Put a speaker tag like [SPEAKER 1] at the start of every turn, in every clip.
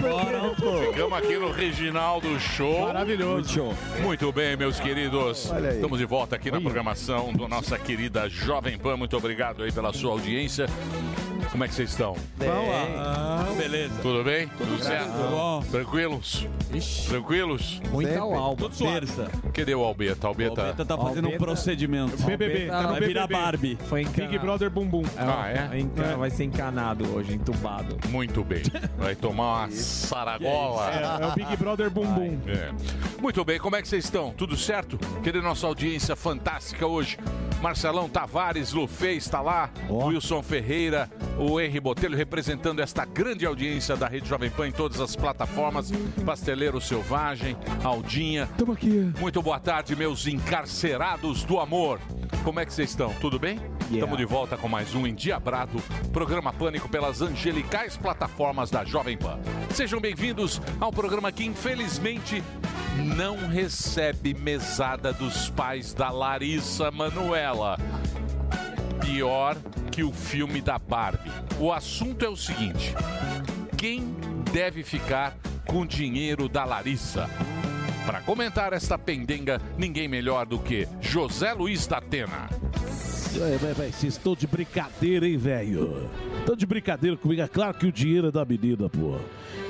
[SPEAKER 1] Bora, pô.
[SPEAKER 2] Ficamos aqui no Reginaldo Show.
[SPEAKER 1] Maravilhoso.
[SPEAKER 2] Show. Muito bem, meus queridos.
[SPEAKER 1] Olha aí.
[SPEAKER 2] Estamos de volta aqui na programação do nossa querida Jovem Pan. Muito obrigado aí pela sua audiência. Como é que vocês estão? ah.
[SPEAKER 3] Beleza.
[SPEAKER 2] Tudo bem? Tudo
[SPEAKER 3] bem,
[SPEAKER 2] certo?
[SPEAKER 3] tudo bom.
[SPEAKER 2] Tranquilos? Tranquilos?
[SPEAKER 3] Muita Sempre. alma. Tudo suave.
[SPEAKER 2] Terça. Cadê o Alberto? Alberto
[SPEAKER 3] Alberta tá fazendo um procedimento.
[SPEAKER 4] BBB, tá no
[SPEAKER 3] vai virar
[SPEAKER 4] BBB.
[SPEAKER 3] Barbie.
[SPEAKER 4] Foi encanado. Big Brother Bumbum.
[SPEAKER 2] Ah, é?
[SPEAKER 4] Enca-
[SPEAKER 2] É.
[SPEAKER 4] Vai ser encanado hoje, entubado.
[SPEAKER 2] Muito bem. Vai tomar uma
[SPEAKER 5] Ah,
[SPEAKER 2] saragola.
[SPEAKER 4] É, é o Big Brother Bumbum.
[SPEAKER 2] É. Muito bem, como é que vocês estão? Tudo certo? Querendo nossa audiência fantástica hoje. Marcelão Tavares, Lufê está lá, Wilson Ferreira, o Henri Botelho representando esta grande audiência da Rede Jovem Pan em todas as plataformas. Pasteleiro Selvagem, Aldinha.
[SPEAKER 4] Tamo aqui.
[SPEAKER 2] Muito boa tarde, meus encarcerados do amor. Como é que vocês estão? Tudo bem? Estamos de volta com mais um Endiabrado, programa Pânico pelas angelicais plataformas da Jovem Pan. Sejam bem-vindos ao programa que, infelizmente, não recebe mesada dos pais da Larissa Manuela. Pior que o filme da Barbie. O assunto é o seguinte: quem deve ficar com o dinheiro da Larissa? Para comentar esta pendenga, ninguém melhor do que José Luiz da Atena.
[SPEAKER 5] Véi, véi, véi, Vocês estão de brincadeira, hein, velho? Estão de brincadeira comigo. É claro que o dinheiro é da menina, pô.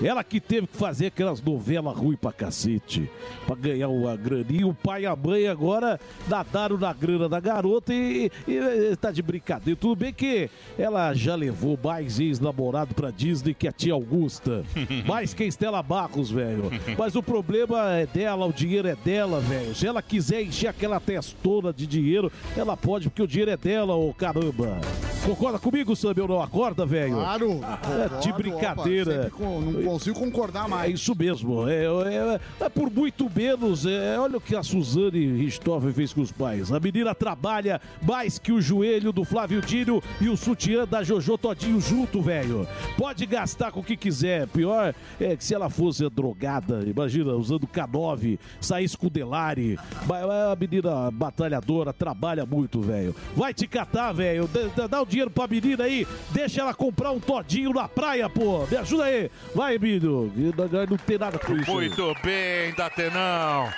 [SPEAKER 5] Ela que teve que fazer aquelas novelas ruins pra cacete. Pra ganhar uma graninha. O pai e a mãe agora nadaram na grana da garota e, e, e tá de brincadeira. Tudo bem que ela já levou mais ex-namorado pra Disney que a tia Augusta. mais que a Estela Barros, velho. Mas o problema é dela, o dinheiro é dela, velho. Se ela quiser encher aquela testona de dinheiro, ela pode, porque o dinheiro é dela, ô caramba. Concorda comigo, Sam? Eu não acorda, velho?
[SPEAKER 6] Claro,
[SPEAKER 5] É, de
[SPEAKER 6] concordo, opa,
[SPEAKER 5] brincadeira.
[SPEAKER 6] sempre com- não consigo concordar mais.
[SPEAKER 5] É isso mesmo. É, é- é por muito menos. é, olha o que a Suzane Ristoffen fez com os pais. A menina trabalha mais que o joelho do Flávio Dino e o sutiã da Jojo Todinho junto, velho. Pode gastar com o que quiser. Pior é que se ela fosse drogada, imagina, usando K9, saísse com o Delari. Mas A menina batalhadora trabalha muito, velho. Vai te catar, velho. Dê- dê- Dá o dinheiro pra menina aí. Deixa ela comprar um todinho na praia, pô. Me ajuda aí. Vai, Emílio. Não, não- não tem nada com isso. aí.
[SPEAKER 2] Muito bem, Datenão.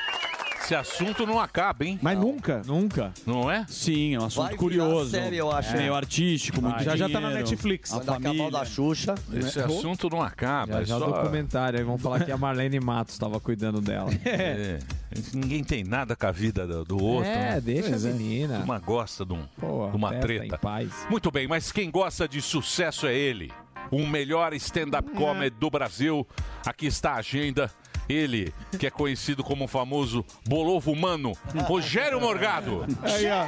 [SPEAKER 2] Esse assunto não acaba, hein?
[SPEAKER 3] Mas nunca. Nunca.
[SPEAKER 2] Não é?
[SPEAKER 3] Sim, é um assunto
[SPEAKER 2] Vai virar
[SPEAKER 3] curioso.
[SPEAKER 2] série, eu acho,
[SPEAKER 3] É. Meio
[SPEAKER 2] hein?
[SPEAKER 3] artístico, muito
[SPEAKER 2] Já- já tá na
[SPEAKER 3] dinheiro,
[SPEAKER 2] Netflix.
[SPEAKER 3] A
[SPEAKER 2] Quando acabar
[SPEAKER 3] família.
[SPEAKER 2] o da Xuxa. Esse assunto não acaba.
[SPEAKER 4] Já,
[SPEAKER 2] é
[SPEAKER 4] já
[SPEAKER 2] só-
[SPEAKER 4] o documentário, aí vão falar que a Marlene Matos estava cuidando dela.
[SPEAKER 2] É. Ninguém tem nada com a vida do, do outro.
[SPEAKER 4] É,
[SPEAKER 2] né?
[SPEAKER 4] deixa a
[SPEAKER 2] Pois é.
[SPEAKER 4] menina.
[SPEAKER 2] Uma gosta de, um- de uma
[SPEAKER 4] festa
[SPEAKER 2] treta.
[SPEAKER 4] em paz.
[SPEAKER 2] Muito bem, mas quem gosta de sucesso é ele. O melhor stand-up comedy do Brasil. Aqui está a agenda. Ele, que é conhecido como o famoso Bolovo Humano, Rogério Morgado. É
[SPEAKER 3] Aí, ó.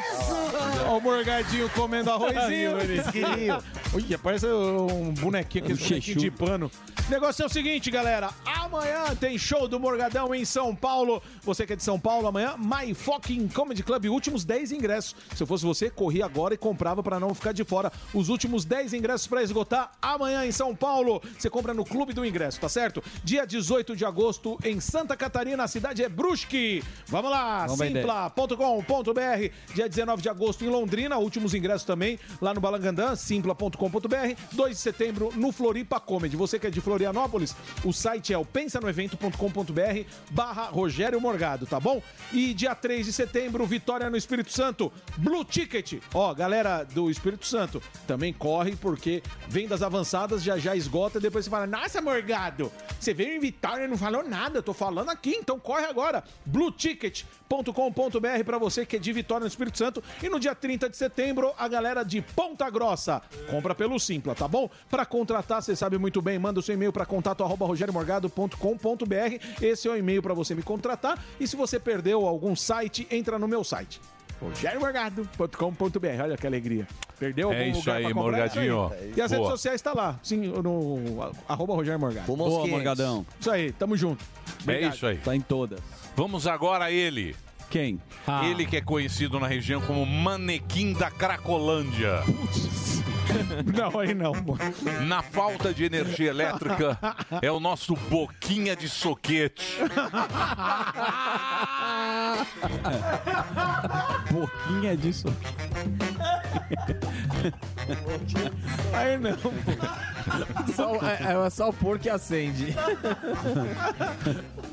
[SPEAKER 3] Ó o Morgadinho comendo arrozinho.
[SPEAKER 7] Fresquinho.
[SPEAKER 3] Olha, parece um bonequinho,
[SPEAKER 7] aquele bonequinho de
[SPEAKER 3] pano. O negócio é o seguinte, galera. Amanhã tem show do Morgadão em São Paulo. Você que é de São Paulo, amanhã, My Fucking Comedy Club. Últimos 10 ingressos. Se eu fosse você, corria agora e comprava pra não ficar de fora. Os últimos 10 ingressos pra esgotar amanhã em São Paulo. Você compra no Clube do Ingresso, tá certo? Dia 18 de agosto em Santa Catarina. A cidade é Brusque. Vamos lá,
[SPEAKER 4] Vamos, Baidé.
[SPEAKER 3] Simpla simpla.com.br. Dia 19 de agosto em Londrina, últimos ingressos também lá no Balangandã, simpla.com.br. 2 de setembro no Floripa Comedy. Você que é de Florianópolis, o site é o pensanoevento.com.br barra Rogério Morgado, tá bom? E dia 3 de setembro, Vitória no Espírito Santo, Blue Ticket. Ó, galera do Espírito Santo, também corre porque vendas avançadas já já esgota e depois você fala, nossa, Morgado, você veio em Vitória e não falou nada, eu tô falando aqui, então corre agora. blueticket.com.br pra você que é de Vitória no Espírito Santo. E no dia 30 de setembro, a galera de Ponta Grossa. Compra pelo Simpla, tá bom? Pra contratar, você sabe muito bem, manda o seu e-mail pra contato arroba rogeriomorgado.com.br. Esse é o e-mail pra você me contratar. E se você perdeu algum site, entra no meu site. rogeriomorgado.com.br. Olha que alegria. Perdeu
[SPEAKER 2] É
[SPEAKER 3] algum
[SPEAKER 2] isso
[SPEAKER 3] lugar
[SPEAKER 2] aí,
[SPEAKER 3] pra comprar?
[SPEAKER 2] Morgadinho.
[SPEAKER 3] É isso aí. E as redes
[SPEAKER 2] Boa.
[SPEAKER 3] sociais tá lá. Sim, no a- arroba Rogério Morgado.
[SPEAKER 2] Rumo aos Boa, 500. Morgadão.
[SPEAKER 3] Isso aí, tamo junto.
[SPEAKER 2] É isso aí.
[SPEAKER 3] Tá em todas.
[SPEAKER 2] Vamos agora a ele.
[SPEAKER 3] Quem?
[SPEAKER 4] Ah.
[SPEAKER 2] Ele que é conhecido na região como Manequim da Cracolândia.
[SPEAKER 3] Não, aí não.
[SPEAKER 2] Na falta de energia elétrica, é o nosso boquinha de soquete.
[SPEAKER 4] Boquinha de soquete.
[SPEAKER 3] Aí não, pô.
[SPEAKER 4] Só, o- é, é só o porco que acende.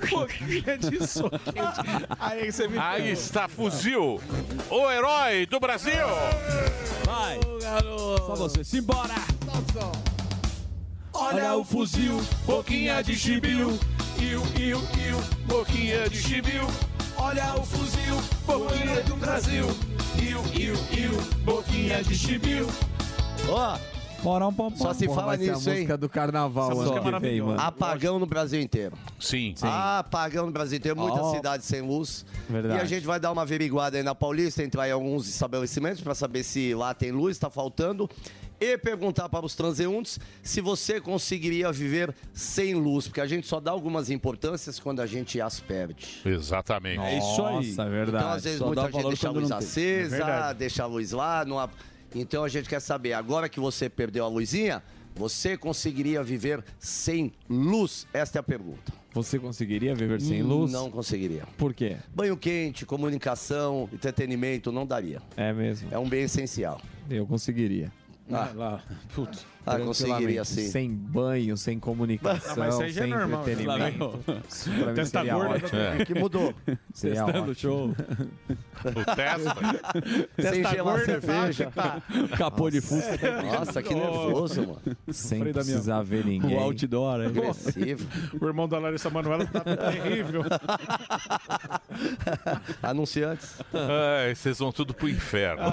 [SPEAKER 3] Boquinha de soquete. Aí você me
[SPEAKER 2] Aí está fuzil, o herói do Brasil.
[SPEAKER 4] Vai. Só você. Simbora.
[SPEAKER 2] Olha o fuzil, boquinha de chibiu. Iu, iu, iu, boquinha de chibiu. Olha o fuzil, boquinha do Brasil. Iu, iu, iu, boquinha de chibiu.
[SPEAKER 7] Ó, Só se fala
[SPEAKER 4] vai ser
[SPEAKER 7] nisso,
[SPEAKER 4] a
[SPEAKER 7] hein? Ah,
[SPEAKER 4] música do carnaval
[SPEAKER 3] Essa música
[SPEAKER 4] ano
[SPEAKER 3] é
[SPEAKER 4] que vem,
[SPEAKER 3] maravilhosa.
[SPEAKER 4] mano.
[SPEAKER 7] apagão no Brasil inteiro. Ah,
[SPEAKER 2] Sim.
[SPEAKER 7] Apagão no Brasil inteiro, muitas
[SPEAKER 4] Ó.
[SPEAKER 7] cidades sem luz.
[SPEAKER 4] Verdade.
[SPEAKER 7] E a gente vai dar uma averiguada aí na Paulista, entrar em alguns estabelecimentos para saber se lá tem luz, está faltando. E perguntar para os transeuntes se você conseguiria viver sem luz, porque a gente só dá algumas importâncias quando a gente as perde.
[SPEAKER 2] Exatamente.
[SPEAKER 4] Isso aí. Nossa, é verdade.
[SPEAKER 7] Então, às vezes,
[SPEAKER 4] Só dá
[SPEAKER 7] muita gente
[SPEAKER 4] valor
[SPEAKER 7] deixa a
[SPEAKER 4] quando
[SPEAKER 7] luz
[SPEAKER 4] não tem. É
[SPEAKER 7] acesa, deixa a luz lá. Não há- Então, a gente quer saber, agora que você perdeu a luzinha, você conseguiria viver sem luz? Esta é a pergunta.
[SPEAKER 4] Você conseguiria viver sem luz?
[SPEAKER 7] hum, Não conseguiria.
[SPEAKER 4] Por quê?
[SPEAKER 7] Banho quente, comunicação, entretenimento, não daria.
[SPEAKER 4] É mesmo.
[SPEAKER 7] É um bem essencial.
[SPEAKER 4] Eu conseguiria.
[SPEAKER 7] Ah,
[SPEAKER 4] é
[SPEAKER 3] Lá. Putz.
[SPEAKER 7] ah, conseguiria
[SPEAKER 4] Tranquilamente.
[SPEAKER 7] sim.
[SPEAKER 4] Sem banho, sem comunicação,
[SPEAKER 3] Ah, mas isso aí já é
[SPEAKER 4] sem
[SPEAKER 3] normal,
[SPEAKER 4] entretenimento. Isso pra mim
[SPEAKER 3] Testa
[SPEAKER 4] seria
[SPEAKER 3] gorda.
[SPEAKER 4] ótimo.
[SPEAKER 2] É,
[SPEAKER 7] Que mudou.
[SPEAKER 4] Seria ótimo.
[SPEAKER 3] show.
[SPEAKER 2] o testa.
[SPEAKER 7] Sem gelar cerveja.
[SPEAKER 3] tá.
[SPEAKER 4] Capô de fusca.
[SPEAKER 7] Nossa, que nervoso, mano.
[SPEAKER 4] Sem
[SPEAKER 3] Frei Damião.
[SPEAKER 4] precisar ver ninguém.
[SPEAKER 5] outdoor, hein?
[SPEAKER 7] Agressivo.
[SPEAKER 3] O irmão da Larissa Manoela tá terrível.
[SPEAKER 7] Anunciantes.
[SPEAKER 2] Ai, vocês vão tudo pro inferno.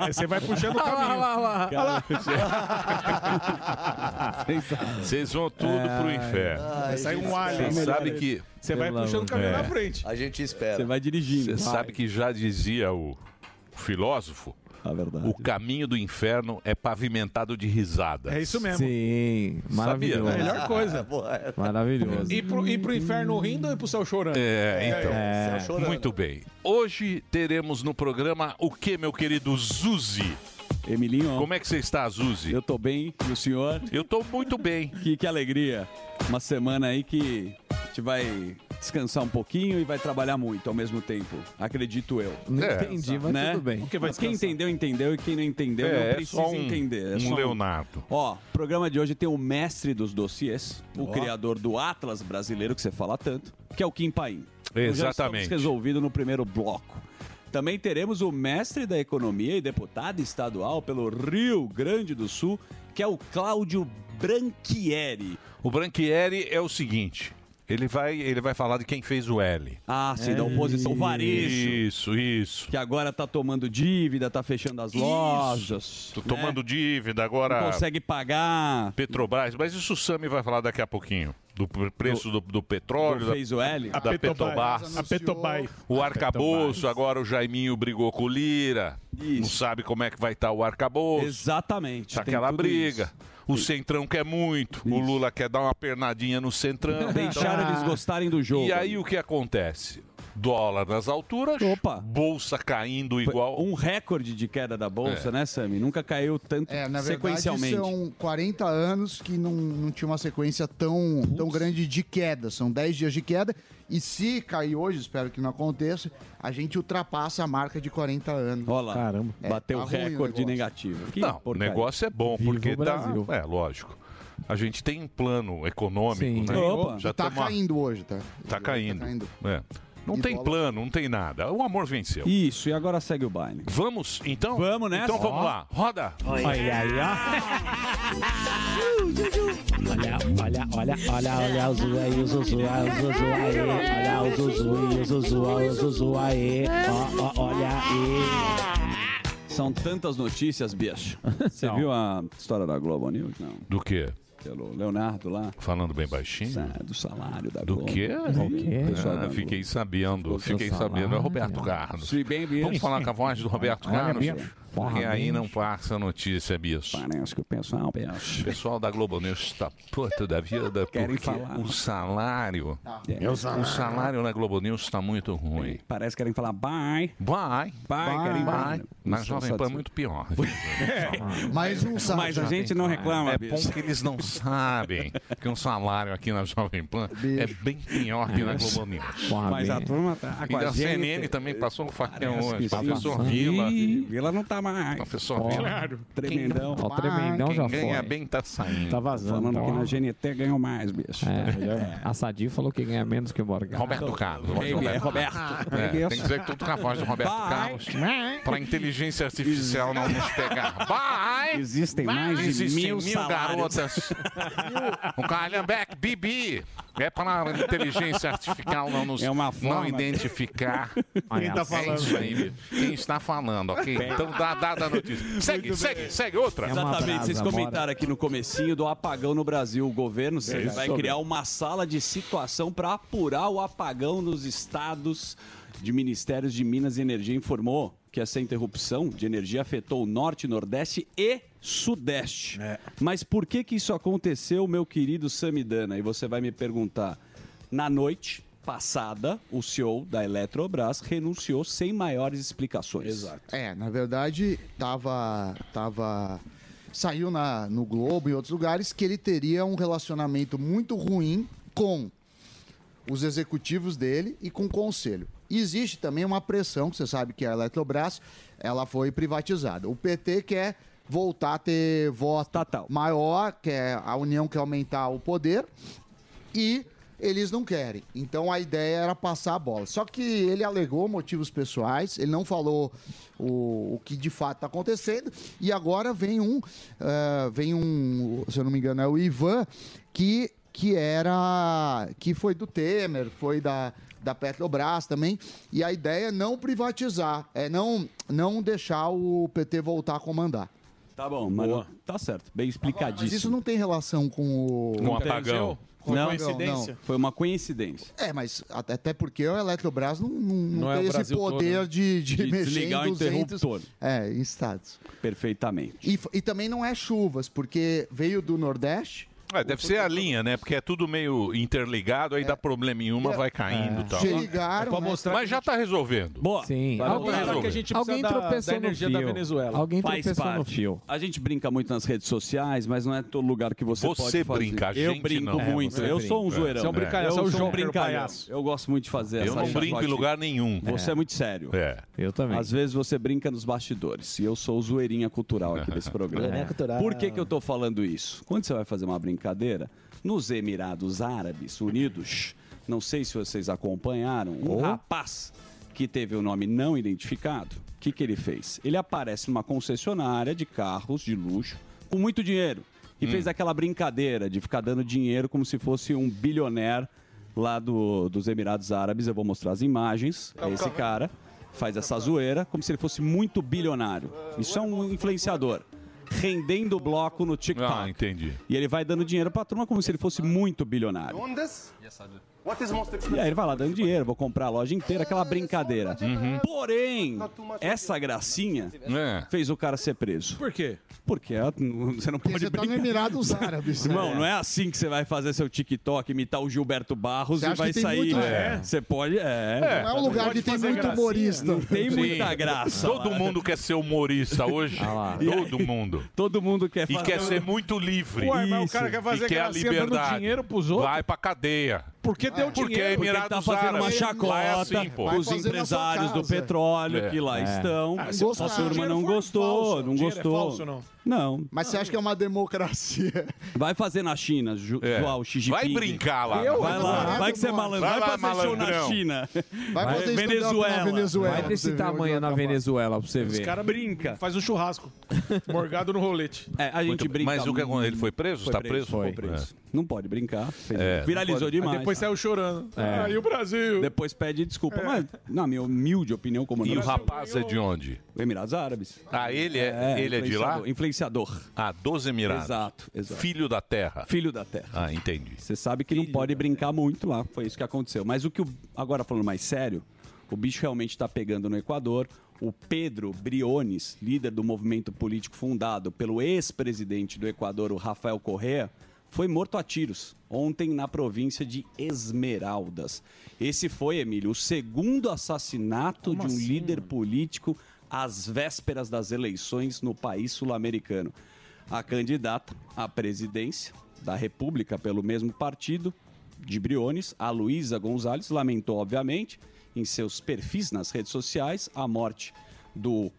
[SPEAKER 3] É, você vai puxando o caminho.
[SPEAKER 2] Vocês vão tudo pro inferno.
[SPEAKER 7] Ai,
[SPEAKER 3] Sai um alien.
[SPEAKER 2] Vocês sabem que,
[SPEAKER 3] Você vai
[SPEAKER 4] Pelo
[SPEAKER 3] puxando o caminho
[SPEAKER 2] amor.
[SPEAKER 3] na
[SPEAKER 2] É.
[SPEAKER 3] frente.
[SPEAKER 7] A gente espera.
[SPEAKER 4] vai dirigindo.
[SPEAKER 2] cê sabe que já dizia o filósofo,
[SPEAKER 5] A verdade.
[SPEAKER 2] o caminho do inferno é pavimentado de risada.
[SPEAKER 3] É isso mesmo.
[SPEAKER 4] Sim, maravilhoso.
[SPEAKER 2] né?
[SPEAKER 3] Melhor coisa.
[SPEAKER 7] Pô, é,
[SPEAKER 4] Maravilhoso.
[SPEAKER 3] Ir pro, ir pro inferno rindo ou ir pro céu chorando?
[SPEAKER 2] É, então.
[SPEAKER 7] céu chorando.
[SPEAKER 2] Muito bem. Hoje teremos no programa o que, meu querido Zuzi?
[SPEAKER 8] Emilinho,
[SPEAKER 2] Como é que você está, Zuzi?
[SPEAKER 8] eu tô bem. E o senhor?
[SPEAKER 2] Eu tô muito bem.
[SPEAKER 8] Que, que alegria. Uma semana aí que a gente vai descansar um pouquinho e vai trabalhar muito ao mesmo tempo. Acredito eu.
[SPEAKER 4] Não
[SPEAKER 2] É.
[SPEAKER 4] entendi, mas tá
[SPEAKER 8] né?
[SPEAKER 4] tudo bem.
[SPEAKER 3] Porque vai
[SPEAKER 8] Mas quem
[SPEAKER 3] descansar.
[SPEAKER 8] entendeu, entendeu. E quem não entendeu,
[SPEAKER 2] É,
[SPEAKER 8] não
[SPEAKER 2] é
[SPEAKER 8] precisa
[SPEAKER 2] só um-
[SPEAKER 8] entender. É só
[SPEAKER 2] um Leonardo.
[SPEAKER 8] Ó, o programa de hoje tem o mestre dos dossiês, o criador do Atlas brasileiro, que você fala tanto, que é o Kim Paim. Então, já
[SPEAKER 2] Exatamente.
[SPEAKER 8] estamos resolvido no primeiro bloco. Também teremos o mestre da economia e deputado estadual pelo Rio Grande do Sul, que é o Cláudio Branchieri.
[SPEAKER 2] O Branchieri é o seguinte: ele vai, ele vai falar de quem fez o L.
[SPEAKER 8] Ah, sim, da oposição. O varejo.
[SPEAKER 2] Isso, isso.
[SPEAKER 8] Que agora tá tomando dívida, tá fechando as lojas.
[SPEAKER 2] Tô
[SPEAKER 8] né?
[SPEAKER 2] tomando dívida
[SPEAKER 8] Não
[SPEAKER 2] agora.
[SPEAKER 8] consegue pagar.
[SPEAKER 2] Petrobras, mas isso o Sami vai falar daqui a pouquinho. Do pre- preço do, do petróleo, da,
[SPEAKER 8] Fez o L.
[SPEAKER 2] da Petrobras,
[SPEAKER 3] A Petobai.
[SPEAKER 2] o arcabouço, agora o Jaiminho brigou com o Lira. Não
[SPEAKER 8] Isso.
[SPEAKER 2] sabe como é que vai estar o arcabouço.
[SPEAKER 8] Exatamente.
[SPEAKER 2] Tá
[SPEAKER 8] tem
[SPEAKER 2] aquela
[SPEAKER 8] tudo
[SPEAKER 2] briga.
[SPEAKER 8] isso.
[SPEAKER 2] O Centrão quer muito. O Lula quer dar uma pernadinha no Centrão.
[SPEAKER 8] Deixaram eles gostarem do jogo.
[SPEAKER 2] E aí o que acontece? Dólar nas alturas,
[SPEAKER 8] Opa.
[SPEAKER 2] bolsa caindo igual.
[SPEAKER 8] Um recorde de queda da
[SPEAKER 2] É.
[SPEAKER 8] bolsa, né, Sami? Nunca caiu tanto
[SPEAKER 6] É, na verdade,
[SPEAKER 8] sequencialmente.
[SPEAKER 6] são 40 anos que não, não tinha uma sequência tão, tão grande de queda. São 10 dias de queda. E se cair hoje, espero que não aconteça, a gente ultrapassa a marca de 40 anos.
[SPEAKER 8] Olha lá.
[SPEAKER 5] Caramba.
[SPEAKER 6] É,
[SPEAKER 8] Bateu
[SPEAKER 6] tá ruim o
[SPEAKER 8] recorde
[SPEAKER 6] negócio.
[SPEAKER 8] negativo. Que
[SPEAKER 2] Não,
[SPEAKER 8] porcaria.
[SPEAKER 2] o negócio é bom, porque
[SPEAKER 4] o
[SPEAKER 2] tá.
[SPEAKER 4] Brasil.
[SPEAKER 2] É, lógico. A gente tem um plano econômico,
[SPEAKER 4] Sim.
[SPEAKER 2] né?
[SPEAKER 8] Opa.
[SPEAKER 2] Já
[SPEAKER 6] tá
[SPEAKER 2] tamo a-
[SPEAKER 6] caindo hoje, tá?
[SPEAKER 2] Tá caindo.
[SPEAKER 6] Tá caindo.
[SPEAKER 2] É. Não
[SPEAKER 6] E
[SPEAKER 2] tem
[SPEAKER 6] bola.
[SPEAKER 2] plano, não tem nada. O amor venceu.
[SPEAKER 8] Isso, e agora segue o baile.
[SPEAKER 2] Vamos, então?
[SPEAKER 8] Vamos nessa.
[SPEAKER 2] Então vamos lá. Roda.
[SPEAKER 9] Olha, olha, olha, olha o Zuzu aí, o Zuzu, olha o Zuzu aí, olha o Zuzu aí, o Zuzu, olha o Zuzu aí, ó, ó, olha aí.
[SPEAKER 8] São tantas notícias, bicho. Você viu a história da Globo News? Não.
[SPEAKER 2] Do quê?
[SPEAKER 8] Pelo Leonardo lá.
[SPEAKER 2] Falando bem baixinho?
[SPEAKER 8] Sa- Do salário da
[SPEAKER 2] Do
[SPEAKER 8] Globo.
[SPEAKER 2] quê?
[SPEAKER 4] quê?
[SPEAKER 8] Pessoal da
[SPEAKER 2] Ah,
[SPEAKER 8] Globo.
[SPEAKER 2] fiquei sabendo, fiquei
[SPEAKER 4] salário.
[SPEAKER 2] sabendo. É Roberto Carlos.
[SPEAKER 8] Se bem, bicho.
[SPEAKER 2] Vamos falar com a voz do Roberto Carlos. Porque aí não passa notícia, bicho. Parece que o pessoal O pessoal da Globo News está puto da vida
[SPEAKER 8] Querem
[SPEAKER 2] porque
[SPEAKER 8] falar. né?
[SPEAKER 2] o salário...
[SPEAKER 8] É.
[SPEAKER 2] O salário na Globo News está muito ruim.
[SPEAKER 8] Parece que querem falar bye.
[SPEAKER 2] Bye.
[SPEAKER 8] Bye, querem né?
[SPEAKER 2] Bye. Na Jovem Pan é muito pior.
[SPEAKER 6] Mais um salário.
[SPEAKER 8] Mas a gente não reclama,
[SPEAKER 2] É
[SPEAKER 8] bicho.
[SPEAKER 2] bom que eles não sabem que um salário aqui na Jovem Pan é bem pior que na Globo News.
[SPEAKER 8] Mas a turma tá
[SPEAKER 2] E da
[SPEAKER 8] com a gente.
[SPEAKER 2] CNN também passou um facão
[SPEAKER 8] Parece
[SPEAKER 2] hoje.
[SPEAKER 8] que sim.
[SPEAKER 2] Professor Vila.
[SPEAKER 8] Ih, Vila não tá mais.
[SPEAKER 2] Professor
[SPEAKER 8] Ó,
[SPEAKER 2] Vila.
[SPEAKER 8] Tremendão.
[SPEAKER 2] Quem-
[SPEAKER 8] tá? Ó, tremendão
[SPEAKER 2] quem
[SPEAKER 8] já
[SPEAKER 2] ganha
[SPEAKER 8] foi.
[SPEAKER 2] bem tá saindo.
[SPEAKER 8] Tá vazando, Falando tá que lá. na GNT ganhou mais, bicho.
[SPEAKER 10] É, a Sadi falou que ganha menos que o Borgata.
[SPEAKER 2] Roberto Carlos. eu gosto de
[SPEAKER 11] É
[SPEAKER 10] Baby,
[SPEAKER 2] Roberto. É, tem que dizer que tudo com a voz do Roberto
[SPEAKER 10] Bye.
[SPEAKER 2] Carlos. Para a inteligência artificial não nos pegar. Bye!
[SPEAKER 8] Existem
[SPEAKER 2] Bye.
[SPEAKER 8] mais de
[SPEAKER 2] Existem
[SPEAKER 8] mil salários.
[SPEAKER 2] garotas. o Calhambeck, Bibi. É para a inteligência artificial não nos
[SPEAKER 8] É uma forma-
[SPEAKER 2] não identificar
[SPEAKER 8] Quem tá
[SPEAKER 2] É
[SPEAKER 8] falando?
[SPEAKER 2] isso aí, bicho. quem está falando, ok?
[SPEAKER 8] Bem. É
[SPEAKER 2] Então dá, dá, dá notícia. Segue, segue, segue outra.
[SPEAKER 8] um Exatamente, vocês comentaram aqui no comecinho do apagão no Brasil. O governo
[SPEAKER 2] É isso
[SPEAKER 8] vai
[SPEAKER 2] sobre.
[SPEAKER 8] criar uma sala de situação para apurar o apagão nos estados de Ministérios de Minas e Energia informou que essa interrupção de energia afetou o norte, nordeste e sudeste. Mas por que que isso aconteceu, meu querido Samidana? E você vai me perguntar. Na noite passada, o CEO da Eletrobras renunciou sem maiores explicações. Exato.
[SPEAKER 6] É, na verdade, tava. tava saiu na, no Globo e outros lugares que ele teria um relacionamento muito ruim com os executivos dele e com o conselho. E Existe também uma pressão, que você sabe que a Eletrobras ela foi privatizada. O PT quer voltar a ter voto maior, quer, a União quer aumentar o poder e eles não querem. Então a ideia era passar a bola. Só que ele alegou motivos pessoais, ele não falou o, o que de fato está acontecendo. E agora vem um, ah, vem um, se eu não me engano, é o Ivan, que, que era. que foi do Temer, foi da, da Petrobras também. E a ideia é não privatizar, é não, não deixar o PT voltar a comandar.
[SPEAKER 8] Tá bom, mano. Tá certo, bem explicadíssimo.
[SPEAKER 6] Mas isso não tem relação com o.
[SPEAKER 8] Com o Tipo, um apagão.
[SPEAKER 6] Com
[SPEAKER 8] não,
[SPEAKER 6] não, coincidência?
[SPEAKER 8] não. Foi uma coincidência.
[SPEAKER 6] É, mas a- até porque o Eletrobras não, não, não
[SPEAKER 8] Não é
[SPEAKER 6] tem
[SPEAKER 8] o
[SPEAKER 6] esse
[SPEAKER 8] Brasil todo,
[SPEAKER 6] poder
[SPEAKER 8] né?
[SPEAKER 6] de, de,
[SPEAKER 8] De
[SPEAKER 6] mexer
[SPEAKER 8] desligar
[SPEAKER 6] em
[SPEAKER 8] o
[SPEAKER 6] 200
[SPEAKER 8] interruptor.
[SPEAKER 6] É, em estados.
[SPEAKER 8] Perfeitamente.
[SPEAKER 6] E, f- e também não é chuvas, porque veio do Nordeste.
[SPEAKER 2] É, deve ser a linha, né? Porque é tudo meio interligado, aí dá problema em
[SPEAKER 8] É.
[SPEAKER 2] uma, vai caindo e tal.
[SPEAKER 6] Se ligaram, É pra né? mostrar
[SPEAKER 2] Mas já tá resolvendo. tá
[SPEAKER 8] Boa.
[SPEAKER 10] Sim.
[SPEAKER 2] Vai
[SPEAKER 10] Alguém-
[SPEAKER 2] resolver.
[SPEAKER 11] Tá
[SPEAKER 10] que a gente precisa Alguém da- tropeçou da no energia da fio. Venezuela. Alguém
[SPEAKER 8] Faz
[SPEAKER 10] tropeçou no
[SPEAKER 8] parte.
[SPEAKER 10] fio.
[SPEAKER 8] A gente brinca muito nas redes sociais, mas não é todo lugar que você,
[SPEAKER 2] Você
[SPEAKER 8] pode fazer.
[SPEAKER 2] brinca, a
[SPEAKER 8] Eu
[SPEAKER 2] gente
[SPEAKER 8] brinco
[SPEAKER 2] não. É,
[SPEAKER 8] muito.
[SPEAKER 2] você
[SPEAKER 8] eu sou um
[SPEAKER 2] brinca.
[SPEAKER 8] zoeirão.
[SPEAKER 2] Você é um brincalhão,
[SPEAKER 8] Eu
[SPEAKER 2] você é um
[SPEAKER 8] sou um
[SPEAKER 2] joker,
[SPEAKER 8] brincalhão.
[SPEAKER 2] palhaço.
[SPEAKER 8] Eu gosto muito de fazer
[SPEAKER 2] Eu
[SPEAKER 8] essa
[SPEAKER 2] não brinco
[SPEAKER 8] chacota.
[SPEAKER 2] em lugar nenhum.
[SPEAKER 8] Você é.
[SPEAKER 2] É.
[SPEAKER 8] muito sério.
[SPEAKER 2] É.
[SPEAKER 10] Eu também.
[SPEAKER 8] Às vezes você brinca nos bastidores. E eu sou o zoeirinha cultural aqui desse programa.
[SPEAKER 10] Zoeirinha cultural.
[SPEAKER 8] Por que, que eu tô falando isso? Quando você vai fazer uma brincadeira, nos Emirados Árabes Unidos, não sei se vocês acompanharam, um rapaz que teve o nome não identificado, o que, que ele fez? Ele aparece numa concessionária de carros de luxo com muito dinheiro. E fez aquela brincadeira de ficar dando dinheiro como se fosse um bilionaire lá do- dos Emirados Árabes. Eu vou mostrar as imagens. É esse cara. Faz essa zoeira como se ele fosse muito bilionário. Isso é um influenciador. Rendendo bloco no TikTok.
[SPEAKER 2] Ah, entendi.
[SPEAKER 8] E ele vai dando dinheiro pra turma como se ele fosse muito bilionário.
[SPEAKER 12] own this? Yes, I do. What is most
[SPEAKER 8] E
[SPEAKER 12] expensive?
[SPEAKER 8] aí ele vai lá dando dinheiro, vou comprar a loja inteira, aquela brincadeira. Porém, essa gracinha fez o cara ser preso. É. Por quê? Porque ah, n- você não pode
[SPEAKER 6] Você tá no
[SPEAKER 8] brincar.
[SPEAKER 6] Emirados Árabes.
[SPEAKER 8] Irmão,
[SPEAKER 6] É.
[SPEAKER 8] não é assim que você vai fazer seu TikTok, imitar o Gilberto Barros
[SPEAKER 6] Você
[SPEAKER 8] e
[SPEAKER 6] acha
[SPEAKER 8] vai
[SPEAKER 6] que tem
[SPEAKER 8] sair.
[SPEAKER 6] muito-
[SPEAKER 8] né?
[SPEAKER 6] É.
[SPEAKER 8] Você pode. É,
[SPEAKER 6] Não é um lugar
[SPEAKER 8] Pode
[SPEAKER 6] que tem
[SPEAKER 8] fazer
[SPEAKER 6] muito
[SPEAKER 8] gracinha.
[SPEAKER 6] humorista.
[SPEAKER 8] Não tem
[SPEAKER 2] Sim.
[SPEAKER 8] muita graça. Ah
[SPEAKER 2] Todo
[SPEAKER 8] lá.
[SPEAKER 2] mundo quer ser humorista hoje. Todo mundo.
[SPEAKER 8] Todo mundo quer
[SPEAKER 2] E
[SPEAKER 8] fazer- um-
[SPEAKER 2] quer ser muito livre.
[SPEAKER 8] Ué, mas o cara quer fazer
[SPEAKER 2] e quer a
[SPEAKER 8] gracinha dando
[SPEAKER 2] liberdade.
[SPEAKER 8] dinheiro
[SPEAKER 2] pros outros. Vai pra cadeia.
[SPEAKER 3] Porque deu
[SPEAKER 2] Porque é
[SPEAKER 3] dinheiro.
[SPEAKER 2] Emirados
[SPEAKER 8] tá fazendo uma
[SPEAKER 2] Árabes.
[SPEAKER 8] chacota
[SPEAKER 2] Lá é assim, pô.
[SPEAKER 8] com os
[SPEAKER 2] Vai fazer na sua
[SPEAKER 8] empresários do
[SPEAKER 2] casa.
[SPEAKER 8] petróleo
[SPEAKER 2] É.
[SPEAKER 8] que lá
[SPEAKER 2] É.
[SPEAKER 8] estão.
[SPEAKER 2] Ah,
[SPEAKER 8] Mas a turma não gostou, não
[SPEAKER 2] é
[SPEAKER 8] gostou. Não.
[SPEAKER 6] Mas você acha que é uma democracia?
[SPEAKER 8] Vai fazer na China, Ju, João, Xi Jinping.
[SPEAKER 6] Vai brincar lá. Eu?
[SPEAKER 8] Vai É. lá,
[SPEAKER 6] Vai
[SPEAKER 8] vai que você é
[SPEAKER 6] lá,
[SPEAKER 8] malandro. Vai,
[SPEAKER 6] vai lá,
[SPEAKER 8] fazer show na
[SPEAKER 6] malandrão.
[SPEAKER 8] China.
[SPEAKER 6] Vai fazer stand-up na Venezuela.
[SPEAKER 10] Vai desse tamanho
[SPEAKER 8] é
[SPEAKER 10] na Venezuela pra você ver.
[SPEAKER 3] Os caras
[SPEAKER 8] brinca.
[SPEAKER 3] Faz um churrasco. Morgado no rolete.
[SPEAKER 8] É, a gente brinca.
[SPEAKER 2] Mas o que aconteceu? Ele foi preso?
[SPEAKER 8] Foi
[SPEAKER 2] Está preso? É. Foi.
[SPEAKER 8] Foi preso. Não pode brincar. fez-
[SPEAKER 2] É.
[SPEAKER 8] Viralizou
[SPEAKER 3] Aí
[SPEAKER 8] demais.
[SPEAKER 3] depois saiu chorando.
[SPEAKER 8] É.
[SPEAKER 3] Aí o Brasil.
[SPEAKER 8] Depois pede desculpa. Mas, na minha humilde opinião, como
[SPEAKER 2] E o
[SPEAKER 8] não-
[SPEAKER 2] rapaz é de onde?
[SPEAKER 8] Emirados Árabes.
[SPEAKER 2] Ah, ele é, ele é de lá?
[SPEAKER 8] influenciador- Influenciador.
[SPEAKER 2] Ah, dos Emirados.
[SPEAKER 8] Exato, exato.
[SPEAKER 2] Filho da terra.
[SPEAKER 8] Filho da terra.
[SPEAKER 2] Ah, entendi.
[SPEAKER 8] Você sabe que não pode brincar muito lá. Foi isso que aconteceu. Mas o que o, agora falando mais sério, o bicho realmente está tá pegando no Equador. o Pedro Briones, líder do movimento político fundado pelo ex-presidente do Equador, o Rafael Correa, foi morto a tiros ontem na província de Esmeraldas. Esse foi, Emílio, o segundo assassinato de um líder político às vésperas das eleições no país sul-americano. A candidata à presidência da República pelo mesmo partido de Briones, a Luísa Gonzalez, lamentou, obviamente, em seus perfis nas redes sociais, a morte do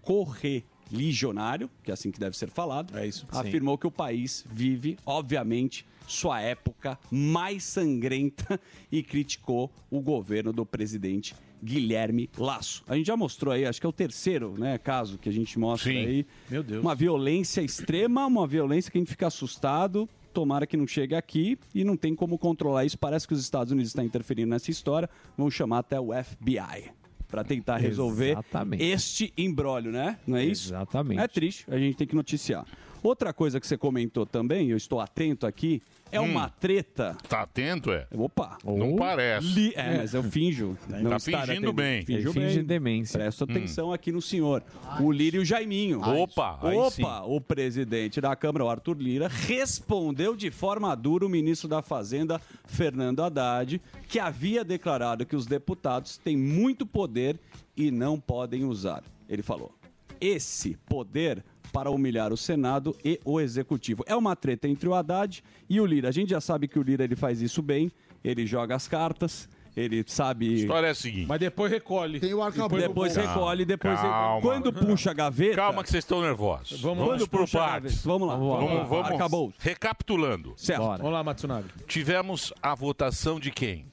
[SPEAKER 8] correligionário, que é assim que deve ser falado, afirmou que o país vive, obviamente, sua época mais sangrenta e criticou o governo do presidente Guilherme Lasso. A gente já mostrou aí, acho que é o terceiro né, caso que a gente mostra aí.
[SPEAKER 3] Meu Deus.
[SPEAKER 8] Uma violência extrema, uma violência que a gente fica assustado. Tomara que não chegue aqui e não tem como controlar isso. Parece que os Estados Unidos estão interferindo nessa história. Vão chamar até o FBI para tentar resolver
[SPEAKER 10] Exatamente.
[SPEAKER 8] este embrólio, né? Não é isso?
[SPEAKER 10] Exatamente.
[SPEAKER 8] É triste, a gente tem que noticiar. Outra coisa que você comentou também, eu estou atento aqui, é
[SPEAKER 2] Hum.
[SPEAKER 8] uma treta.
[SPEAKER 2] Tá atento, é?
[SPEAKER 8] Opa.
[SPEAKER 2] Não parece.
[SPEAKER 8] Li- É, mas eu finjo.
[SPEAKER 2] Tá
[SPEAKER 8] não estar
[SPEAKER 2] fingindo
[SPEAKER 8] atento.
[SPEAKER 2] bem. Hum.
[SPEAKER 8] Finjo
[SPEAKER 2] Ele finge
[SPEAKER 8] bem. demência. Presta atenção aqui no senhor. O Lírio Jaiminho.
[SPEAKER 2] Ai, Opa, aí sim.
[SPEAKER 8] Opa, o presidente da Câmara, o Arthur Lira, respondeu de forma dura o ministro da Fazenda, Fernando Haddad, que havia declarado que os deputados têm muito poder e não podem usar. Ele falou: esse poder para humilhar o Senado e o Executivo. É uma treta entre o Haddad e o Lira. A gente já sabe que o Lira ele faz isso bem, ele joga as cartas, ele sabe. A
[SPEAKER 2] história é a seguinte.
[SPEAKER 3] Mas depois recolhe. Tem o
[SPEAKER 8] arcabouço. Depois recolhe, depois recolhe.
[SPEAKER 2] Calma.
[SPEAKER 8] Quando puxa a gaveta.
[SPEAKER 2] Calma que vocês estão nervosos.
[SPEAKER 8] Vamos lá,
[SPEAKER 2] por
[SPEAKER 8] puxa a
[SPEAKER 2] partes.
[SPEAKER 8] gaveta. Vamos lá, vamos lá.
[SPEAKER 2] Vamos, vamos.
[SPEAKER 8] Acabou.
[SPEAKER 2] Recapitulando.
[SPEAKER 8] Certo.
[SPEAKER 3] Vamos lá, Matsunaga.
[SPEAKER 2] Tivemos a votação de quem?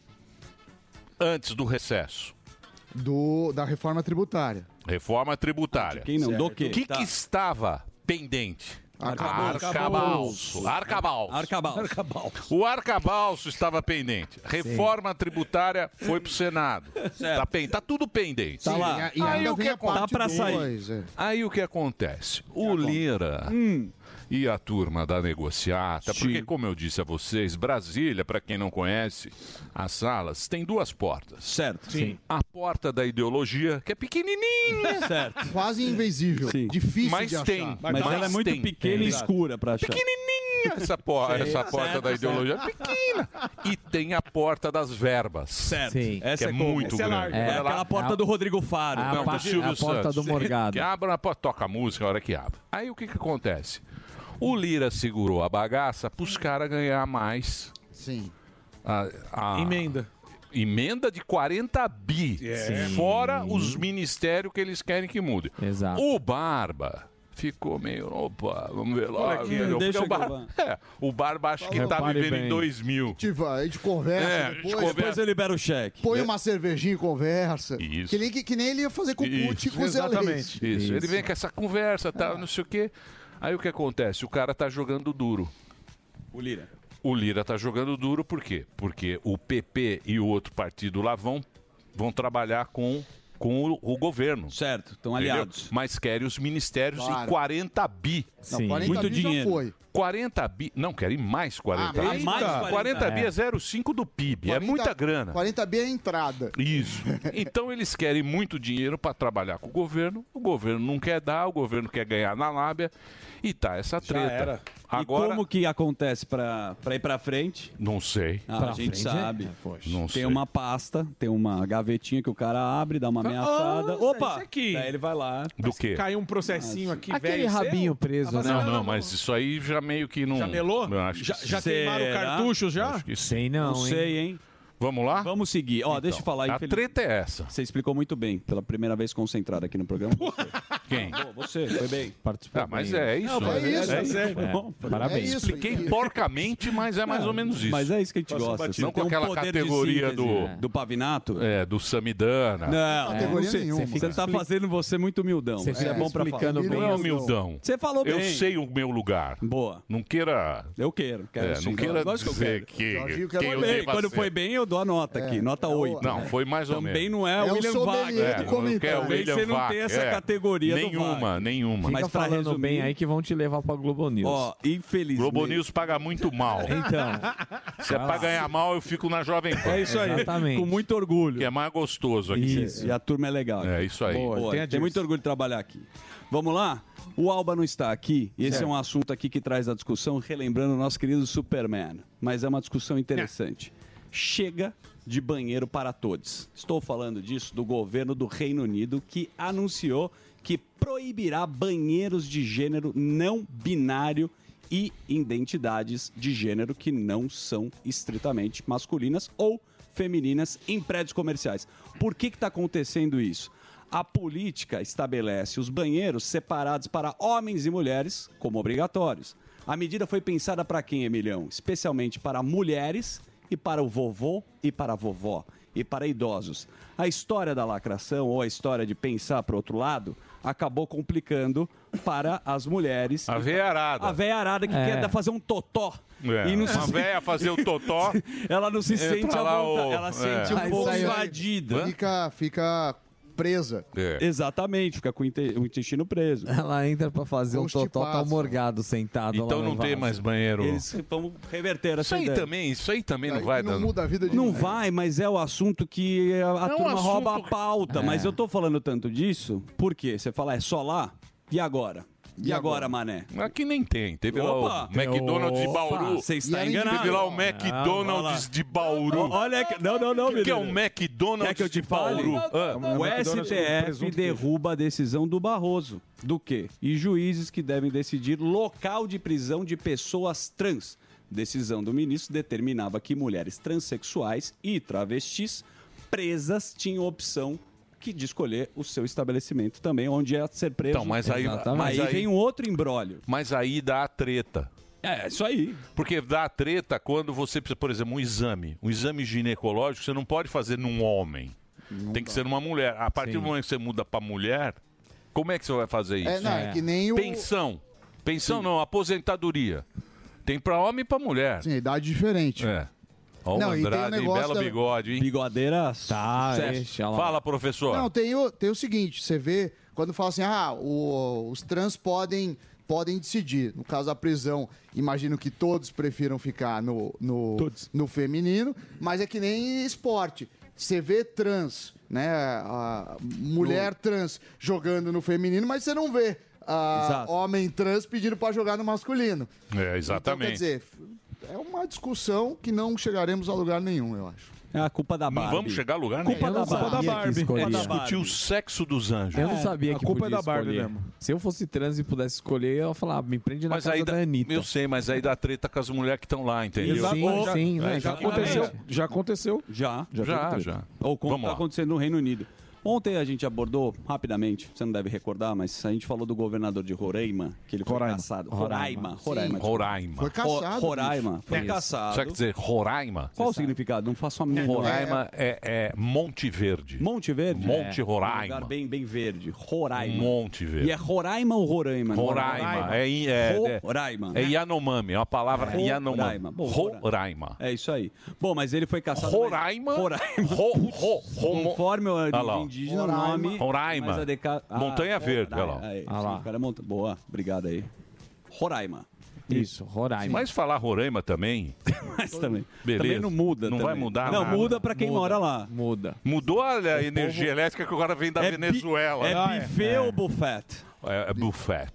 [SPEAKER 2] Antes do recesso.
[SPEAKER 6] Do, da reforma tributária.
[SPEAKER 2] Reforma tributária.
[SPEAKER 6] quem não? Do Certo. quê?
[SPEAKER 2] O que,
[SPEAKER 6] Tá.
[SPEAKER 2] que estava pendente?
[SPEAKER 6] Arcabouço.
[SPEAKER 2] Arcabouço. Arcabouço.
[SPEAKER 8] Arcabouço.
[SPEAKER 2] O arcabouço estava pendente. Reforma tributária foi pro Senado. Tá, pen- tá tudo pendente.
[SPEAKER 8] Tá lá. E
[SPEAKER 2] Aí
[SPEAKER 8] ainda
[SPEAKER 2] o que
[SPEAKER 8] vem a parte
[SPEAKER 2] acontece?
[SPEAKER 8] Tá pra dois, sair.
[SPEAKER 6] é.
[SPEAKER 2] Aí o que acontece?
[SPEAKER 8] Tá
[SPEAKER 2] O Lira
[SPEAKER 8] Hum.
[SPEAKER 2] e a turma da negociata, porque como eu disse a vocês, Brasília, para quem não conhece, as salas tem duas portas.
[SPEAKER 8] Certo.
[SPEAKER 2] Sim. A porta da ideologia, que é pequenininha.
[SPEAKER 8] Tá Certo.
[SPEAKER 6] Quase invisível. Difícil
[SPEAKER 2] Mas
[SPEAKER 6] de achar.
[SPEAKER 2] tem.
[SPEAKER 8] Mas ela é muito
[SPEAKER 2] tem.
[SPEAKER 8] pequena e
[SPEAKER 2] Exato.
[SPEAKER 8] escura pra achar.
[SPEAKER 2] Pequenininha essa, por-
[SPEAKER 8] Certo,
[SPEAKER 2] essa porta
[SPEAKER 8] certo,
[SPEAKER 2] da ideologia.
[SPEAKER 8] certo.
[SPEAKER 2] Pequena. E tem a porta das verbas.
[SPEAKER 8] Certo. Sim.
[SPEAKER 2] Que
[SPEAKER 8] Essa
[SPEAKER 2] é,
[SPEAKER 8] é como?
[SPEAKER 2] muito
[SPEAKER 8] Essa é
[SPEAKER 2] grande.
[SPEAKER 8] larga. É
[SPEAKER 2] Olha lá.
[SPEAKER 8] aquela porta do Rodrigo Faro.
[SPEAKER 2] Não,
[SPEAKER 8] É a
[SPEAKER 2] do
[SPEAKER 8] parte-
[SPEAKER 2] Silvio
[SPEAKER 8] é a porta
[SPEAKER 2] Santos.
[SPEAKER 8] do Morgado.
[SPEAKER 2] Que abra a porta, toca a música na hora que abre. Aí o que que acontece? O Lira segurou a bagaça pros caras ganhar mais.
[SPEAKER 6] Sim.
[SPEAKER 2] Emenda. Emenda de 40 bi.
[SPEAKER 3] É. Sim.
[SPEAKER 2] Fora os ministérios que eles querem que mude.
[SPEAKER 10] Exato.
[SPEAKER 2] O Barba ficou meio. Opa, vamos ver logo.
[SPEAKER 6] Olha aqui,
[SPEAKER 2] entendeu? Porque
[SPEAKER 6] deixa
[SPEAKER 2] o Barba.
[SPEAKER 6] acabar.
[SPEAKER 2] É, o Barba acho que tá
[SPEAKER 6] Repare
[SPEAKER 2] vivendo em
[SPEAKER 6] bem.
[SPEAKER 2] 2000.
[SPEAKER 6] Tipo, a gente conversa
[SPEAKER 2] É, a gente
[SPEAKER 6] depois.
[SPEAKER 2] conversa. Depois eu
[SPEAKER 8] libero o cheque.
[SPEAKER 6] Põe uma cervejinha e conversa.
[SPEAKER 2] Isso.
[SPEAKER 6] Que nem, que, que nem ele ia fazer com o Putin com o Zelensky.
[SPEAKER 2] Isso. Ele vem com essa conversa, tal, não sei o quê. Aí o que acontece? O cara tá jogando duro.
[SPEAKER 8] O Lira.
[SPEAKER 2] O Lira tá jogando duro por quê? Porque o PP e o outro partido lá vão, vão trabalhar com, com o, o governo.
[SPEAKER 8] Certo, estão aliados.
[SPEAKER 2] Mas querem os ministérios
[SPEAKER 8] Claro.
[SPEAKER 2] e 40 bi.
[SPEAKER 8] Não, Sim. 40 Muito bi já dinheiro. foi.
[SPEAKER 2] 40 bi. Não, querem mais 40
[SPEAKER 6] Ah,
[SPEAKER 2] bi.
[SPEAKER 6] mais 40.
[SPEAKER 2] 40 bi é
[SPEAKER 6] É.
[SPEAKER 2] 0,5 do PIB. é
[SPEAKER 6] 40
[SPEAKER 2] muita grana.
[SPEAKER 6] 40 B é a entrada.
[SPEAKER 2] Isso. Então eles querem muito dinheiro para trabalhar com o governo. O governo não quer dar, o governo quer ganhar na lábia. E tá essa treta.
[SPEAKER 8] era.
[SPEAKER 2] Agora,
[SPEAKER 8] E como que acontece pra, pra ir pra frente?
[SPEAKER 2] Não sei.
[SPEAKER 8] Ah,
[SPEAKER 2] Pra
[SPEAKER 8] a gente
[SPEAKER 2] frente,
[SPEAKER 8] sabe.
[SPEAKER 2] é? É, Não
[SPEAKER 8] tem
[SPEAKER 2] sei.
[SPEAKER 8] uma pasta, tem uma gavetinha que o cara abre, dá
[SPEAKER 2] Ah,
[SPEAKER 8] uma ameaçada.
[SPEAKER 3] "Nossa,
[SPEAKER 8] Opa!
[SPEAKER 3] isso aqui."
[SPEAKER 8] Daí ele vai lá.
[SPEAKER 2] Do quê?
[SPEAKER 3] Caiu um processinho aqui,
[SPEAKER 10] Aquele
[SPEAKER 3] velho. é seu.
[SPEAKER 10] rabinho preso, né?
[SPEAKER 2] Não, não, Ah, mas isso aí já meio que não.
[SPEAKER 3] Já melou?
[SPEAKER 2] Eu Acho que
[SPEAKER 3] Já- já
[SPEAKER 2] Será?
[SPEAKER 3] queimaram cartuchos já?
[SPEAKER 2] Acho que sim.
[SPEAKER 10] Sei não,
[SPEAKER 8] Não
[SPEAKER 10] hein?
[SPEAKER 8] sei, hein?
[SPEAKER 2] Vamos lá?
[SPEAKER 8] Vamos seguir. Ó, deixa eu falar aí.
[SPEAKER 2] a treta é essa.
[SPEAKER 8] Você explicou muito bem, pela primeira vez concentrado aqui no programa.
[SPEAKER 2] Quem?
[SPEAKER 8] Você, foi bem.
[SPEAKER 2] Participou. Ah, mas é isso.
[SPEAKER 8] Não, foi
[SPEAKER 2] né?
[SPEAKER 8] isso,
[SPEAKER 2] É
[SPEAKER 8] tá certo. Bom, parabéns.
[SPEAKER 2] Eu Expliquei porcamente, mas é mais ou menos isso.
[SPEAKER 8] é Mas é isso que a gente
[SPEAKER 2] Passou
[SPEAKER 8] gosta.
[SPEAKER 2] batido. Não
[SPEAKER 8] Tem
[SPEAKER 2] com aquela
[SPEAKER 8] poder de
[SPEAKER 2] categoria do,
[SPEAKER 8] síntese, do Pavinato.
[SPEAKER 2] É, do Samidana.
[SPEAKER 8] Não, não sei,
[SPEAKER 2] É. nenhuma.
[SPEAKER 8] Você tá fazendo você muito humildão.
[SPEAKER 2] Você
[SPEAKER 8] Isso é
[SPEAKER 2] fica
[SPEAKER 8] bom pra
[SPEAKER 2] explicando
[SPEAKER 8] falar.
[SPEAKER 2] bem. Não é humildão.
[SPEAKER 8] Você falou bem.
[SPEAKER 2] Eu sei o meu lugar.
[SPEAKER 8] Boa.
[SPEAKER 2] Não queira.
[SPEAKER 8] Eu quero. quero
[SPEAKER 2] É,
[SPEAKER 8] sim.
[SPEAKER 2] não queira
[SPEAKER 8] Lógico que eu
[SPEAKER 2] dizer
[SPEAKER 8] quero.
[SPEAKER 2] que.
[SPEAKER 8] Jorginho
[SPEAKER 2] que
[SPEAKER 8] quer
[SPEAKER 2] eu É.
[SPEAKER 8] foi bem.
[SPEAKER 2] deva
[SPEAKER 8] Quando
[SPEAKER 2] ser.
[SPEAKER 8] foi bem, eu dou a nota aqui. Nota 8.
[SPEAKER 2] Não, foi mais ou menos.
[SPEAKER 8] Também não é
[SPEAKER 2] É
[SPEAKER 8] o
[SPEAKER 2] o
[SPEAKER 8] William
[SPEAKER 2] sommelier
[SPEAKER 8] Wagner.
[SPEAKER 2] do comentário.
[SPEAKER 8] Talvez
[SPEAKER 2] É, o
[SPEAKER 8] você não
[SPEAKER 2] William
[SPEAKER 8] tenha essa
[SPEAKER 2] Wagner, é.
[SPEAKER 8] categoria
[SPEAKER 2] nenhuma,
[SPEAKER 8] vai.
[SPEAKER 2] nenhuma.
[SPEAKER 10] Mas falando bem aí que vão te levar pra Globo News.
[SPEAKER 2] Ó,
[SPEAKER 8] infelizmente.
[SPEAKER 2] Globo News paga muito mal.
[SPEAKER 10] Então.
[SPEAKER 2] Se é pra ganhar mal, eu fico na Jovem Pan.
[SPEAKER 8] É isso aí. Exatamente. Com
[SPEAKER 2] muito orgulho. Que é mais gostoso aqui.
[SPEAKER 8] Isso. E a turma é legal.
[SPEAKER 2] É isso aí.
[SPEAKER 8] Boa,
[SPEAKER 2] Boa.
[SPEAKER 8] tem, muito orgulho de trabalhar aqui. Vamos lá? O Alba não está aqui, e esse
[SPEAKER 2] Certo.
[SPEAKER 8] é um assunto aqui que traz a discussão, relembrando o nosso querido Superman. Mas é uma discussão interessante. Chega de banheiro para todos. Estou falando disso do governo do Reino Unido, que anunciou que proibirá banheiros de gênero não binário e identidades de gênero que não são estritamente masculinas ou femininas em prédios comerciais. Por que está acontecendo isso? A política estabelece os banheiros separados para homens e mulheres como obrigatórios. A medida foi pensada para quem, Emilhão? Especialmente para mulheres e para o vovô e para a vovó e para idosos. A história da lacração ou a história de pensar para outro lado acabou complicando para as mulheres.
[SPEAKER 2] A veiarada.
[SPEAKER 8] A veiarada que
[SPEAKER 2] É.
[SPEAKER 8] quer dar- fazer um totó.
[SPEAKER 2] É, uma véia fazer o totó.
[SPEAKER 8] Ela não se
[SPEAKER 2] É,
[SPEAKER 8] sente
[SPEAKER 2] tá
[SPEAKER 8] à
[SPEAKER 2] lá
[SPEAKER 8] vontade.
[SPEAKER 2] o-
[SPEAKER 8] Ela
[SPEAKER 2] é.
[SPEAKER 8] sente
[SPEAKER 6] Aí
[SPEAKER 8] um pouco
[SPEAKER 6] sai-
[SPEAKER 8] invadida.
[SPEAKER 6] Fica, fica presa.
[SPEAKER 2] É.
[SPEAKER 8] Exatamente, fica com o inte- o intestino preso.
[SPEAKER 10] Ela entra pra fazer um totó, tá
[SPEAKER 8] Constipado.
[SPEAKER 10] um morgado sentado lá
[SPEAKER 2] Então
[SPEAKER 10] no
[SPEAKER 2] não tem
[SPEAKER 10] vaso.
[SPEAKER 2] mais banheiro.
[SPEAKER 8] Eles vão reverter essa
[SPEAKER 2] Isso aí
[SPEAKER 8] ideia.
[SPEAKER 2] também, isso aí também não vai dando.
[SPEAKER 6] a vida
[SPEAKER 8] de Não vai, mas é o assunto que a, a
[SPEAKER 2] É um
[SPEAKER 8] turma
[SPEAKER 2] assunto-
[SPEAKER 8] rouba a pauta.
[SPEAKER 2] É.
[SPEAKER 8] Mas eu tô falando tanto disso, porque você fala, é só lá? E agora? E, agora, mané?
[SPEAKER 2] Aqui nem tem. Teve lá
[SPEAKER 8] Opa!
[SPEAKER 2] o McDonald's de
[SPEAKER 8] Opa!
[SPEAKER 2] Bauru.
[SPEAKER 8] Você está enganado.
[SPEAKER 2] Teve lá o
[SPEAKER 8] Não, olha lá.
[SPEAKER 2] McDonald's de Bauru.
[SPEAKER 8] Olha que... Não, não, não,
[SPEAKER 2] O que, que é o
[SPEAKER 8] menino.
[SPEAKER 2] McDonald's
[SPEAKER 8] Quer que eu te
[SPEAKER 2] de Bauru?
[SPEAKER 8] fale?
[SPEAKER 2] Ah.
[SPEAKER 8] O
[SPEAKER 2] um
[SPEAKER 8] STF derruba a decisão do Barroso. Do quê? E juízes que devem decidir local de prisão de pessoas trans. Decisão do ministro determinava que mulheres transexuais e travestis presas tinham opção que de escolher o seu estabelecimento também, onde é ser preso.
[SPEAKER 2] Então, mas aí-
[SPEAKER 8] Exatamente.
[SPEAKER 2] mas
[SPEAKER 8] aí
[SPEAKER 2] aí-
[SPEAKER 8] vem um outro embrólio.
[SPEAKER 2] Mas aí dá a treta.
[SPEAKER 8] É, isso aí.
[SPEAKER 2] Porque dá a treta quando você precisa, por exemplo, um exame. Um exame ginecológico você não pode fazer num homem. Tem que ser numa mulher. A partir do momento que você muda pra mulher, como é que você vai fazer isso?
[SPEAKER 6] É, não, é que nem o-
[SPEAKER 2] Pensão. Pensão não, aposentadoria. Tem pra homem e pra mulher.
[SPEAKER 6] Sim, assim, idade diferente.
[SPEAKER 2] É. Ó, o
[SPEAKER 6] Não, e tem o
[SPEAKER 2] Andrade, hein?
[SPEAKER 6] negócio
[SPEAKER 2] belo
[SPEAKER 6] da-
[SPEAKER 2] bigode, hein?
[SPEAKER 8] Bigodeira,
[SPEAKER 10] tá.
[SPEAKER 2] Fala, professor.
[SPEAKER 6] Não, tem o, tem o seguinte, você vê, quando fala assim, ah, o- os trans podem, podem decidir. No caso da prisão, imagino que todos prefiram ficar no, no, no feminino, mas é que nem esporte. Você vê trans, né? a mulher trans jogando no feminino, mas você não vê a
[SPEAKER 2] Exato.
[SPEAKER 6] homem trans pedindo pra jogar no masculino.
[SPEAKER 2] É,
[SPEAKER 6] Então, quer
[SPEAKER 2] exatamente.
[SPEAKER 6] dizer, é uma discussão que não chegaremos a lugar nenhum, eu acho.
[SPEAKER 8] É a culpa da
[SPEAKER 2] não
[SPEAKER 6] Barbie.
[SPEAKER 2] vamos chegar a lugar
[SPEAKER 6] Culpa
[SPEAKER 2] nenhum.
[SPEAKER 6] da Culpa da Barbie. Barbie.
[SPEAKER 2] Culpa da
[SPEAKER 10] Escolhi.
[SPEAKER 2] Barbie. Discutir o sexo dos anjos.
[SPEAKER 10] Eu
[SPEAKER 8] É,
[SPEAKER 10] não sabia que podia escolher.
[SPEAKER 2] mesmo.
[SPEAKER 10] Se eu fosse trans e pudesse escolher, eu ia falar, "Ah, me prende na
[SPEAKER 2] Mas
[SPEAKER 10] casa
[SPEAKER 2] aí
[SPEAKER 10] da
[SPEAKER 2] dá-
[SPEAKER 10] Anitta.
[SPEAKER 2] eu sei, mas aí dá treta com as mulheres que estão lá, entendeu?
[SPEAKER 10] Exato. Sim,
[SPEAKER 2] Ou-
[SPEAKER 10] sim, né?
[SPEAKER 2] Aí
[SPEAKER 10] Já
[SPEAKER 2] fica-
[SPEAKER 10] aconteceu.
[SPEAKER 8] Já aconteceu. Já.
[SPEAKER 2] Já Já, teve treta. já.
[SPEAKER 8] Ou como
[SPEAKER 2] Vamos
[SPEAKER 8] está
[SPEAKER 2] lá.
[SPEAKER 8] acontecendo no Reino Unido. Ontem a gente abordou rapidamente, você não deve recordar, mas a gente falou do governador de Roraima, que ele foi caçado. Roraima. Roraima. desculpa.
[SPEAKER 2] Roraima.
[SPEAKER 8] Ro- Roraima. Foi
[SPEAKER 2] Isso.
[SPEAKER 8] caçado.
[SPEAKER 2] Só que dizer, Roraima.
[SPEAKER 8] Qual o significado? Não faço a mínima ideia.
[SPEAKER 2] Roraima é, é Monte Verde.
[SPEAKER 8] Monte Verde?
[SPEAKER 2] Monte
[SPEAKER 8] É. Um
[SPEAKER 2] Roraima.
[SPEAKER 8] lugar bem, bem verde. Roraima.
[SPEAKER 2] Monte Verde.
[SPEAKER 8] E é Roraima ou Roraima? Não é
[SPEAKER 2] Roraima. É, i- é, é-
[SPEAKER 8] Roraima.
[SPEAKER 2] É Yanomami, é uma palavra
[SPEAKER 8] É.
[SPEAKER 2] Yanomami.
[SPEAKER 8] Roraima. Bom,
[SPEAKER 2] Roraima.
[SPEAKER 8] É isso aí. Bom, mas ele foi caçado.
[SPEAKER 2] Roraima?
[SPEAKER 8] Roraima. Conforme a
[SPEAKER 2] Ah lá, ó.
[SPEAKER 8] origem indígena, o nome.
[SPEAKER 2] Roraima.
[SPEAKER 8] mas a deca- ah,
[SPEAKER 2] Montanha Verde, olha lá.
[SPEAKER 8] Roraima. Aí, sim, o cara monta- Boa, obrigado aí. Roraima. Isso, Roraima.
[SPEAKER 2] Mas falar Roraima também.
[SPEAKER 8] Mas também.
[SPEAKER 2] Beleza.
[SPEAKER 8] Também não muda.
[SPEAKER 2] Não
[SPEAKER 8] também.
[SPEAKER 2] vai mudar
[SPEAKER 8] Não,
[SPEAKER 2] nada.
[SPEAKER 8] muda pra quem mora lá.
[SPEAKER 10] Muda.
[SPEAKER 2] Mudou a a energia elétrica que agora vem da
[SPEAKER 8] É bi-
[SPEAKER 2] Venezuela.
[SPEAKER 8] é
[SPEAKER 2] Ah,
[SPEAKER 8] buffet ou buffet?
[SPEAKER 2] É, é buffet.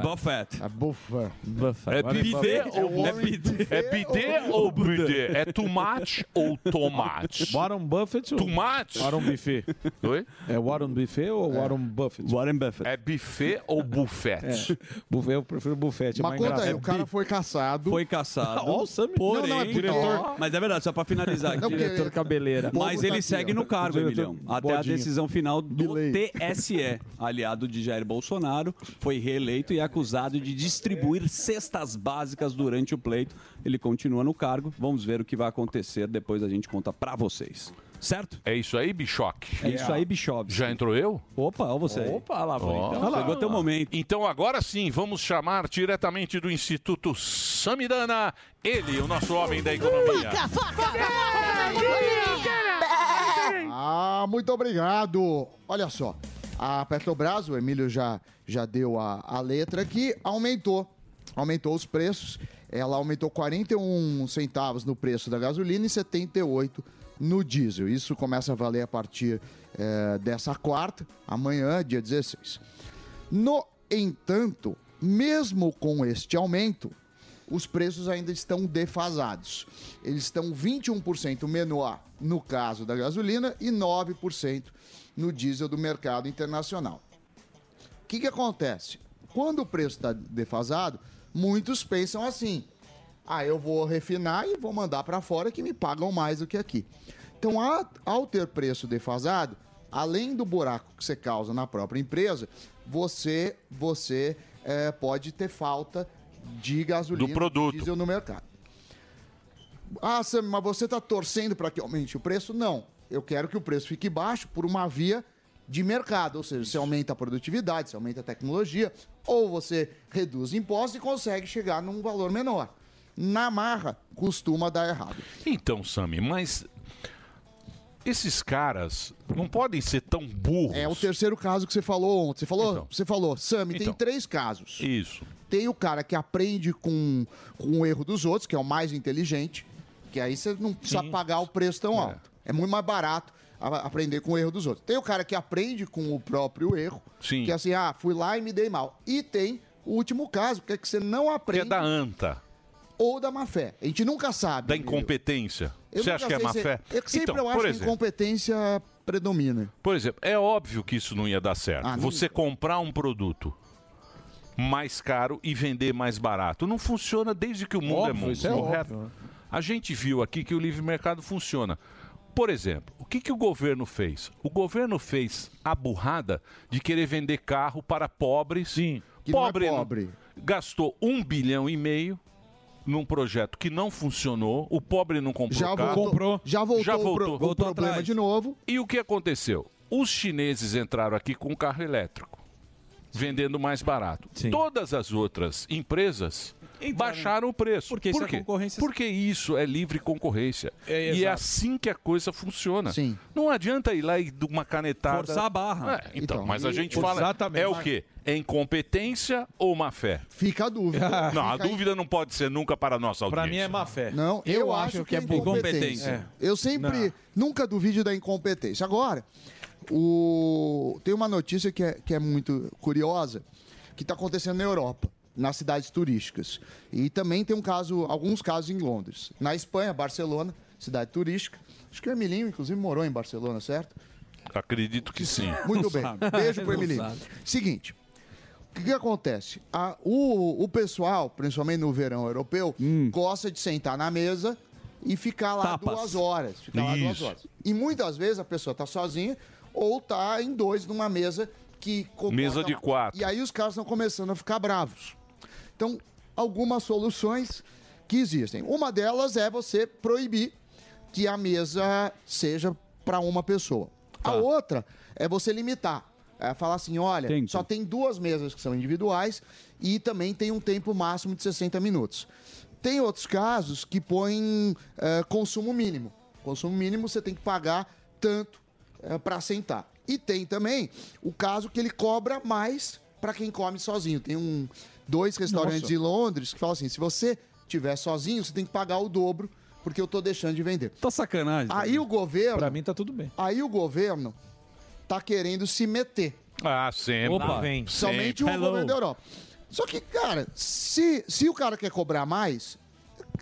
[SPEAKER 8] Buffet.
[SPEAKER 6] É buffet.
[SPEAKER 2] É bidê ou
[SPEAKER 8] É bidê.
[SPEAKER 2] É bidê ou bidê? É tomate ou tomate?
[SPEAKER 8] um
[SPEAKER 3] Warren Buffett ou...
[SPEAKER 2] Tomate?
[SPEAKER 3] Warren Buffet.
[SPEAKER 2] Oi?
[SPEAKER 3] É Warren Buffet ou Warren Buffett?
[SPEAKER 8] Warren Buffett.
[SPEAKER 2] É buffet ou buffet?
[SPEAKER 3] Buffet, eu prefiro buffet.
[SPEAKER 6] Mas
[SPEAKER 3] é mais
[SPEAKER 6] conta aí,
[SPEAKER 3] engraçado.
[SPEAKER 6] o cara foi caçado.
[SPEAKER 8] Foi caçado.
[SPEAKER 3] Olha o Sammy.
[SPEAKER 8] Porém,
[SPEAKER 3] Não, não, é porque-
[SPEAKER 8] diretor- Mas é verdade, só pra
[SPEAKER 3] Não,
[SPEAKER 8] finalizar aqui.
[SPEAKER 3] porque- Diretor cabeleira.
[SPEAKER 8] Mas
[SPEAKER 3] Povo tá
[SPEAKER 8] ele
[SPEAKER 3] aqui,
[SPEAKER 8] segue
[SPEAKER 3] ó.
[SPEAKER 8] no cargo,
[SPEAKER 3] Diretor
[SPEAKER 8] Emilhão. Até a
[SPEAKER 3] Bodinho.
[SPEAKER 8] decisão final do TSE. Aliado de Jair Bolsonaro, foi reeleito e acusado de distribuir cestas básicas durante o pleito. Ele continua no cargo. Vamos ver o que vai acontecer. Depois a gente conta pra vocês. Certo?
[SPEAKER 2] É isso aí, Bichoque?
[SPEAKER 8] É isso aí, Bichov.
[SPEAKER 2] Já entrou eu?
[SPEAKER 8] Opa, olha você. Opa, lá, bonitão. Chegou até o momento.
[SPEAKER 2] Então agora sim, vamos chamar diretamente do Instituto Samidana, ele, o nosso homem da economia.
[SPEAKER 6] Ah, muito obrigado. Olha só. A Petrobras, o Emílio já, já deu a, a letra aqui, aumentou. Aumentou os preços. Ela aumentou 41 centavos no preço da gasolina e 78 no diesel. Isso começa a valer a partir eh, dessa quarta, amanhã, dia 16. No entanto, mesmo com este aumento, os preços ainda estão defasados. Eles estão 21% menor no caso da gasolina e 9% no diesel do mercado internacional. O que, que acontece? Quando o preço está defasado, muitos pensam assim: ah, eu vou refinar e vou mandar para fora que me pagam mais do que aqui. Então, a- ao ter preço defasado, além do buraco que você causa na própria empresa, você, você eh, pode ter falta de gasolina
[SPEAKER 2] Do produto.
[SPEAKER 6] diesel no mercado. Ah, Sam, mas você está torcendo para que aumente o preço? Não. Eu quero que o preço fique baixo por uma via de mercado, ou seja, você aumenta a produtividade, você aumenta a tecnologia, ou você reduz impostos e consegue chegar num valor menor. Na marra, costuma dar errado.
[SPEAKER 2] Então, Sami, mas esses caras não podem ser tão burros.
[SPEAKER 6] É o terceiro caso que você falou ontem. Você falou, você falou, Sami, tem
[SPEAKER 2] Então.
[SPEAKER 6] três casos.
[SPEAKER 2] Isso.
[SPEAKER 6] Tem o cara que aprende com, com o erro dos outros, que é o mais inteligente, que aí você não precisa pagar o preço tão alto. É muito mais barato a- aprender com o erro dos outros. Tem o cara que aprende com o próprio erro, que é assim, ah, fui lá e me dei mal. E tem o último caso, que é que você não
[SPEAKER 2] Que é
[SPEAKER 6] aprende
[SPEAKER 2] da anta,
[SPEAKER 6] ou da má fé. A gente nunca sabe.
[SPEAKER 2] da incompetência.
[SPEAKER 6] Eu
[SPEAKER 2] Você
[SPEAKER 6] nunca
[SPEAKER 2] acha que é
[SPEAKER 6] sei
[SPEAKER 2] má
[SPEAKER 6] se-
[SPEAKER 2] fé?
[SPEAKER 6] Eu que sempre
[SPEAKER 2] então,
[SPEAKER 6] eu acho
[SPEAKER 2] por
[SPEAKER 6] que a
[SPEAKER 2] exemplo,
[SPEAKER 6] incompetência predomina.
[SPEAKER 2] Por exemplo, é óbvio que isso não ia dar certo.
[SPEAKER 6] né? Ah, não
[SPEAKER 2] Você comprar um produto mais caro e vender mais barato. Não funciona desde que o mundo é
[SPEAKER 3] Óbvio,
[SPEAKER 2] mundo.
[SPEAKER 3] isso é
[SPEAKER 2] correto?
[SPEAKER 3] óbvio.
[SPEAKER 2] A gente viu aqui que o livre mercado funciona. Por exemplo, o que, que o governo fez? O governo fez a burrada de querer vender carro para pobres. Sim,
[SPEAKER 6] que não é
[SPEAKER 2] pobre,
[SPEAKER 6] pobre.
[SPEAKER 2] Gastou um bilhão e meio num projeto que não funcionou. O pobre não comprou
[SPEAKER 6] Já
[SPEAKER 2] carro.
[SPEAKER 6] voltou- Comprou. já voltou
[SPEAKER 2] Já
[SPEAKER 6] o pro-
[SPEAKER 2] voltou.
[SPEAKER 6] o problema
[SPEAKER 2] atrás.
[SPEAKER 6] de novo.
[SPEAKER 2] E o que aconteceu? Os chineses entraram aqui com um carro elétrico, vendendo mais barato. Todas as outras empresas baixaram o preço. Porque
[SPEAKER 10] isso
[SPEAKER 2] Por
[SPEAKER 10] é
[SPEAKER 2] quê?
[SPEAKER 10] concorrência-
[SPEAKER 2] Porque isso é livre concorrência. e é
[SPEAKER 10] exato.
[SPEAKER 2] assim que a coisa funciona. Não adianta ir lá e dar uma canetada.
[SPEAKER 10] Forçar a barra.
[SPEAKER 2] É, então,
[SPEAKER 10] Então,
[SPEAKER 2] mas a
[SPEAKER 10] e-
[SPEAKER 2] gente fala.
[SPEAKER 10] Exatamente.
[SPEAKER 2] É o quê? É incompetência ou má fé?
[SPEAKER 6] Fica a dúvida.
[SPEAKER 2] Não, a
[SPEAKER 6] Fica aí.
[SPEAKER 2] dúvida não pode ser nunca para a nossa audiência.
[SPEAKER 3] Pra mim é má fé.
[SPEAKER 6] Não, eu, acho, que, é incompetência. Eu sempre, nunca duvide da incompetência. Agora, o... tem uma notícia que é, que é muito curiosa, que está acontecendo na Europa, nas cidades turísticas. E também tem um caso, alguns casos em Londres. Na Espanha, Barcelona, cidade turística. Acho que o Emilinho, inclusive, morou em Barcelona, certo?
[SPEAKER 2] Acredito que sim.
[SPEAKER 6] Muito bem. Beijo pro Emilinho. Seguinte. O que, que acontece? A- o, o pessoal, principalmente no verão europeu, gosta de sentar na mesa e ficar lá
[SPEAKER 11] Hum. Tapas.
[SPEAKER 6] duas horas. Ficar lá duas
[SPEAKER 11] Isso.
[SPEAKER 6] horas. E muitas vezes a pessoa tá sozinha ou tá em dois numa mesa que comporta-
[SPEAKER 2] Mesa de quatro.
[SPEAKER 6] E aí os caras estão começando a ficar bravos. Então, algumas soluções que existem. Uma delas é você proibir que a mesa seja para uma pessoa. A outra é você limitar. É falar assim, olha, só tem duas mesas que são individuais e também tem um tempo máximo de 60 minutos. Tem outros casos que põem eh, consumo mínimo. Consumo mínimo você tem que pagar tanto para sentar. E tem também o caso que ele cobra mais para quem come sozinho. Tem um dois restaurantes
[SPEAKER 11] Nossa.
[SPEAKER 6] em Londres que falam assim: se você tiver sozinho, você tem que pagar o dobro porque eu tô deixando de vender.
[SPEAKER 10] Tá sacanagem.
[SPEAKER 6] Aí o governo. Para
[SPEAKER 3] mim tá tudo bem.
[SPEAKER 6] Aí o governo tá querendo se meter.
[SPEAKER 2] Ah,
[SPEAKER 10] É,
[SPEAKER 2] sempre.
[SPEAKER 6] Opa.
[SPEAKER 2] Sempre.
[SPEAKER 6] Somente o governo da Europa. Só que, cara, se, se o cara quer cobrar mais,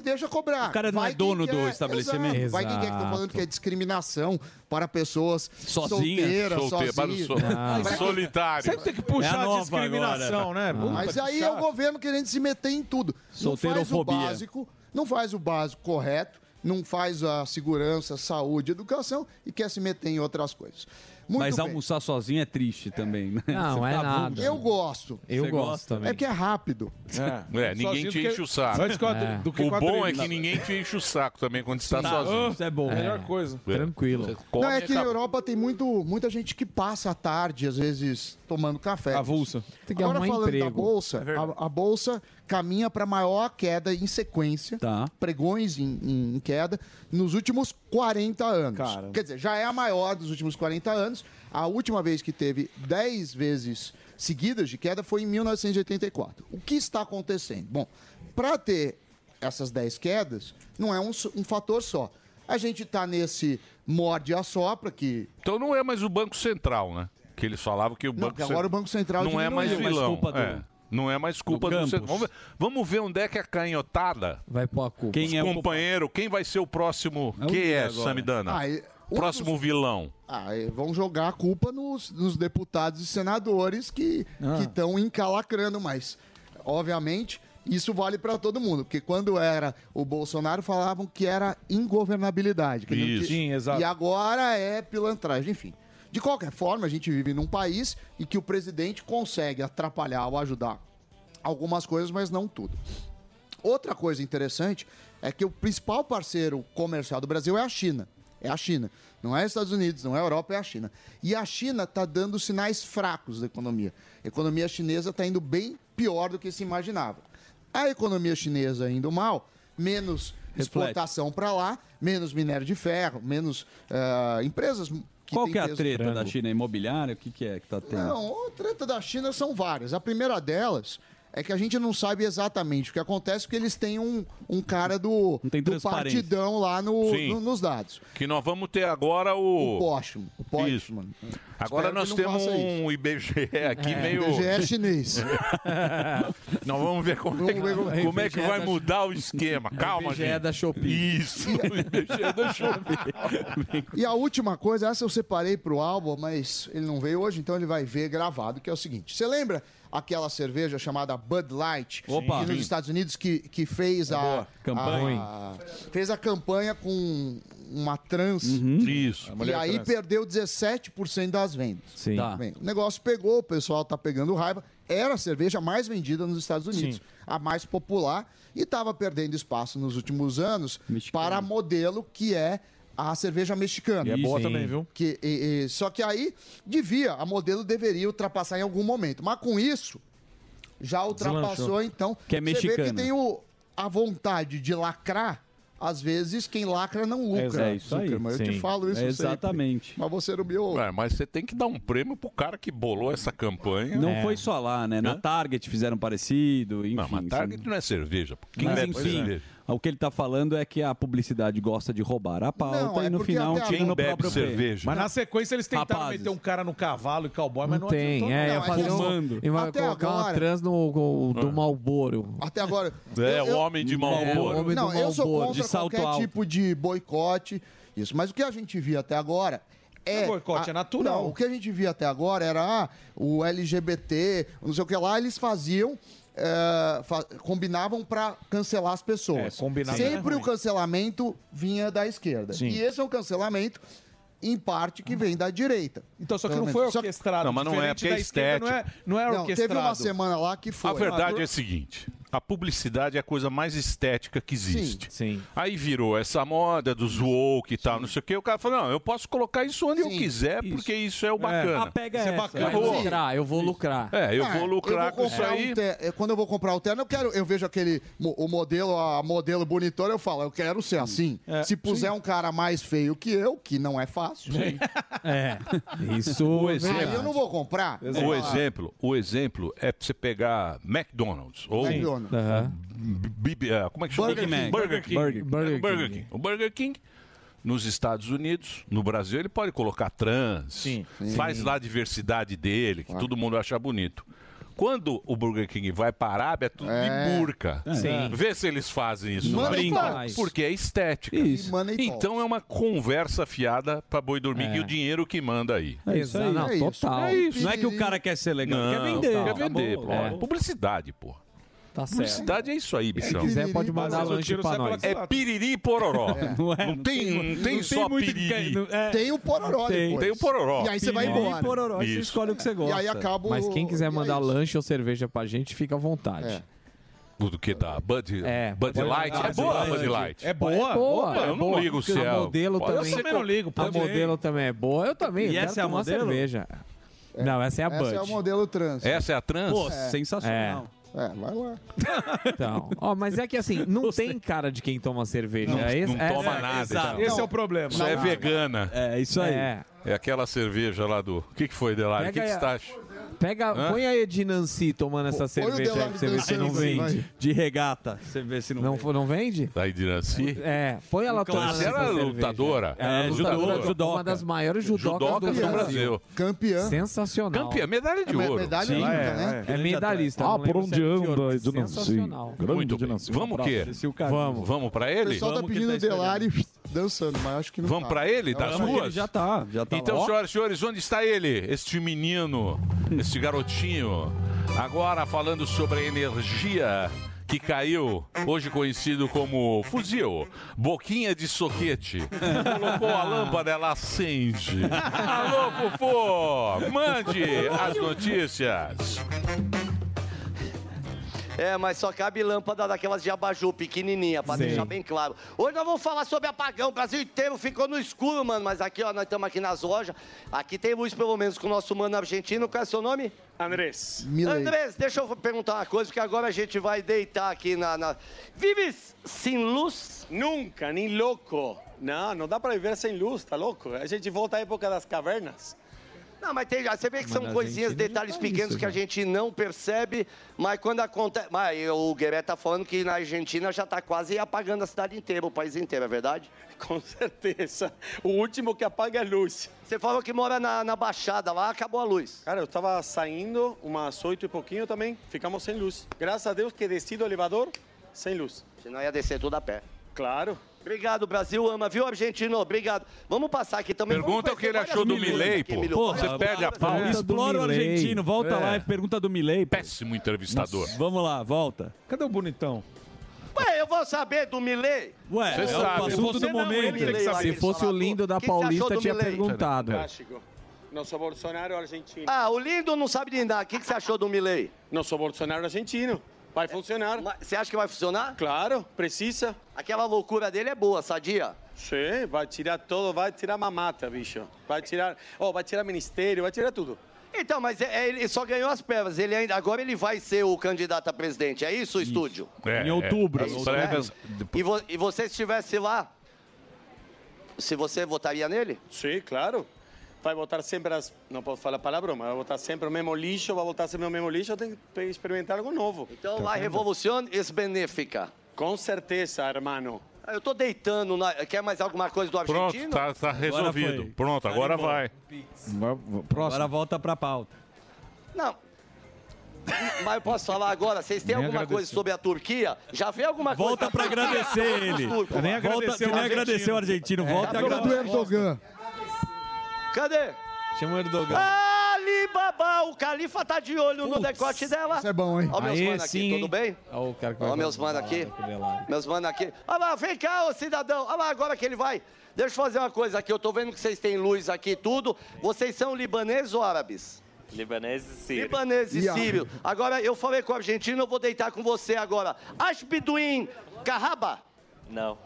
[SPEAKER 6] deixa cobrar.
[SPEAKER 10] O cara não é
[SPEAKER 6] quem
[SPEAKER 10] dono do estabelecimento.
[SPEAKER 6] Exato. Vai quem quer que estão
[SPEAKER 10] Exato.
[SPEAKER 6] falando que é discriminação para pessoas
[SPEAKER 10] Sozinhas?
[SPEAKER 6] solteiras,
[SPEAKER 10] Solteira, para
[SPEAKER 6] sozinhas.
[SPEAKER 10] o sol-
[SPEAKER 6] Pra quem-
[SPEAKER 2] Solitário.
[SPEAKER 3] Sempre tem que puxar
[SPEAKER 10] É a
[SPEAKER 3] a,
[SPEAKER 10] nova
[SPEAKER 3] discriminação,
[SPEAKER 10] agora.
[SPEAKER 3] né?
[SPEAKER 10] Ah.
[SPEAKER 3] Puta
[SPEAKER 6] Mas
[SPEAKER 3] que
[SPEAKER 6] aí é o
[SPEAKER 3] saco.
[SPEAKER 6] governo querendo se meter em tudo. Não
[SPEAKER 10] é
[SPEAKER 6] faz o
[SPEAKER 3] Solteirofobia.
[SPEAKER 6] básico, não faz o básico correto, não faz a segurança, saúde, educação e quer se meter em outras coisas. Muito
[SPEAKER 8] Mas
[SPEAKER 10] um
[SPEAKER 6] bem.
[SPEAKER 8] almoçar sozinho é triste também, né?
[SPEAKER 6] Não,
[SPEAKER 8] Você
[SPEAKER 6] é
[SPEAKER 8] tá
[SPEAKER 6] nada.
[SPEAKER 8] bom.
[SPEAKER 6] Eu gosto.
[SPEAKER 8] Eu
[SPEAKER 6] Você
[SPEAKER 8] gosto também.
[SPEAKER 6] É porque é rápido.
[SPEAKER 2] É, ninguém te enche o saco.
[SPEAKER 3] Antes que eu atri- É. do que
[SPEAKER 2] o
[SPEAKER 3] com a
[SPEAKER 2] bom
[SPEAKER 3] trilha.
[SPEAKER 2] é que ninguém te enche o saco também quando está
[SPEAKER 3] Tá.
[SPEAKER 2] sozinho.
[SPEAKER 3] Ah, isso é bom. Melhor coisa.
[SPEAKER 2] Tranquilo.
[SPEAKER 6] Não, é que na Europa tem muito, muita gente que passa a tarde, às vezes, tomando café. A bolsa.
[SPEAKER 10] Tem que
[SPEAKER 6] Agora
[SPEAKER 10] arrumar
[SPEAKER 6] falando da
[SPEAKER 10] emprego.
[SPEAKER 6] bolsa, a, a bolsa caminha para a maior queda em sequência, pregões em, em- em queda, nos últimos 40 anos. Quer dizer, já é a maior dos últimos 40 anos. A última vez que teve 10 vezes seguidas de queda foi em 1984. O que está acontecendo? Bom, para ter essas 10 quedas, não é um, so- um fator só. A gente está nesse morde a sopra que
[SPEAKER 2] Então não é mais o Banco Central, né? Que eles falavam que o Banco
[SPEAKER 6] que agora o Banco Central
[SPEAKER 2] não é
[SPEAKER 6] diminuiu.
[SPEAKER 2] mais
[SPEAKER 6] Não é mais
[SPEAKER 2] vilão.
[SPEAKER 6] culpa do-
[SPEAKER 2] é. Não é mais culpa
[SPEAKER 6] do
[SPEAKER 2] do, Central.
[SPEAKER 6] Campos.
[SPEAKER 2] Vamos ver, vamos ver onde é que a canhotada
[SPEAKER 11] vai pôr a culpa.
[SPEAKER 2] Quem é o companheiro? Quem vai ser o próximo?
[SPEAKER 6] É o
[SPEAKER 2] Quem
[SPEAKER 6] que
[SPEAKER 2] é,
[SPEAKER 6] agora?
[SPEAKER 2] Samidana?
[SPEAKER 6] Ah, e- um
[SPEAKER 2] próximo vilão.
[SPEAKER 6] Ah, e vão jogar a culpa nos, nos deputados e senadores que
[SPEAKER 3] Ah.
[SPEAKER 6] estão encalacrando, mas, obviamente, isso vale para todo mundo, porque quando era o Bolsonaro, falavam que era ingovernabilidade. que não
[SPEAKER 3] Isso.
[SPEAKER 6] ti-
[SPEAKER 3] Sim, exato.
[SPEAKER 6] E agora é pilantragem, enfim. De qualquer forma, a gente vive num país em que o presidente consegue atrapalhar ou ajudar algumas coisas, mas não tudo. Outra coisa interessante é que o principal parceiro comercial do Brasil é a China. É a China. Não é Estados Unidos, não é Europa, é a China. E a China está dando sinais fracos da economia. A economia chinesa está indo bem pior do que se imaginava. A economia chinesa indo mal, menos
[SPEAKER 8] Reflete.
[SPEAKER 6] exportação para lá, menos minério de ferro, menos ah, empresas que
[SPEAKER 8] Qual
[SPEAKER 6] têm
[SPEAKER 8] que é a
[SPEAKER 6] peso-
[SPEAKER 8] treta da China? Imobiliária? O que, que é que tá tendo?
[SPEAKER 6] não, a treta da China são várias. A primeira delas é que a gente não sabe exatamente o que acontece, porque eles têm um, um cara do, do
[SPEAKER 2] transparência.
[SPEAKER 6] partidão lá no,
[SPEAKER 2] Sim.
[SPEAKER 6] no- nos dados.
[SPEAKER 2] Que nós vamos ter agora o.
[SPEAKER 6] O Póstimo. O Póstimo.
[SPEAKER 2] Isso.
[SPEAKER 6] Espero
[SPEAKER 2] Agora
[SPEAKER 6] que
[SPEAKER 2] nós
[SPEAKER 6] não
[SPEAKER 2] temos
[SPEAKER 6] faça
[SPEAKER 2] um IBGE aqui
[SPEAKER 6] É,
[SPEAKER 2] meio.
[SPEAKER 6] IBGE chinês.
[SPEAKER 2] nós vamos ver como, é, que-
[SPEAKER 6] Vamos ver como-
[SPEAKER 2] como é que
[SPEAKER 6] IBGE
[SPEAKER 2] vai
[SPEAKER 6] da-
[SPEAKER 2] mudar o esquema.
[SPEAKER 6] É,
[SPEAKER 2] Calma,
[SPEAKER 6] IBGE
[SPEAKER 2] gente.
[SPEAKER 6] da Shopee.
[SPEAKER 2] Isso, o IBGE da Shopee.
[SPEAKER 6] E a última coisa, essa eu separei pro álbum, mas ele não veio hoje, então ele vai ver gravado, que é o seguinte. Você lembra aquela cerveja chamada Bud Light,
[SPEAKER 8] Opa.
[SPEAKER 6] que nos
[SPEAKER 8] Sim.
[SPEAKER 6] Estados Unidos que, que fez a,
[SPEAKER 8] Campanha.
[SPEAKER 6] a- fez a campanha com uma trans.
[SPEAKER 2] Uhum. Isso.
[SPEAKER 6] E aí perdeu 17% das vendas.
[SPEAKER 11] Sim. Tá.
[SPEAKER 6] Bem, o negócio pegou, o pessoal tá pegando raiva. Era a cerveja mais vendida nos Estados Unidos,
[SPEAKER 11] Sim.
[SPEAKER 6] a mais popular, e estava perdendo espaço nos últimos anos para a modelo que é a cerveja mexicana.
[SPEAKER 3] E é boa Sim. também, viu?
[SPEAKER 6] Que, e- e- só que aí devia, a modelo deveria ultrapassar em algum momento. Mas com isso, já ultrapassou,
[SPEAKER 8] Deslanchou.
[SPEAKER 6] então.
[SPEAKER 8] Que é
[SPEAKER 6] Você vê
[SPEAKER 8] mexicana.
[SPEAKER 6] que tem o, a vontade de lacrar. Às vezes, quem lacra não lucra.
[SPEAKER 8] É isso aí.
[SPEAKER 6] Zuckerman. Eu te
[SPEAKER 8] Sim.
[SPEAKER 6] falo isso
[SPEAKER 8] É
[SPEAKER 6] sempre.
[SPEAKER 8] exatamente.
[SPEAKER 6] Mas você não me ouve.
[SPEAKER 2] É, mas você tem que dar um prêmio pro cara que bolou essa campanha.
[SPEAKER 8] Não
[SPEAKER 6] É.
[SPEAKER 8] foi só lá, né? Na Target fizeram parecido, enfim. Não,
[SPEAKER 2] mas Target não é cerveja. pô. Quem
[SPEAKER 8] Mas
[SPEAKER 2] bebe
[SPEAKER 8] enfim,
[SPEAKER 2] cerveja?
[SPEAKER 8] o que ele tá falando é que a publicidade gosta de roubar a pauta
[SPEAKER 3] Não, é
[SPEAKER 8] e no
[SPEAKER 3] porque
[SPEAKER 8] final
[SPEAKER 3] até a-
[SPEAKER 8] tira
[SPEAKER 3] Quem
[SPEAKER 8] no
[SPEAKER 3] bebe
[SPEAKER 8] próprio pé.
[SPEAKER 2] cerveja?
[SPEAKER 3] Mas na sequência eles tentaram
[SPEAKER 8] Rapazes.
[SPEAKER 3] meter um cara no cavalo e cowboy, mas não,
[SPEAKER 11] tem,
[SPEAKER 3] adiantou
[SPEAKER 11] é,
[SPEAKER 3] nada.
[SPEAKER 11] ia fazer um-
[SPEAKER 3] Fumando.
[SPEAKER 11] e vai colocar uma trans no, no-
[SPEAKER 2] Ah.
[SPEAKER 11] do Malboro.
[SPEAKER 6] Até agora.
[SPEAKER 2] É,
[SPEAKER 6] eu-
[SPEAKER 2] o homem de Marlboro.
[SPEAKER 11] É, o homem
[SPEAKER 6] não,
[SPEAKER 11] do
[SPEAKER 6] eu sou
[SPEAKER 11] Marlboro,
[SPEAKER 6] contra
[SPEAKER 11] de salto
[SPEAKER 6] qualquer
[SPEAKER 11] alto.
[SPEAKER 6] tipo de boicote. Isso, mas o que a gente via até agora é.
[SPEAKER 3] Não é boicote, é natural.
[SPEAKER 6] Não, o que a gente via até agora era ah, o LGBT, não sei o que lá, eles faziam. eh, fa- combinavam para cancelar as pessoas.
[SPEAKER 3] É, combinado é
[SPEAKER 6] Sempre
[SPEAKER 3] ruim.
[SPEAKER 6] o cancelamento vinha da esquerda.
[SPEAKER 3] Sim.
[SPEAKER 6] E esse é um cancelamento, em parte, que vem da direita.
[SPEAKER 3] Então, só que não foi orquestrado.
[SPEAKER 2] Não, mas não é,
[SPEAKER 3] diferente
[SPEAKER 2] porque é
[SPEAKER 3] da esquerda,
[SPEAKER 2] estética.
[SPEAKER 3] Não é, não é
[SPEAKER 6] Não, teve
[SPEAKER 3] orquestrado.
[SPEAKER 6] uma semana lá que foi.
[SPEAKER 2] A verdade é a seguinte: a publicidade é a coisa mais estética que existe.
[SPEAKER 11] Sim.
[SPEAKER 2] Aí virou essa moda dos woke e tal, não sei o quê. O cara falou: não, eu posso colocar isso onde eu quiser, porque isso é o bacana.
[SPEAKER 11] Isso é bacana. Eu vou lucrar, eu vou lucrar.
[SPEAKER 2] É, eu
[SPEAKER 6] Ah,
[SPEAKER 2] vou lucrar
[SPEAKER 6] eu vou
[SPEAKER 2] com isso
[SPEAKER 6] comprar
[SPEAKER 2] aí.
[SPEAKER 6] um te- é, Quando eu vou comprar o terno, eu quero. Eu vejo aquele mo- o modelo, a modelo bonitona, eu falo, eu quero ser assim. Se puser um cara mais feio que eu, que não é fácil,
[SPEAKER 11] É. Isso
[SPEAKER 2] O
[SPEAKER 11] é
[SPEAKER 2] exemplo.
[SPEAKER 6] aí eu não vou comprar.
[SPEAKER 2] O exemplo, o exemplo é pra você pegar McDonald's ou
[SPEAKER 6] McDonald's.
[SPEAKER 11] Aham.
[SPEAKER 2] B- B- ah, como é que chama?
[SPEAKER 11] Burger King.
[SPEAKER 2] Burger King. É
[SPEAKER 11] Burger King.
[SPEAKER 2] Burger King. O Burger King nos Estados Unidos, no Brasil ele pode colocar trans, faz lá a diversidade dele, que todo mundo acha bonito. Quando o Burger King vai para a Arábia, é tudo
[SPEAKER 6] É.
[SPEAKER 2] de burca.
[SPEAKER 6] É. Sim.
[SPEAKER 2] Vê se eles fazem isso. lá.
[SPEAKER 6] Money
[SPEAKER 2] Brinca.
[SPEAKER 6] talks.
[SPEAKER 2] Porque é estética.
[SPEAKER 6] Isso. Money talks.
[SPEAKER 2] Então é uma conversa fiada para boi dormir
[SPEAKER 11] É.
[SPEAKER 2] e o dinheiro que manda aí.
[SPEAKER 11] É isso aí. Não, É isso. total.
[SPEAKER 2] É isso.
[SPEAKER 8] Não é que o cara quer ser legal,
[SPEAKER 2] Não,
[SPEAKER 8] quer vender.
[SPEAKER 2] Quer
[SPEAKER 8] Tá
[SPEAKER 2] vender,
[SPEAKER 8] bom.
[SPEAKER 2] pô.
[SPEAKER 8] É.
[SPEAKER 2] Publicidade, pô.
[SPEAKER 11] Tá certo.
[SPEAKER 2] Publicidade é isso aí, bichão.
[SPEAKER 11] quiser, pode mandar
[SPEAKER 2] Mas o
[SPEAKER 11] lanche
[SPEAKER 2] tiro
[SPEAKER 11] pra
[SPEAKER 2] sai pela
[SPEAKER 11] nós.
[SPEAKER 2] culatra. É piriri e pororó.
[SPEAKER 11] É.
[SPEAKER 2] Não, é, não tem, não tem
[SPEAKER 11] não
[SPEAKER 2] só
[SPEAKER 11] tem muito
[SPEAKER 2] piriri.
[SPEAKER 11] que- não- é.
[SPEAKER 6] Tem o pororó
[SPEAKER 11] Tem.
[SPEAKER 6] depois.
[SPEAKER 11] Tem o pororó.
[SPEAKER 6] E aí você vai
[SPEAKER 11] Piriri e
[SPEAKER 6] embora.
[SPEAKER 11] pororó, você Isso. escolhe o que você
[SPEAKER 6] E aí acaba o-
[SPEAKER 11] Mas quem
[SPEAKER 6] e
[SPEAKER 11] quiser
[SPEAKER 6] é
[SPEAKER 11] mandar
[SPEAKER 6] isso.
[SPEAKER 11] lanche ou cerveja pra gente, fica à vontade.
[SPEAKER 2] O do que da Bud,
[SPEAKER 11] É,
[SPEAKER 2] Bud
[SPEAKER 11] Bud
[SPEAKER 2] Light?
[SPEAKER 11] Light.
[SPEAKER 2] É boa a Bud
[SPEAKER 11] Bud
[SPEAKER 2] Light.
[SPEAKER 11] É boa? É boa,
[SPEAKER 2] Opa,
[SPEAKER 11] é
[SPEAKER 2] eu não
[SPEAKER 11] boa.
[SPEAKER 2] ligo se
[SPEAKER 11] Porque
[SPEAKER 2] é.
[SPEAKER 11] a modelo
[SPEAKER 2] Pode
[SPEAKER 11] também-
[SPEAKER 2] ser
[SPEAKER 11] Eu também não ligo, A
[SPEAKER 6] pode ir.
[SPEAKER 11] modelo também é boa. Eu também.
[SPEAKER 6] E
[SPEAKER 11] eu
[SPEAKER 6] essa
[SPEAKER 11] quero
[SPEAKER 6] é a
[SPEAKER 11] tomar
[SPEAKER 6] modelo?
[SPEAKER 11] cerveja. Não, essa é a
[SPEAKER 6] Essa
[SPEAKER 11] Bud.
[SPEAKER 6] é o modelo trans.
[SPEAKER 2] Essa é a trans?
[SPEAKER 11] É. É.
[SPEAKER 6] É, vai lá.
[SPEAKER 11] Então, ó, mas é que assim, não tem cara de quem toma cerveja.
[SPEAKER 2] Não,
[SPEAKER 11] é esse-
[SPEAKER 2] não
[SPEAKER 11] é-
[SPEAKER 2] toma nada.
[SPEAKER 11] exato.
[SPEAKER 2] então. Isso é vegana.
[SPEAKER 11] É, isso aí.
[SPEAKER 2] É,
[SPEAKER 11] É.
[SPEAKER 2] aquela cerveja lá do. O que, que foi, Delari? O que,
[SPEAKER 11] Pega
[SPEAKER 2] que
[SPEAKER 11] aí
[SPEAKER 2] você
[SPEAKER 11] a-
[SPEAKER 2] tá achando?
[SPEAKER 11] Pega,
[SPEAKER 2] Hã?
[SPEAKER 11] põe a Edinancy tomando essa
[SPEAKER 2] põe o
[SPEAKER 11] cerveja aí
[SPEAKER 2] Delari
[SPEAKER 11] pra você ver se
[SPEAKER 2] dançando,
[SPEAKER 11] não
[SPEAKER 2] vai. Tá
[SPEAKER 11] vende.
[SPEAKER 8] De regata. Você vê se não,
[SPEAKER 11] não vende. Não vende?
[SPEAKER 2] Da Idiranci?
[SPEAKER 11] É, põe ela
[SPEAKER 2] Claro,
[SPEAKER 11] tomando
[SPEAKER 2] você Então, era
[SPEAKER 11] essa cerveja.
[SPEAKER 2] é lutadora.
[SPEAKER 11] Ela
[SPEAKER 2] Um É,
[SPEAKER 11] lutadora,
[SPEAKER 2] judoca.
[SPEAKER 11] Uma das maiores judocas,
[SPEAKER 2] Judoca do Brasil.
[SPEAKER 6] Campeã.
[SPEAKER 11] Sensacional.
[SPEAKER 2] Campeã, medalha de
[SPEAKER 11] É, me-
[SPEAKER 2] ouro.
[SPEAKER 11] medalha
[SPEAKER 2] Sim.
[SPEAKER 11] olímpica, É, né? é. É medalhista, não
[SPEAKER 5] Ah, por
[SPEAKER 11] lembro se
[SPEAKER 5] onde
[SPEAKER 11] é de ouro.
[SPEAKER 5] anda, Edinanci?
[SPEAKER 11] Sensacional.
[SPEAKER 5] Grande
[SPEAKER 2] Muito bem.
[SPEAKER 5] Edinanci.
[SPEAKER 2] Vamos o quê? Vamos. Vamos pra ele?
[SPEAKER 6] O é pessoal tá
[SPEAKER 2] Vamos que
[SPEAKER 6] pedindo
[SPEAKER 2] tá
[SPEAKER 6] o Delari dançando, mas acho que não
[SPEAKER 2] Vamos
[SPEAKER 6] tá.
[SPEAKER 2] pra ele,
[SPEAKER 6] Eu
[SPEAKER 2] das
[SPEAKER 6] acho que ele
[SPEAKER 2] ruas?
[SPEAKER 6] já tá, já tá
[SPEAKER 2] Então,
[SPEAKER 6] lá.
[SPEAKER 2] senhoras e senhores, onde está ele? Este menino, este garotinho. Agora falando sobre a energia que caiu, hoje conhecido como fuzil, boquinha de soquete. Colocou a lâmpada, ela acende. Alô, Fofô, mande as notícias.
[SPEAKER 7] É, mas só cabe lâmpada daquelas de abajur, pequenininha, pra
[SPEAKER 2] Sim.
[SPEAKER 7] deixar bem claro. Hoje nós vamos falar sobre apagão. O Brasil inteiro ficou no escuro, mano. Mas aqui, ó, nós estamos aqui nas lojas. Aqui tem luz, pelo menos, com o nosso mano argentino. Qual é o seu nome? Andrés.
[SPEAKER 13] Milei.
[SPEAKER 7] Andrés, deixa eu perguntar uma coisa, porque agora a gente vai deitar aqui na... na... Vives sem luz?
[SPEAKER 13] Nunca, nem louco. Não, não dá pra viver sem luz, tá louco? A gente volta à época das cavernas.
[SPEAKER 7] Não, mas tem, você vê que
[SPEAKER 13] Mas
[SPEAKER 7] são
[SPEAKER 13] na
[SPEAKER 7] coisinhas,
[SPEAKER 13] Argentina já
[SPEAKER 7] detalhes
[SPEAKER 13] tá
[SPEAKER 7] pequenos
[SPEAKER 13] isso,
[SPEAKER 7] que a
[SPEAKER 13] já.
[SPEAKER 7] gente não percebe, mas quando acontece. Mas o Gueré tá falando que na Argentina já tá quase apagando a cidade inteira, o país inteiro, é verdade?
[SPEAKER 13] Com certeza. O último que apaga é a luz.
[SPEAKER 7] Você falou que mora na, na Baixada, lá acabou a luz.
[SPEAKER 13] Cara, eu tava saindo umas oito e pouquinho também, ficamos sem luz. Graças a Deus que desci do elevador sem luz.
[SPEAKER 7] Senão ia descer tudo a pé.
[SPEAKER 13] Claro.
[SPEAKER 7] Obrigado, Brasil ama, viu, Argentino? Obrigado. Vamos passar aqui também.
[SPEAKER 2] Pergunta o que ele achou do Milley, pô. Pô,
[SPEAKER 8] Ah,
[SPEAKER 2] você perde a pau.
[SPEAKER 10] Explora o argentino, volta
[SPEAKER 8] É.
[SPEAKER 10] lá e pergunta do Milei.
[SPEAKER 2] Péssimo entrevistador.
[SPEAKER 10] Vamos lá, volta.
[SPEAKER 3] Cadê o bonitão?
[SPEAKER 7] Ué, eu vou saber do Milley.
[SPEAKER 10] Ué,
[SPEAKER 11] Você é o sabe. assunto do momento. Se fosse o lindo da Paulista, tinha perguntado.
[SPEAKER 13] Fantástico. Não sou Bolsonaro argentino.
[SPEAKER 7] Ah, o lindo não sabe de nada. O que, que você achou do Milley?
[SPEAKER 13] Não sou Bolsonaro argentino. Vai funcionar.
[SPEAKER 7] Você acha que vai funcionar?
[SPEAKER 13] Claro, precisa.
[SPEAKER 7] Aquela loucura dele é boa, sadia.
[SPEAKER 13] Sim, vai tirar todo, vai tirar mamata, bicho. Vai tirar, oh, vai tirar ministério, vai tirar tudo.
[SPEAKER 7] Então, mas é- é- ele só ganhou as prévias. Ele ainda, agora ele vai ser o candidato a presidente. É isso, estúdio?
[SPEAKER 2] É, Em outubro. é. As
[SPEAKER 7] Em
[SPEAKER 2] prévias-
[SPEAKER 7] né? E, vo- e você estivesse lá, se você votaria nele?
[SPEAKER 13] Sim, claro. Vai botar sempre as. Não posso falar palavrão, mas vai botar sempre o mesmo lixo, vai botar sempre o mesmo lixo, tem que experimentar algo novo.
[SPEAKER 7] Então, lá, revolução es benéfica.
[SPEAKER 13] Com certeza, hermano.
[SPEAKER 7] Ah, Eu tô deitando. na- Quer mais alguma coisa do
[SPEAKER 2] Pronto,
[SPEAKER 7] argentino?
[SPEAKER 2] tá, tá resolvido. Pronto, agora vai.
[SPEAKER 10] Tá Agora volta pra pauta.
[SPEAKER 7] Não. Mas eu posso falar agora? Vocês têm
[SPEAKER 10] Nem
[SPEAKER 7] alguma
[SPEAKER 10] agradeceu.
[SPEAKER 7] coisa sobre a Turquia? Já vê alguma coisa?
[SPEAKER 10] Volta pra agradecer ele.
[SPEAKER 7] Turco,
[SPEAKER 10] Nem
[SPEAKER 7] mano.
[SPEAKER 10] agradeceu Você nem o argentino. agradeceu o argentino, volta
[SPEAKER 7] tá
[SPEAKER 10] a
[SPEAKER 7] pelo
[SPEAKER 10] agradecer.
[SPEAKER 7] amor de Deus.
[SPEAKER 6] Erdogan.
[SPEAKER 7] Cadê?
[SPEAKER 11] Chama o Erdogan.
[SPEAKER 7] Ali Babá, o Califa tá de olho no decote dela. Isso
[SPEAKER 6] é bom, hein?
[SPEAKER 7] Ó, meus
[SPEAKER 11] Aê,
[SPEAKER 7] mano aqui,
[SPEAKER 11] sim,
[SPEAKER 7] tudo bem?
[SPEAKER 11] Ó, o cara que vai
[SPEAKER 7] Ó, meus
[SPEAKER 11] falar
[SPEAKER 7] mano aqui.
[SPEAKER 11] com o Delari.
[SPEAKER 7] Meus mano aqui. Olha lá, vem cá, ô cidadão. Olha lá, agora que ele vai. Deixa eu fazer uma coisa aqui. Eu tô vendo que vocês têm luz aqui e tudo. Vocês são libaneses ou árabes?
[SPEAKER 14] Libanês e sírio.
[SPEAKER 7] Libanês e
[SPEAKER 14] E árabe.
[SPEAKER 7] sírio. Agora, eu falei com o argentino, eu vou deitar com você agora. Ashbiduin Carraba.
[SPEAKER 14] Não,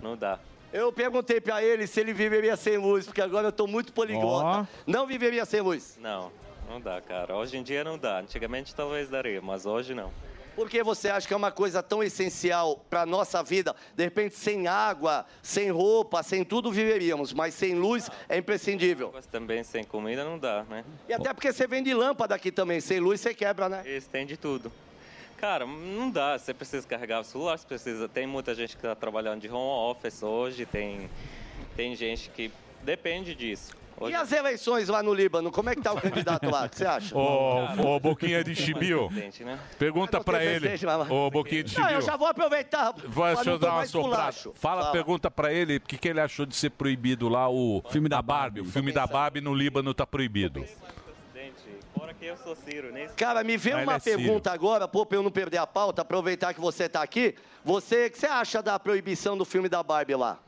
[SPEAKER 14] não dá.
[SPEAKER 7] Eu perguntei pra ele se ele viveria sem luz, porque agora eu tô muito poliglota. Não viveria sem luz.
[SPEAKER 14] Não, não dá, cara. Hoje em dia não dá. Antigamente talvez daria, mas hoje não.
[SPEAKER 7] Por que você acha que é uma coisa tão essencial para nossa vida? De repente, sem água, sem roupa, sem tudo viveríamos, mas sem luz é imprescindível.
[SPEAKER 14] Mas também sem comida não dá, né?
[SPEAKER 7] E até porque você vende lâmpada aqui também, sem luz você quebra, né?
[SPEAKER 14] Isso, tem de tudo. Cara, não dá. Você precisa carregar o celular, você precisa. Tem muita gente que está trabalhando de home office hoje, tem, tem gente que depende disso.
[SPEAKER 7] E
[SPEAKER 14] Hoje
[SPEAKER 7] as eleições lá no Líbano, como é que tá o candidato lá? O que você acha?
[SPEAKER 2] Ô, ô, Boquinha de Chibio.
[SPEAKER 7] né?
[SPEAKER 2] Pergunta pra ele. Ô, Boquinha de
[SPEAKER 7] Não, eu
[SPEAKER 2] Chibio.
[SPEAKER 7] já vou aproveitar. pra
[SPEAKER 2] Vai, deixa
[SPEAKER 7] não
[SPEAKER 2] eu dar
[SPEAKER 7] tomar
[SPEAKER 2] uma assoprada.
[SPEAKER 7] esculacho.
[SPEAKER 2] Fala,
[SPEAKER 7] Fala.
[SPEAKER 2] pergunta pra ele o que, que ele achou de ser proibido lá o filme da Barbie. O filme da Barbie no Líbano tá proibido.
[SPEAKER 14] presidente, fora que eu sou Ciro, nem
[SPEAKER 7] Cara, me vê
[SPEAKER 2] Mas ele
[SPEAKER 7] uma
[SPEAKER 2] é sírio.
[SPEAKER 7] pergunta agora, pô, pra eu não perder a pauta, aproveitar que você tá aqui. Você, o que você acha da proibição do filme da Barbie lá?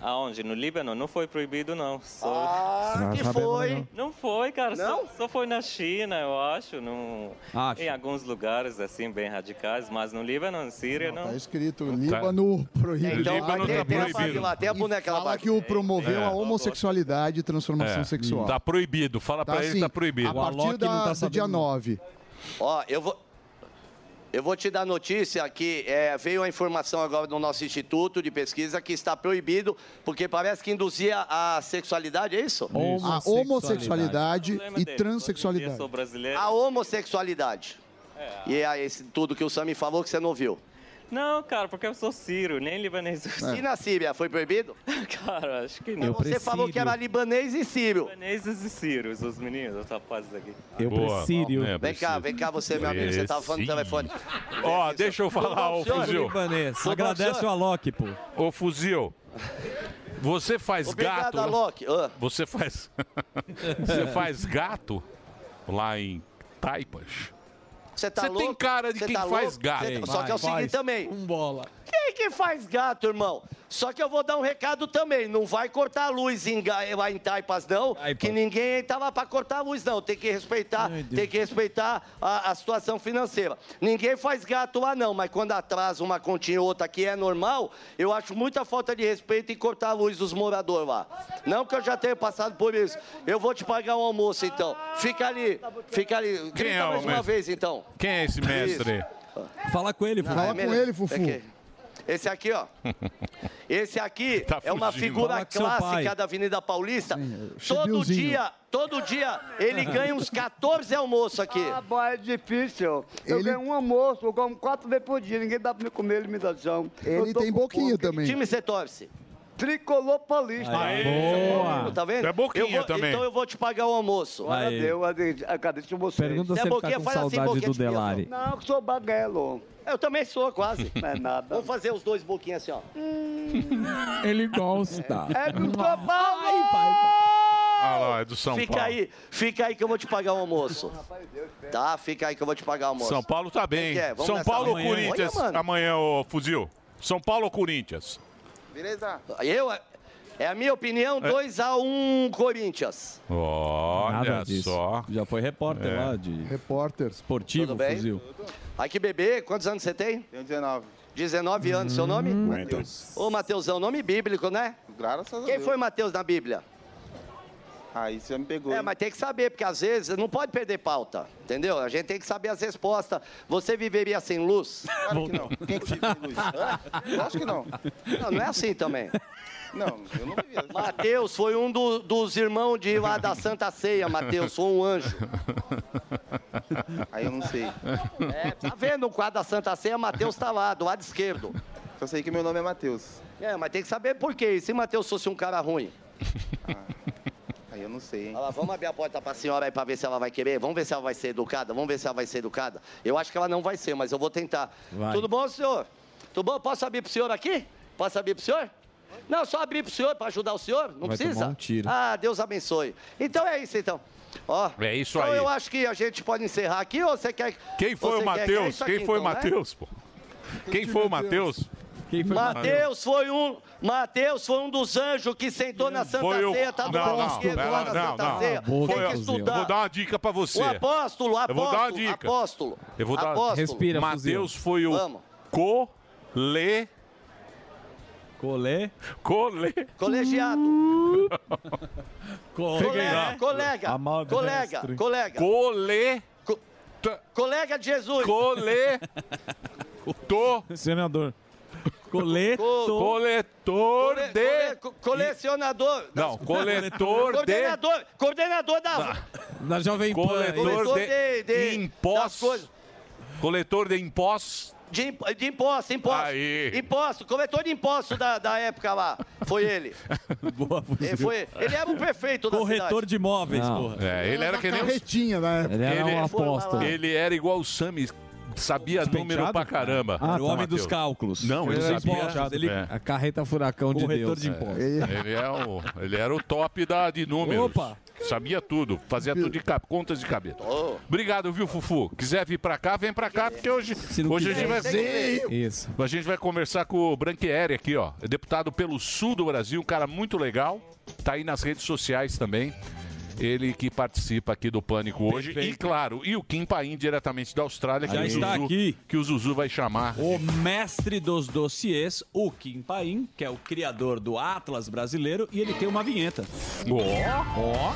[SPEAKER 14] Aonde? No Líbano? Não foi proibido, não. Só...
[SPEAKER 7] Ah, que foi?
[SPEAKER 14] Não foi, cara.
[SPEAKER 7] Não?
[SPEAKER 14] Só, só foi na China, eu acho. No...
[SPEAKER 6] Acho.
[SPEAKER 14] Em alguns lugares, assim, bem radicais. Mas no Líbano, na Síria, não.
[SPEAKER 6] Tá escrito Líbano
[SPEAKER 2] É,
[SPEAKER 6] proíbe.
[SPEAKER 14] Então, Líbano
[SPEAKER 7] tem- tá tem a proibido. Barbie lá, tem a
[SPEAKER 6] E
[SPEAKER 7] boneca lá,
[SPEAKER 6] Fala
[SPEAKER 7] Barbie.
[SPEAKER 6] que o promoveu
[SPEAKER 2] É.
[SPEAKER 6] a homossexualidade e transformação
[SPEAKER 2] É,
[SPEAKER 6] sexual.
[SPEAKER 2] Tá proibido. Fala pra ele
[SPEAKER 6] assim,
[SPEAKER 2] tá proibido.
[SPEAKER 6] A partir da, do dia 9.
[SPEAKER 7] Ó, eu vou. Eu vou te dar notícia que é, veio a informação agora do nosso Instituto de Pesquisa que está proibido, porque parece que induzia a sexualidade, é isso?
[SPEAKER 6] A homossexualidade e
[SPEAKER 14] Eu
[SPEAKER 6] transexualidade.
[SPEAKER 14] sou brasileiro.
[SPEAKER 7] A homossexualidade. E é esse, tudo que o Sami falou que você não ouviu.
[SPEAKER 14] Não, cara, porque eu sou sírio, nem libanês.
[SPEAKER 7] E na Síria, foi proibido?
[SPEAKER 14] Cara, acho que não.
[SPEAKER 7] Mas você falou que era libanês e sírio.
[SPEAKER 14] Libaneses e sírios, os meninos, os rapazes aqui.
[SPEAKER 7] Eu
[SPEAKER 2] Boa. prefiro. É,
[SPEAKER 7] Vem cá, vem cá, você, meu amigo, você tava falando no telefone.
[SPEAKER 2] Ó, deixa eu falar, ô
[SPEAKER 7] Tudo bom,
[SPEAKER 2] Fuzil.
[SPEAKER 7] senhor? Tudo bom, senhor?
[SPEAKER 2] Alok, pô. Ô, Fuzil. Você faz
[SPEAKER 7] Obrigado,
[SPEAKER 2] gato.
[SPEAKER 7] Alok. Ah.
[SPEAKER 2] Você faz. você faz gato lá em Taipas.
[SPEAKER 7] Você tá
[SPEAKER 2] Você tem
[SPEAKER 7] louco?
[SPEAKER 2] cara de
[SPEAKER 7] Você
[SPEAKER 2] quem
[SPEAKER 7] tá
[SPEAKER 2] faz
[SPEAKER 7] louco?
[SPEAKER 2] gato.
[SPEAKER 7] Você-
[SPEAKER 2] Ei,
[SPEAKER 7] Só que é o
[SPEAKER 2] faz,
[SPEAKER 7] seguinte
[SPEAKER 2] faz.
[SPEAKER 7] também.
[SPEAKER 2] Um bola.
[SPEAKER 7] Quem que faz gato, irmão? Só que eu vou dar um recado também. Não vai cortar a luz em, Ga- lá em Taipas, não. Que ninguém tava pra cortar a luz, não. Tem que respeitar, tem que respeitar a, a situação financeira. Ninguém faz gato lá, não. Mas quando atrasa uma continha ou outra que é normal, eu acho muita falta de respeito em cortar a luz dos moradores lá. Não que eu já tenha passado por isso. Eu vou te pagar um almoço, então. Fica ali, fica ali. Grita
[SPEAKER 2] Quem é o
[SPEAKER 7] mais uma
[SPEAKER 2] mestre?
[SPEAKER 7] vez, então.
[SPEAKER 2] Quem é esse mestre?
[SPEAKER 7] Fala com ele,
[SPEAKER 2] Fufu.
[SPEAKER 3] é
[SPEAKER 2] Fala com ele, Fufu.
[SPEAKER 7] Esse aqui, ó. Esse aqui é uma
[SPEAKER 2] fugindo.
[SPEAKER 7] figura
[SPEAKER 2] Fala com seu
[SPEAKER 7] clássica
[SPEAKER 2] pai.
[SPEAKER 7] da Avenida Paulista. Todo
[SPEAKER 6] Chibilzinho.
[SPEAKER 7] dia, todo dia, ele ganha uns 14 almoços aqui.
[SPEAKER 15] Ah, bom, é difícil. Eu
[SPEAKER 7] Ele-
[SPEAKER 15] ganho um almoço, eu como quatro vezes por dia. Ninguém dá pra me comer alimentação.
[SPEAKER 6] Ele tem boquinha também.
[SPEAKER 7] time você torce?
[SPEAKER 15] Tricolor paulista.
[SPEAKER 7] Aê, Tá vendo? Eu vou- Então eu vou te pagar o almoço.
[SPEAKER 15] Glória a Aê. Deus,
[SPEAKER 7] agradeço você.
[SPEAKER 15] Pergunta se ele tá com
[SPEAKER 7] assim,
[SPEAKER 15] saudade do Delari. Não, que sou baguelo.
[SPEAKER 7] Eu também sou, quase. Não é nada. Vamos fazer os dois boquinhos assim, ó.
[SPEAKER 11] Ele gosta.
[SPEAKER 7] É do São Paulo!
[SPEAKER 2] Ah lá, é do São
[SPEAKER 7] fica
[SPEAKER 2] Paulo.
[SPEAKER 7] aí, fica aí que eu vou te pagar o almoço. Tá, fica aí que eu vou te pagar o almoço.
[SPEAKER 2] São Paulo tá
[SPEAKER 7] Quem
[SPEAKER 2] bem.
[SPEAKER 7] que é? Vamos
[SPEAKER 2] São
[SPEAKER 7] nessa
[SPEAKER 2] Paulo ou
[SPEAKER 7] amanhã.
[SPEAKER 2] Corinthians?
[SPEAKER 7] Olha, mano.
[SPEAKER 2] amanhã, ô Fuzil. São Paulo ou Corinthians?
[SPEAKER 7] Beleza? Eu, é a minha opinião, 2x1 Corinthians.
[SPEAKER 2] Olha
[SPEAKER 8] Nada disso.
[SPEAKER 2] só.
[SPEAKER 8] Já foi repórter
[SPEAKER 2] É.
[SPEAKER 8] lá de
[SPEAKER 6] Repórter.
[SPEAKER 8] esportivo,
[SPEAKER 7] Tudo bem?
[SPEAKER 8] fuzil.
[SPEAKER 7] Aí que bebê, quantos anos você tem? Tenho 19. 19 anos, seu nome? Matheus. Ô, Mateusão, nome bíblico, né?
[SPEAKER 12] Graças a
[SPEAKER 7] Quem
[SPEAKER 12] Deus.
[SPEAKER 7] foi Mateus na Bíblia?
[SPEAKER 12] Aí você me pegou.
[SPEAKER 7] É, mas tem que saber, porque às vezes não pode perder pauta, entendeu? A gente tem que saber as respostas. Você viveria sem luz?
[SPEAKER 12] Claro que não. Quem que vive sem luz? Hã? Lógico que não.
[SPEAKER 7] Não, não é assim também.
[SPEAKER 12] Não, eu não vivia.
[SPEAKER 7] Mateus foi um do- dos irmãos de lá da Santa Ceia, Mateus, foi um anjo.
[SPEAKER 12] Aí eu não sei.
[SPEAKER 7] É, tá vendo o quadro da Santa Ceia? Mateus tá lá, do lado esquerdo.
[SPEAKER 12] Só sei que meu nome é Matheus.
[SPEAKER 7] É, mas tem que saber por quê. E se Mateus fosse um cara ruim?
[SPEAKER 12] Ah, Aí eu não sei, hein?
[SPEAKER 7] Olha lá, vamos abrir a porta pra senhora aí pra ver se ela vai querer. Vamos ver se ela vai ser educada. Vamos ver se ela vai ser educada. Eu acho que ela não vai ser, mas eu vou tentar.
[SPEAKER 12] Vai.
[SPEAKER 7] Tudo bom, senhor? Tudo bom? Posso abrir pro senhor aqui? Posso abrir pro senhor? Não, só abrir pro senhor pra ajudar o senhor? Não
[SPEAKER 2] Vai
[SPEAKER 7] precisa?
[SPEAKER 2] tomar um tiro.
[SPEAKER 7] Ah, Deus abençoe. Então é isso, então. Ó,
[SPEAKER 2] É isso
[SPEAKER 7] então
[SPEAKER 2] aí.
[SPEAKER 7] eu acho que a gente pode encerrar aqui ou você quer.
[SPEAKER 2] Quem foi
[SPEAKER 7] você
[SPEAKER 2] o
[SPEAKER 7] quer- é
[SPEAKER 2] Matheus?
[SPEAKER 7] isso
[SPEAKER 2] Quem
[SPEAKER 7] aqui,
[SPEAKER 2] foi o
[SPEAKER 7] então, né?
[SPEAKER 2] Matheus, pô? Quem foi o Matheus? Quem
[SPEAKER 7] Mateus foi um, Mateus foi um dos anjos que sentou na Santa
[SPEAKER 2] Foi o...
[SPEAKER 7] Ceia, tá
[SPEAKER 2] não,
[SPEAKER 7] do lado
[SPEAKER 2] não,
[SPEAKER 7] esquerdo lá na
[SPEAKER 2] não, não,
[SPEAKER 7] Santa Ceia.
[SPEAKER 2] não.
[SPEAKER 7] Tem que
[SPEAKER 2] Foi, vou
[SPEAKER 7] estudar.
[SPEAKER 2] dar uma dica pra você.
[SPEAKER 7] O apóstolo,
[SPEAKER 2] Eu vou dar uma
[SPEAKER 7] apóstolo,
[SPEAKER 2] dica.
[SPEAKER 7] apóstolo.
[SPEAKER 2] Eu vou dar...
[SPEAKER 7] apóstolo.
[SPEAKER 2] Mateus foi
[SPEAKER 7] Vamos.
[SPEAKER 2] o cole... Colé? Colé.
[SPEAKER 7] Colegiado.
[SPEAKER 2] Colega.
[SPEAKER 7] Colega, colega,
[SPEAKER 2] Amado
[SPEAKER 7] colega,
[SPEAKER 2] mestre.
[SPEAKER 7] colega.
[SPEAKER 2] Cole...
[SPEAKER 7] Colega de Jesus.
[SPEAKER 2] Cole... To...
[SPEAKER 5] Senador.
[SPEAKER 7] Co-
[SPEAKER 2] Coletor
[SPEAKER 7] cole-
[SPEAKER 2] de...
[SPEAKER 7] cole- colecionador.
[SPEAKER 2] Não, coletor de-
[SPEAKER 7] Coordenador, coordenador da...
[SPEAKER 2] Na Jovem
[SPEAKER 7] Pan,
[SPEAKER 2] Coletor
[SPEAKER 7] Coletor
[SPEAKER 2] de,
[SPEAKER 7] de- de-
[SPEAKER 2] impostos. Coletor de impostos.
[SPEAKER 7] De, imp- de imposto, imposto.
[SPEAKER 2] Aí.
[SPEAKER 7] Imposto, coletor de imposto da, da época lá. Foi ele.
[SPEAKER 10] Boa, fuzil.
[SPEAKER 7] Ele, foi, ele era o prefeito da
[SPEAKER 10] Corretor
[SPEAKER 7] cidade.
[SPEAKER 10] de imóveis,
[SPEAKER 2] Não.
[SPEAKER 10] porra.
[SPEAKER 2] É, ele era que nem os-
[SPEAKER 6] Carretinha, né?
[SPEAKER 4] um é,
[SPEAKER 2] Ele era igual o Sami, sabia número pra caramba.
[SPEAKER 4] Ah, Era o tá. É. homem dos
[SPEAKER 2] Mateus.
[SPEAKER 4] cálculos.
[SPEAKER 2] Não, ele,
[SPEAKER 4] Ele era
[SPEAKER 2] sabia.
[SPEAKER 4] despojado, ele- A carreta furacão de Deus.
[SPEAKER 2] É, ele, é o, ele era o top da, de números.
[SPEAKER 4] Opa.
[SPEAKER 2] Sabia tudo, fazia tudo de ca- contas de cabeça. Obrigado, viu, Fufu? Quiser vir pra cá, vem pra cá, porque hoje, hoje a gente vai.
[SPEAKER 4] quiser, Isso.
[SPEAKER 2] A gente vai conversar com o Branquieri aqui, ó. É deputado pelo sul do Brasil, um cara muito legal. Tá aí nas redes sociais também. Ele que participa aqui do Pânico hoje. E claro, e o Kim Paim, diretamente da Austrália, que, é
[SPEAKER 8] Já
[SPEAKER 2] o Zuzu,
[SPEAKER 8] está aqui.
[SPEAKER 2] que o Zuzu vai chamar.
[SPEAKER 8] O mestre dos dossiês, o Kim Paim, que é o criador do Atlas brasileiro, e ele tem uma vinheta.
[SPEAKER 2] Ó, ó.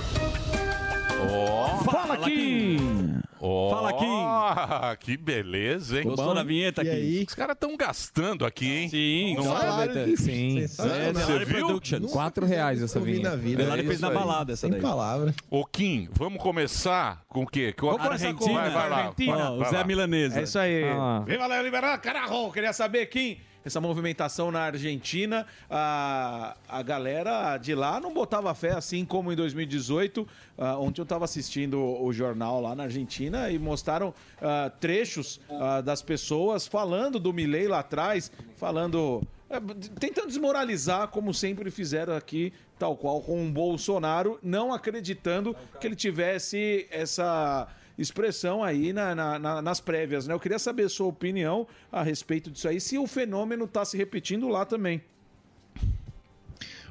[SPEAKER 2] Ó.
[SPEAKER 5] Fala, Kim!
[SPEAKER 2] Oh,
[SPEAKER 10] Fala, Kim.
[SPEAKER 2] Que beleza, hein?
[SPEAKER 10] Gostou da vinheta, E Kim? aí?
[SPEAKER 2] Os caras estão gastando aqui, hein? Sim,
[SPEAKER 10] claro, Beto. Sim.
[SPEAKER 2] Você,
[SPEAKER 10] Delari
[SPEAKER 2] viu?
[SPEAKER 10] Productions. Nunca
[SPEAKER 11] Quatro reais essa vinheta.
[SPEAKER 10] Delari né? fez na balada essa daí.
[SPEAKER 2] palavra. Ô, Kim, vamos começar com o quê? Com a-
[SPEAKER 10] Vamos começar com-
[SPEAKER 2] Vai, vai lá.
[SPEAKER 10] Argentina.
[SPEAKER 2] vai lá,
[SPEAKER 10] Ó, o
[SPEAKER 2] vai
[SPEAKER 10] Zé
[SPEAKER 2] lá.
[SPEAKER 10] Milanesa.
[SPEAKER 3] É isso aí.
[SPEAKER 10] Ah.
[SPEAKER 3] Viva Léo Liberar, caralho! Queria saber, Kim, essa movimentação na Argentina, a, a galera de lá não botava fé, assim como em 2018. Ah, ontem eu estava assistindo o jornal lá na Argentina e mostraram ah, trechos ah, das pessoas falando do Milei lá atrás, falando... é, Tentando desmoralizar, como sempre fizeram aqui, tal qual com o Bolsonaro, não acreditando que ele tivesse essa expressão aí na- na- na- nas prévias, né? Eu queria saber a sua opinião a respeito disso aí, se o fenômeno está se repetindo lá também.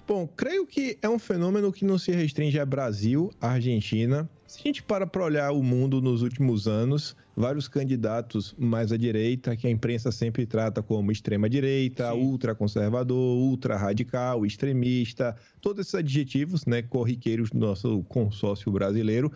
[SPEAKER 16] Bom, creio que é um fenômeno que não se restringe a Brasil, Argentina. Se a gente para para olhar o mundo nos últimos anos, vários candidatos mais à direita, que a imprensa sempre trata como extrema-direita, ultraconservador, ultra-radical, extremista, todos esses adjetivos né, corriqueiros do nosso consórcio brasileiro,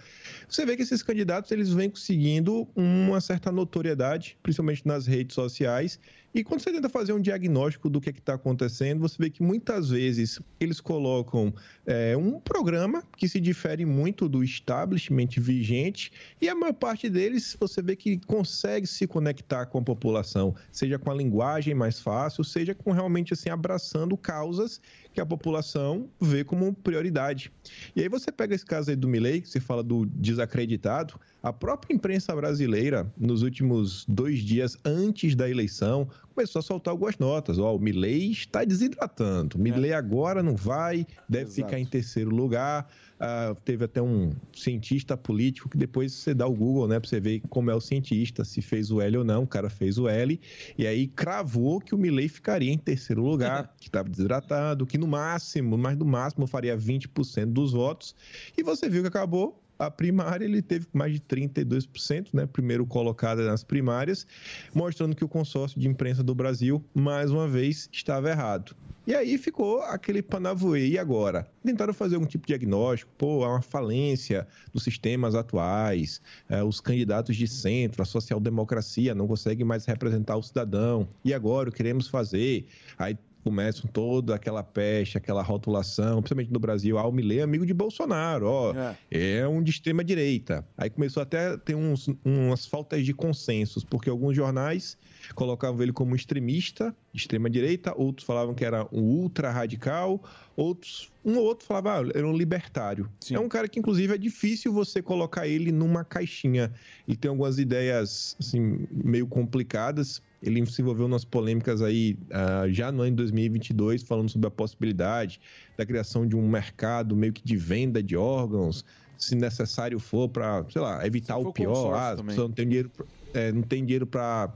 [SPEAKER 16] você vê que esses candidatos eles vêm conseguindo uma certa notoriedade, principalmente nas redes sociais, e quando você tenta fazer um diagnóstico do que está acontecendo, você vê que muitas vezes eles colocam é, um programa que se difere muito do establishment vigente, e a maior parte deles você vê que consegue se conectar com a população, seja com a linguagem mais fácil, seja com realmente assim, abraçando causas que a população vê como prioridade. E aí você pega esse caso aí do Milei, que se fala do desacreditado, a própria imprensa brasileira, nos últimos dois dias antes da eleição, começou a soltar algumas notas. Ó, o Milley está desidratando. O Milley agora não vai, deve ficar em terceiro lugar. Ah, teve até um cientista político que depois você dá o Google, né, para você ver como é o cientista, se fez o L ou não. O cara fez o L e aí cravou que o Milley ficaria em terceiro lugar, que estava desidratado, que no máximo, mas no máximo faria 20% dos votos. E você viu que acabou a primária ele teve mais de 32%, né? Primeiro colocado nas primárias, mostrando que o consórcio de imprensa do Brasil, mais uma vez, estava errado. E aí ficou aquele panavoe. E agora? Tentaram fazer algum tipo de diagnóstico, pô, há uma falência dos sistemas atuais, eh, os candidatos de centro, a social-democracia não consegue mais representar o cidadão. E agora o que queremos fazer? Aí começam toda aquela peste, aquela rotulação, principalmente no Brasil, ah, o Milei é amigo de Bolsonaro, ó, é, um de extrema direita. Aí começou até a ter uns, umas faltas de consensos, porque alguns jornais colocavam ele como extremista, de extrema direita, outros falavam que era um ultra radical, outros, um ou outro falava, ah, era um libertário. É um cara que, inclusive, é difícil você colocar ele numa caixinha. Ele tem algumas ideias, assim, meio complicadas, ele se envolveu nas polêmicas aí ah, já no ano de 2022, falando sobre a possibilidade da criação de um mercado meio que de venda de órgãos, se necessário for para, sei lá, evitar o pior.
[SPEAKER 17] consórcio
[SPEAKER 16] Ah,
[SPEAKER 17] também.
[SPEAKER 16] a pessoa não tem dinheiro, pra- é, não tem dinheiro para,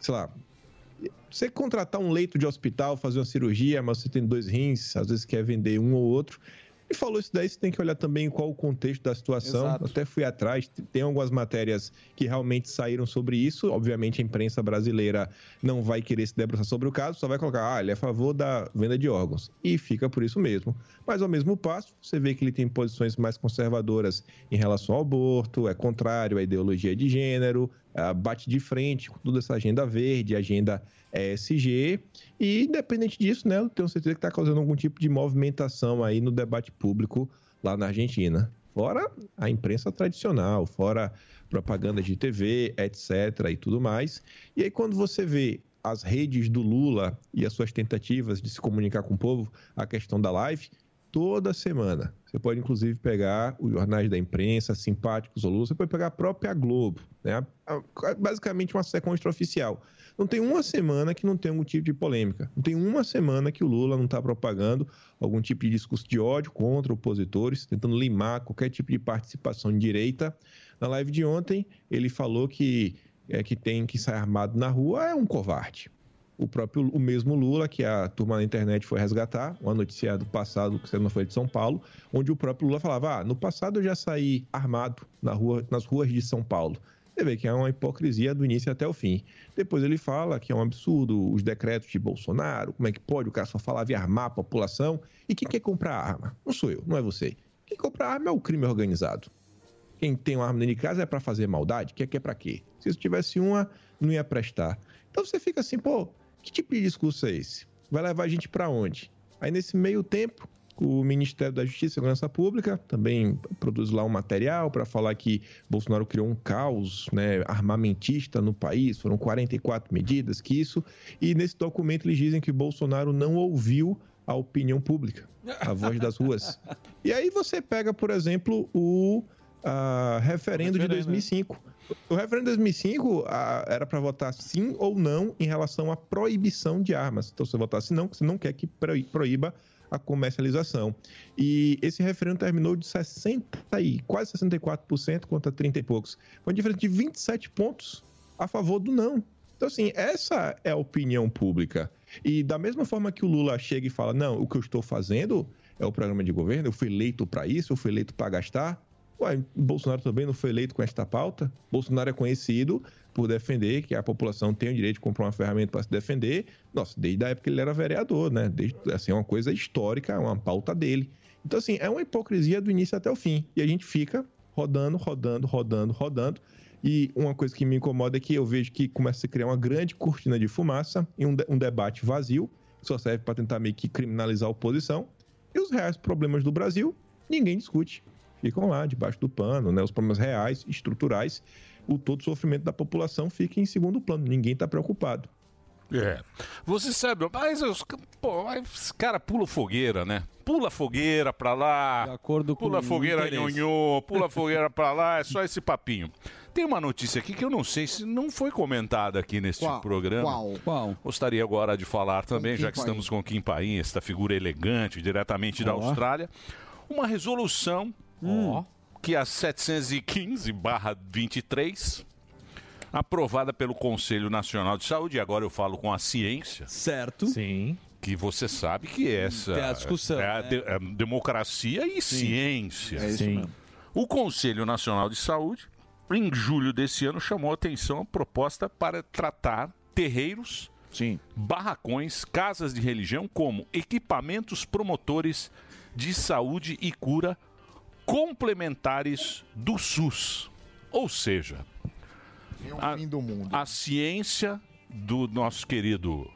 [SPEAKER 16] sei lá, você contratar um leito de hospital, fazer uma cirurgia, mas você tem dois rins, às vezes quer vender um ou outro. E falou isso daí, você tem que olhar também qual o contexto da situação.
[SPEAKER 17] Exato.
[SPEAKER 16] Até fui atrás, tem algumas matérias que realmente saíram sobre isso. Obviamente, a imprensa brasileira não vai querer se debruçar sobre o caso, só vai colocar, ah, ele é a favor da venda de órgãos. E fica por isso mesmo. Mas, ao mesmo passo, você vê que ele tem posições mais conservadoras em relação ao aborto, é contrário à ideologia de gênero, ah, bate de frente com toda essa agenda verde, agenda ESG, e independente disso, né, eu tenho certeza que está causando algum tipo de movimentação aí no debate público lá na Argentina. Fora a imprensa tradicional, fora propaganda de TV, etc. e tudo mais. E aí, quando você vê as redes do Lula e as suas tentativas de se comunicar com o povo, a questão da live, toda semana. Você pode, inclusive, pegar os jornais da imprensa, simpáticos ou Lula, você pode pegar a própria Globo, né? A- a- basicamente uma sequência oficial. Não tem uma semana que não tem algum tipo de polêmica. Não tem uma semana que o Lula não está propagando algum tipo de discurso de ódio contra opositores, tentando limar qualquer tipo de participação de direita. Na live de ontem, ele falou que é que tem que sair armado na rua é um covarde o próprio o mesmo Lula que a turma na internet foi resgatar, uma notícia do passado que não foi de São Paulo, onde o próprio Lula falava: "Ah, no passado eu já saí armado na rua, nas ruas de São Paulo". Você vê que é uma hipocrisia do início até o fim. Depois ele fala que é um absurdo os decretos de Bolsonaro, como é que pode o cara só falava em armar a população? E quem quer comprar arma? Não sou eu, não é você. Quem compra arma é o crime organizado. Quem tem uma arma dentro de casa é para fazer maldade? Quer que é para quê? Se isso tivesse uma, não ia prestar. Então você fica assim, pô, que tipo de discurso é esse? Vai levar a gente para onde? Aí nesse meio tempo, o Ministério da Justiça e Segurança Pública também produz lá um material para falar que Bolsonaro criou um caos né, armamentista no país, foram 44 medidas, que isso. E nesse documento eles dizem que Bolsonaro não ouviu a opinião pública, a voz das ruas. E aí você pega, por exemplo, o ah, referendo de 2005. O referendo de 2005 ah, era para votar sim ou não em relação à proibição de armas. Então, se você votasse não, você não quer que proi- proíba a comercialização. E esse referendo terminou de 60 e quase 64% contra 30 e poucos. Foi uma diferença de 27 pontos a favor do não. Então, assim, essa é a opinião pública. E da mesma forma que o Lula chega e fala: não, o que eu estou fazendo é o programa de governo, eu fui eleito para isso, eu fui eleito para gastar. Ué, Bolsonaro também não foi eleito com esta pauta. Bolsonaro é conhecido por defender que a população tem o direito de comprar uma ferramenta para se defender. Nossa, desde a época que ele era vereador, né? Desde, assim, é uma coisa histórica, é uma pauta dele. Então, assim, é uma hipocrisia do início até o fim. E a gente fica rodando, rodando, rodando, rodando. E uma coisa que me incomoda é que eu vejo que começa a se criar uma grande cortina de fumaça e um, de- um debate vazio, que só serve para tentar meio que criminalizar a oposição. E os reais problemas do Brasil, ninguém discute. Ficam lá, debaixo do pano, né? Os problemas reais, estruturais, o todo sofrimento da população fica em segundo plano. Ninguém está preocupado.
[SPEAKER 2] É. Você sabe, mas os, pô, mas os cara pula fogueira, né? Pula fogueira pra lá. pula
[SPEAKER 11] com o
[SPEAKER 2] fogueira
[SPEAKER 11] interesse.
[SPEAKER 2] nhonhô, pula fogueira pra lá, é só esse papinho. Tem uma notícia aqui que eu não sei se não foi comentada aqui neste
[SPEAKER 11] Qual?
[SPEAKER 2] programa.
[SPEAKER 11] Qual?
[SPEAKER 2] Gostaria agora de falar também,
[SPEAKER 11] Kim
[SPEAKER 2] já que
[SPEAKER 11] Paim.
[SPEAKER 2] estamos com Kim Paim, esta figura elegante diretamente da
[SPEAKER 11] Ó.
[SPEAKER 2] Austrália, uma resolução ó, que é a 715/23 aprovada pelo Conselho Nacional de Saúde, e agora eu falo com a ciência.
[SPEAKER 8] Certo.
[SPEAKER 2] Sim. Que você sabe que essa
[SPEAKER 8] Tem a discussão,
[SPEAKER 2] é a
[SPEAKER 8] né?
[SPEAKER 2] de- é a democracia e
[SPEAKER 8] Sim.
[SPEAKER 2] ciência.
[SPEAKER 8] É isso Sim. mesmo.
[SPEAKER 2] O Conselho Nacional de Saúde, em julho desse ano, chamou atenção a proposta para tratar terreiros, barracões, casas de religião como equipamentos promotores de saúde e cura complementares do SUS. Ou seja, a, a ciência do nosso querido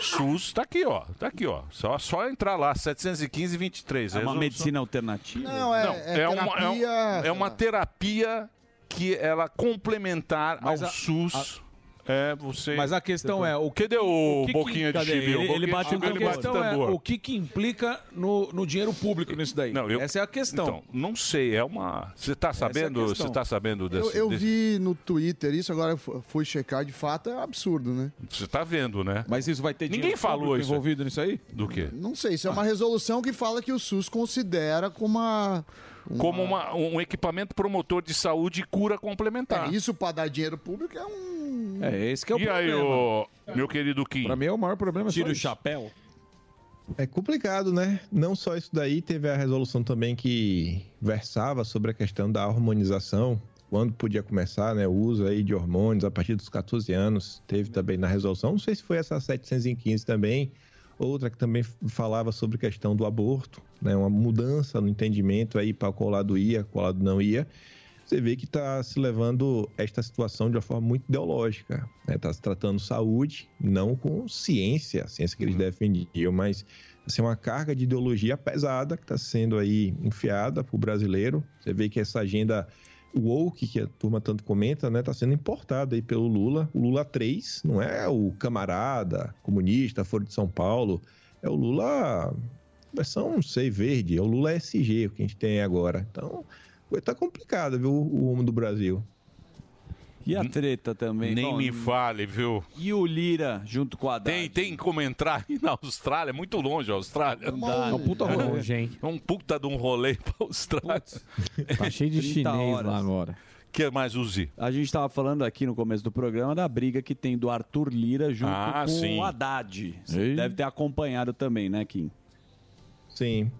[SPEAKER 2] SUS tá aqui, ó. Tá aqui, ó. Só, só entrar lá, 715 23.
[SPEAKER 8] É uma medicina alternativa?
[SPEAKER 2] Não, é, é, uma, é, um- é uma terapia que ela complementar ao
[SPEAKER 3] a-
[SPEAKER 2] SUS. É, você.
[SPEAKER 3] Mas a questão é, o que-
[SPEAKER 2] Cadê o,
[SPEAKER 3] que que-
[SPEAKER 2] boquinha de
[SPEAKER 3] cadê?
[SPEAKER 2] chibio?
[SPEAKER 3] Ele-
[SPEAKER 2] Boquinha
[SPEAKER 3] ele
[SPEAKER 2] de
[SPEAKER 3] bate um
[SPEAKER 2] chibio, ele
[SPEAKER 3] tambor. A
[SPEAKER 2] bate
[SPEAKER 3] questão é,
[SPEAKER 2] tambor.
[SPEAKER 3] o que que implica no, no dinheiro público nisso daí? Essa é a questão.
[SPEAKER 2] Então, não sei, é uma. Você tá
[SPEAKER 3] Essa é a
[SPEAKER 2] sabendo?
[SPEAKER 3] questão.
[SPEAKER 2] Você tá sabendo
[SPEAKER 6] Eu,
[SPEAKER 2] desse.
[SPEAKER 6] eu
[SPEAKER 2] desse-
[SPEAKER 6] vi no Twitter isso, agora eu fu- fui checar, de fato é absurdo, né?
[SPEAKER 2] Você tá vendo, né?
[SPEAKER 3] Mas isso vai ter
[SPEAKER 2] Ninguém
[SPEAKER 6] dinheiro
[SPEAKER 2] falou
[SPEAKER 6] público
[SPEAKER 2] isso.
[SPEAKER 6] envolvido
[SPEAKER 3] nisso aí?
[SPEAKER 2] Do quê?
[SPEAKER 6] Não sei, isso é uma resolução que fala que o SUS considera como uma.
[SPEAKER 2] Como uma- um equipamento promotor de saúde e cura complementar.
[SPEAKER 6] É, isso para dar dinheiro público é um.
[SPEAKER 3] É, esse que é o
[SPEAKER 2] e
[SPEAKER 3] problema.
[SPEAKER 2] aí, ô, meu querido Kim? Pra
[SPEAKER 3] mim é o maior problema.
[SPEAKER 2] Tira
[SPEAKER 16] o
[SPEAKER 2] chapéu.
[SPEAKER 16] É complicado, né? Não só isso daí, teve a resolução também que versava sobre a questão da hormonização, quando podia começar, né, o uso aí de hormônios a partir dos 14 anos. Teve também na resolução, não sei se foi essa 715 também, outra que também f- falava sobre questão do aborto, né, uma mudança no entendimento aí para qual lado ia, qual lado não ia. Você vê que está se levando esta situação de uma forma muito ideológica. Está se tratando saúde, não com ciência, a ciência que eles defendiam, mas assim, uma carga de ideologia pesada que está sendo aí enfiada para o brasileiro. Você vê que essa agenda woke, que a turma tanto comenta, está sendo importada aí pelo Lula. O Lula 3 não é o camarada comunista, fora de São Paulo, é o Lula versão, não sei, verde, é o Lula SG, o que a gente tem agora. Então, coisa tá complicada, viu, o rumo do Brasil.
[SPEAKER 8] E a treta também?
[SPEAKER 2] Nem
[SPEAKER 8] Bom,
[SPEAKER 2] me fale, viu?
[SPEAKER 8] E o Lira junto com a Haddad?
[SPEAKER 2] Tem, tem como entrar aí na Austrália, é muito longe a Austrália.
[SPEAKER 8] Não dá, É um né? puta
[SPEAKER 11] rolê. Longe,
[SPEAKER 2] É um puta de um rolê pra Austrália.
[SPEAKER 11] Tá cheio de
[SPEAKER 8] 30
[SPEAKER 11] chinês
[SPEAKER 8] horas.
[SPEAKER 11] lá agora.
[SPEAKER 2] que mais use?
[SPEAKER 8] A gente estava falando aqui no começo do programa da briga que tem do Arthur Lira junto
[SPEAKER 2] Ah,
[SPEAKER 8] com
[SPEAKER 2] sim.
[SPEAKER 8] o Haddad. Você
[SPEAKER 2] Ei.
[SPEAKER 8] deve ter acompanhado também, né, Kim?
[SPEAKER 16] Sim.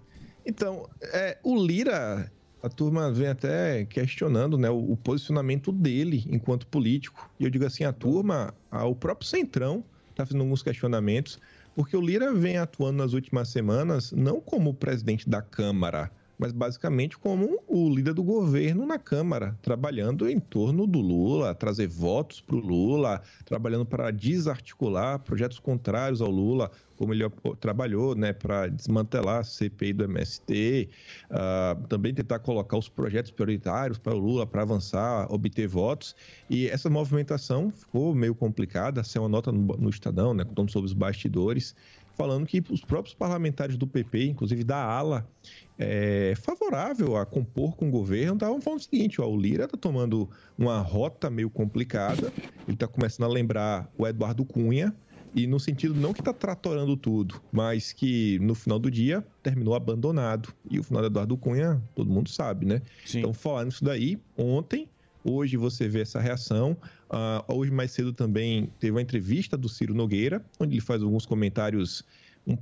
[SPEAKER 16] Então, é, o Lira, a turma vem até questionando né, o, o posicionamento dele enquanto político. E eu digo assim, a turma, a- o próprio Centrão está fazendo alguns questionamentos, porque o Lira vem atuando nas últimas semanas não como presidente da Câmara, mas basicamente como o líder do governo na Câmara, trabalhando em torno do Lula, trazer votos para o Lula, trabalhando para desarticular projetos contrários ao Lula, como ele apo- trabalhou né, para desmantelar a CPI do MST, ah, também tentar colocar os projetos prioritários para o Lula, para avançar, obter votos. E essa movimentação ficou meio complicada, saiu uma nota no, no Estadão, né, contando sobre os bastidores, falando que os próprios parlamentares do PP, inclusive da ala é, favorável a compor com o governo, estavam falando o seguinte: ó, o Lira está tomando uma rota meio complicada, ele está começando a lembrar o Eduardo Cunha, e no sentido não que está tratorando tudo, mas que no final do dia terminou abandonado. E o final do Eduardo Cunha, todo mundo sabe, né? Então, falando isso daí, ontem Hoje você vê essa reação. Ah, hoje, mais cedo, também teve uma entrevista do Ciro Nogueira, onde ele faz alguns comentários um-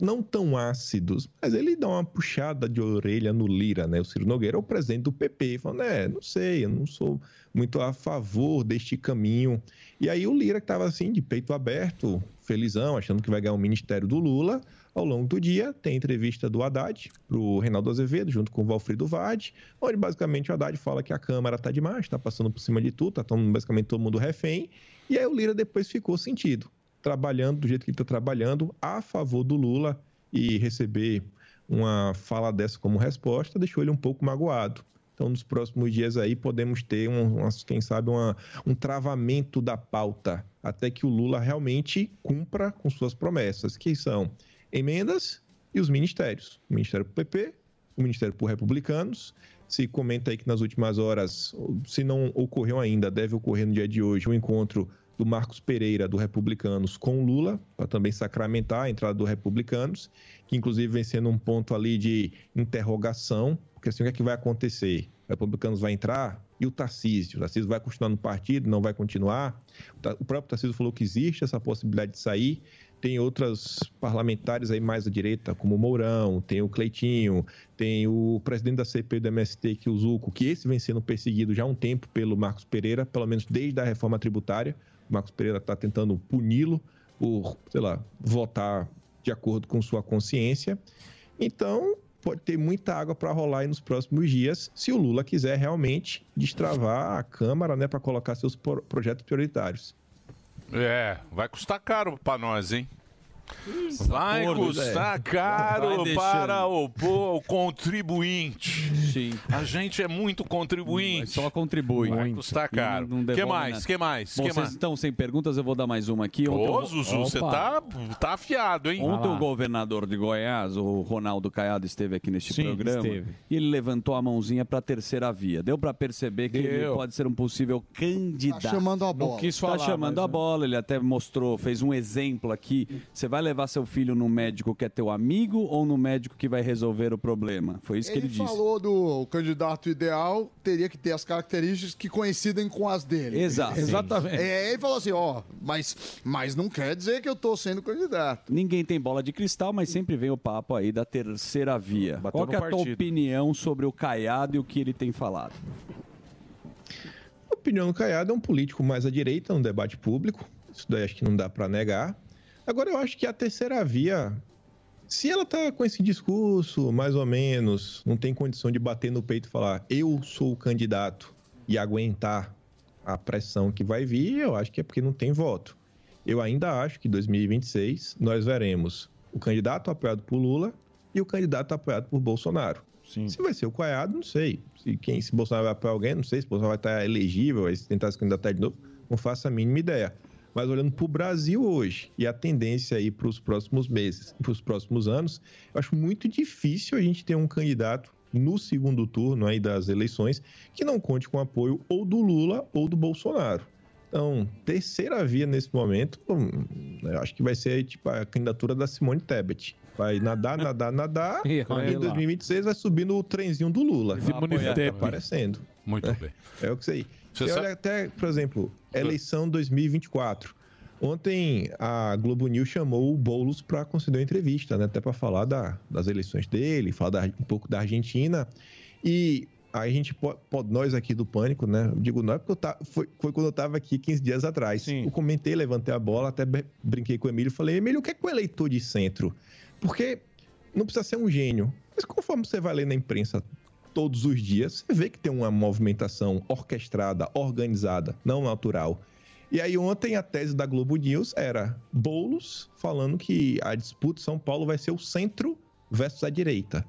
[SPEAKER 16] não tão ácidos, mas ele dá uma puxada de orelha no Lira, né? O Ciro Nogueira é o presidente do PP, falando, é, não sei, eu não sou muito a favor deste caminho. E aí o Lira, que estava assim, de peito aberto, felizão, achando que vai ganhar o ministério do Lula, ao longo do dia tem entrevista do Haddad para o Reinaldo Azevedo, junto com o Valfrido Vade, onde basicamente o Haddad fala que a Câmara está demais, está passando por cima de tudo, está basicamente todo mundo refém. E aí o Lira depois ficou sentido, trabalhando do jeito que ele está trabalhando, a favor do Lula, e receber uma fala dessa como resposta deixou ele um pouco magoado. Então, nos próximos dias aí, podemos ter, um, uma- quem sabe, uma- um travamento da pauta, até que o Lula realmente cumpra com suas promessas, que são emendas e os ministérios. O Ministério para o PP, o Ministério para Republicanos. Se comenta aí que nas últimas horas, se não ocorreu ainda, deve ocorrer no dia de hoje, um encontro do Marcos Pereira, do Republicanos, com o Lula, para também sacramentar a entrada do Republicanos, que inclusive vem sendo um ponto ali de interrogação, porque assim, o que é que vai acontecer? O Republicanos vai entrar e o Tarcísio? O Tarcísio vai continuar no partido, não vai continuar? O Ta- O próprio Tarcísio falou que existe essa possibilidade de sair, tem outras parlamentares aí mais à direita, como o Mourão, tem o Cleitinho, tem o presidente da CPI do MST, que é o Zuco, que esse vem sendo perseguido já há um tempo pelo Marcos Pereira, pelo menos desde a reforma tributária. O Marcos Pereira está tentando puni-lo por, sei lá, votar de acordo com sua consciência. Então, pode ter muita água para rolar aí nos próximos dias, se o Lula quiser realmente destravar a Câmara, né, para colocar seus pro- projetos prioritários.
[SPEAKER 2] É, vai custar caro pra nós, hein? Vai
[SPEAKER 16] gordo,
[SPEAKER 2] custar
[SPEAKER 16] velho.
[SPEAKER 2] caro
[SPEAKER 16] Vai deixando.
[SPEAKER 2] para o, po- o contribuinte. Sim. A gente é muito contribuinte. Só
[SPEAKER 8] contribui.
[SPEAKER 2] Vai custar caro.
[SPEAKER 8] Não
[SPEAKER 2] que
[SPEAKER 8] devolve
[SPEAKER 2] mais?
[SPEAKER 8] nada.
[SPEAKER 2] que mais?
[SPEAKER 8] Bom,
[SPEAKER 2] que
[SPEAKER 8] vocês
[SPEAKER 2] mais?
[SPEAKER 8] estão sem perguntas, eu vou dar mais uma aqui. Ontem eu
[SPEAKER 2] Ô,
[SPEAKER 8] vou-
[SPEAKER 2] Zuzu, você
[SPEAKER 8] Opa.
[SPEAKER 2] tá, tá afiado, hein?
[SPEAKER 8] Ontem o governador de Goiás, o Ronaldo Caiado, esteve aqui neste programa
[SPEAKER 2] esteve.
[SPEAKER 8] e ele levantou a mãozinha para a terceira via. Deu para perceber que ele
[SPEAKER 4] Deu.
[SPEAKER 8] pode ser um possível candidato.
[SPEAKER 4] Tá chamando a bola. quis falar, né?
[SPEAKER 8] Tá chamando
[SPEAKER 4] mas,
[SPEAKER 8] a bola, ele até mostrou, fez um exemplo aqui. Você vai levar seu filho no médico que é teu amigo ou no médico que vai resolver o problema? Foi isso que ele disse.
[SPEAKER 6] falou do candidato ideal, teria que ter as características que coincidem com as dele.
[SPEAKER 8] Exato. Exatamente.
[SPEAKER 6] É, ele falou assim, ó, mas, mas não quer dizer que eu tô sendo candidato.
[SPEAKER 8] Ninguém tem bola de cristal, mas sempre vem o papo aí da terceira via. Qual que é
[SPEAKER 6] no
[SPEAKER 8] a tua
[SPEAKER 6] partido.
[SPEAKER 8] opinião sobre o Caiado e o que ele tem falado?
[SPEAKER 16] A opinião do Caiado é um político mais à direita no debate público. Isso daí acho que não dá para negar. Agora, eu acho que a terceira via, se ela tá com esse discurso, mais ou menos, não tem condição de bater no peito e falar eu sou o candidato e aguentar a pressão que vai vir, eu acho que é porque não tem voto. Eu ainda acho que em 2026 nós veremos o candidato apoiado por Lula e o candidato apoiado por Bolsonaro. Se vai ser o Caiado, não sei. Se, quem, se Bolsonaro vai apoiar alguém, não sei. Se Bolsonaro vai estar elegível, vai tentar se candidatar de novo, não faço a mínima ideia. Mas olhando para o Brasil hoje e a tendência aí para os próximos meses, para os próximos anos, eu acho muito difícil a gente ter um candidato no segundo turno aí das eleições que não conte com apoio ou do Lula ou do Bolsonaro. Então, terceira via nesse momento, hum, eu acho que vai ser tipo a candidatura da Simone Tebet. Vai nadar, nadar, nadar.
[SPEAKER 2] E
[SPEAKER 16] E
[SPEAKER 2] olha
[SPEAKER 16] em
[SPEAKER 2] lá.
[SPEAKER 16] 2026 vai subindo o trenzinho do Lula.
[SPEAKER 2] Simone
[SPEAKER 16] Vai
[SPEAKER 2] Tebet.
[SPEAKER 16] é, tá aparecendo.
[SPEAKER 2] Muito bem.
[SPEAKER 16] É o que sei.
[SPEAKER 2] Você
[SPEAKER 16] e
[SPEAKER 2] sabe-
[SPEAKER 16] olha até, por exemplo, eleição 2024. Ontem a Globo News chamou o Boulos para conceder uma entrevista, né? Até para falar da- das eleições dele, falar da- um pouco da Argentina. E a gente po- po- nós aqui do Pânico, né? Eu digo nós porque eu ta- foi, foi quando eu estava aqui 15 dias atrás. Eu comentei, levantei a bola, até be- brinquei com o Emílio, falei, Emílio, o que é que o eleitor de centro? Porque não precisa ser um gênio. Mas conforme você vai ler na imprensa todos os dias, você vê que tem uma movimentação orquestrada, organizada, não natural. E aí ontem a tese da Globo News era Boulos falando que a disputa de São Paulo vai ser o centro versus a direita.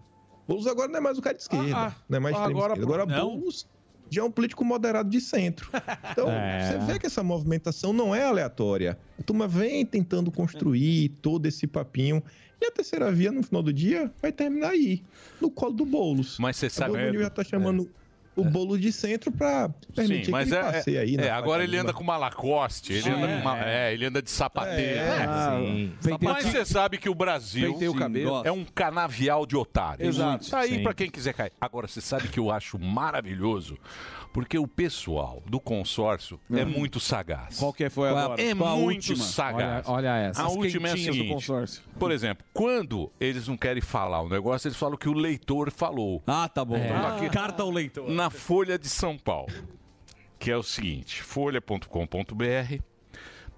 [SPEAKER 16] Boulos agora não é mais o cara de esquerda,
[SPEAKER 3] Ah, ah.
[SPEAKER 16] não é mais extremo
[SPEAKER 3] Agora
[SPEAKER 16] esquerda. Agora
[SPEAKER 3] pronto. Não.
[SPEAKER 16] Boulos já é um político moderado de centro. Então,
[SPEAKER 3] É.
[SPEAKER 16] você vê que essa movimentação não é aleatória. A turma vem tentando construir todo esse papinho. E a terceira via, no final do dia, vai terminar aí, no colo do Boulos.
[SPEAKER 2] Mas você
[SPEAKER 16] A
[SPEAKER 2] sabe. É.
[SPEAKER 16] Globo News já tá chamando o bolo de centro pra permitir
[SPEAKER 2] Sim, mas
[SPEAKER 16] que ele
[SPEAKER 2] é,
[SPEAKER 16] passeie
[SPEAKER 2] é,
[SPEAKER 16] aí. né? na
[SPEAKER 2] é, agora ele
[SPEAKER 16] Faria Lima.
[SPEAKER 2] anda com uma Lacoste, ele,
[SPEAKER 16] Sim.
[SPEAKER 2] anda, com uma- é, ele anda de sapateiro.
[SPEAKER 16] É,
[SPEAKER 2] né?
[SPEAKER 16] sim.
[SPEAKER 2] Mas você sabe que o Brasil
[SPEAKER 16] Penteia o cabelo.
[SPEAKER 2] é um canavial de otário.
[SPEAKER 16] Exato.
[SPEAKER 2] Tá aí
[SPEAKER 16] Sim.
[SPEAKER 2] pra quem quiser cair. Agora, você sabe que eu acho maravilhoso, porque o pessoal do consórcio é muito sagaz.
[SPEAKER 3] Qual que foi
[SPEAKER 2] Qual
[SPEAKER 3] agora?
[SPEAKER 2] É
[SPEAKER 3] Qual a
[SPEAKER 2] muito
[SPEAKER 3] última?
[SPEAKER 2] sagaz.
[SPEAKER 3] Olha- olha essa,
[SPEAKER 2] A
[SPEAKER 3] as
[SPEAKER 2] última é a
[SPEAKER 3] quentinhas do
[SPEAKER 2] seguinte,
[SPEAKER 3] consórcio.
[SPEAKER 2] Por exemplo, quando eles não querem falar o negócio, eles falam que o leitor falou. Ah, tá bom.
[SPEAKER 10] tá bom. Carta ao leitor.
[SPEAKER 2] Na Folha de São Paulo, que é o seguinte, folha.com.br,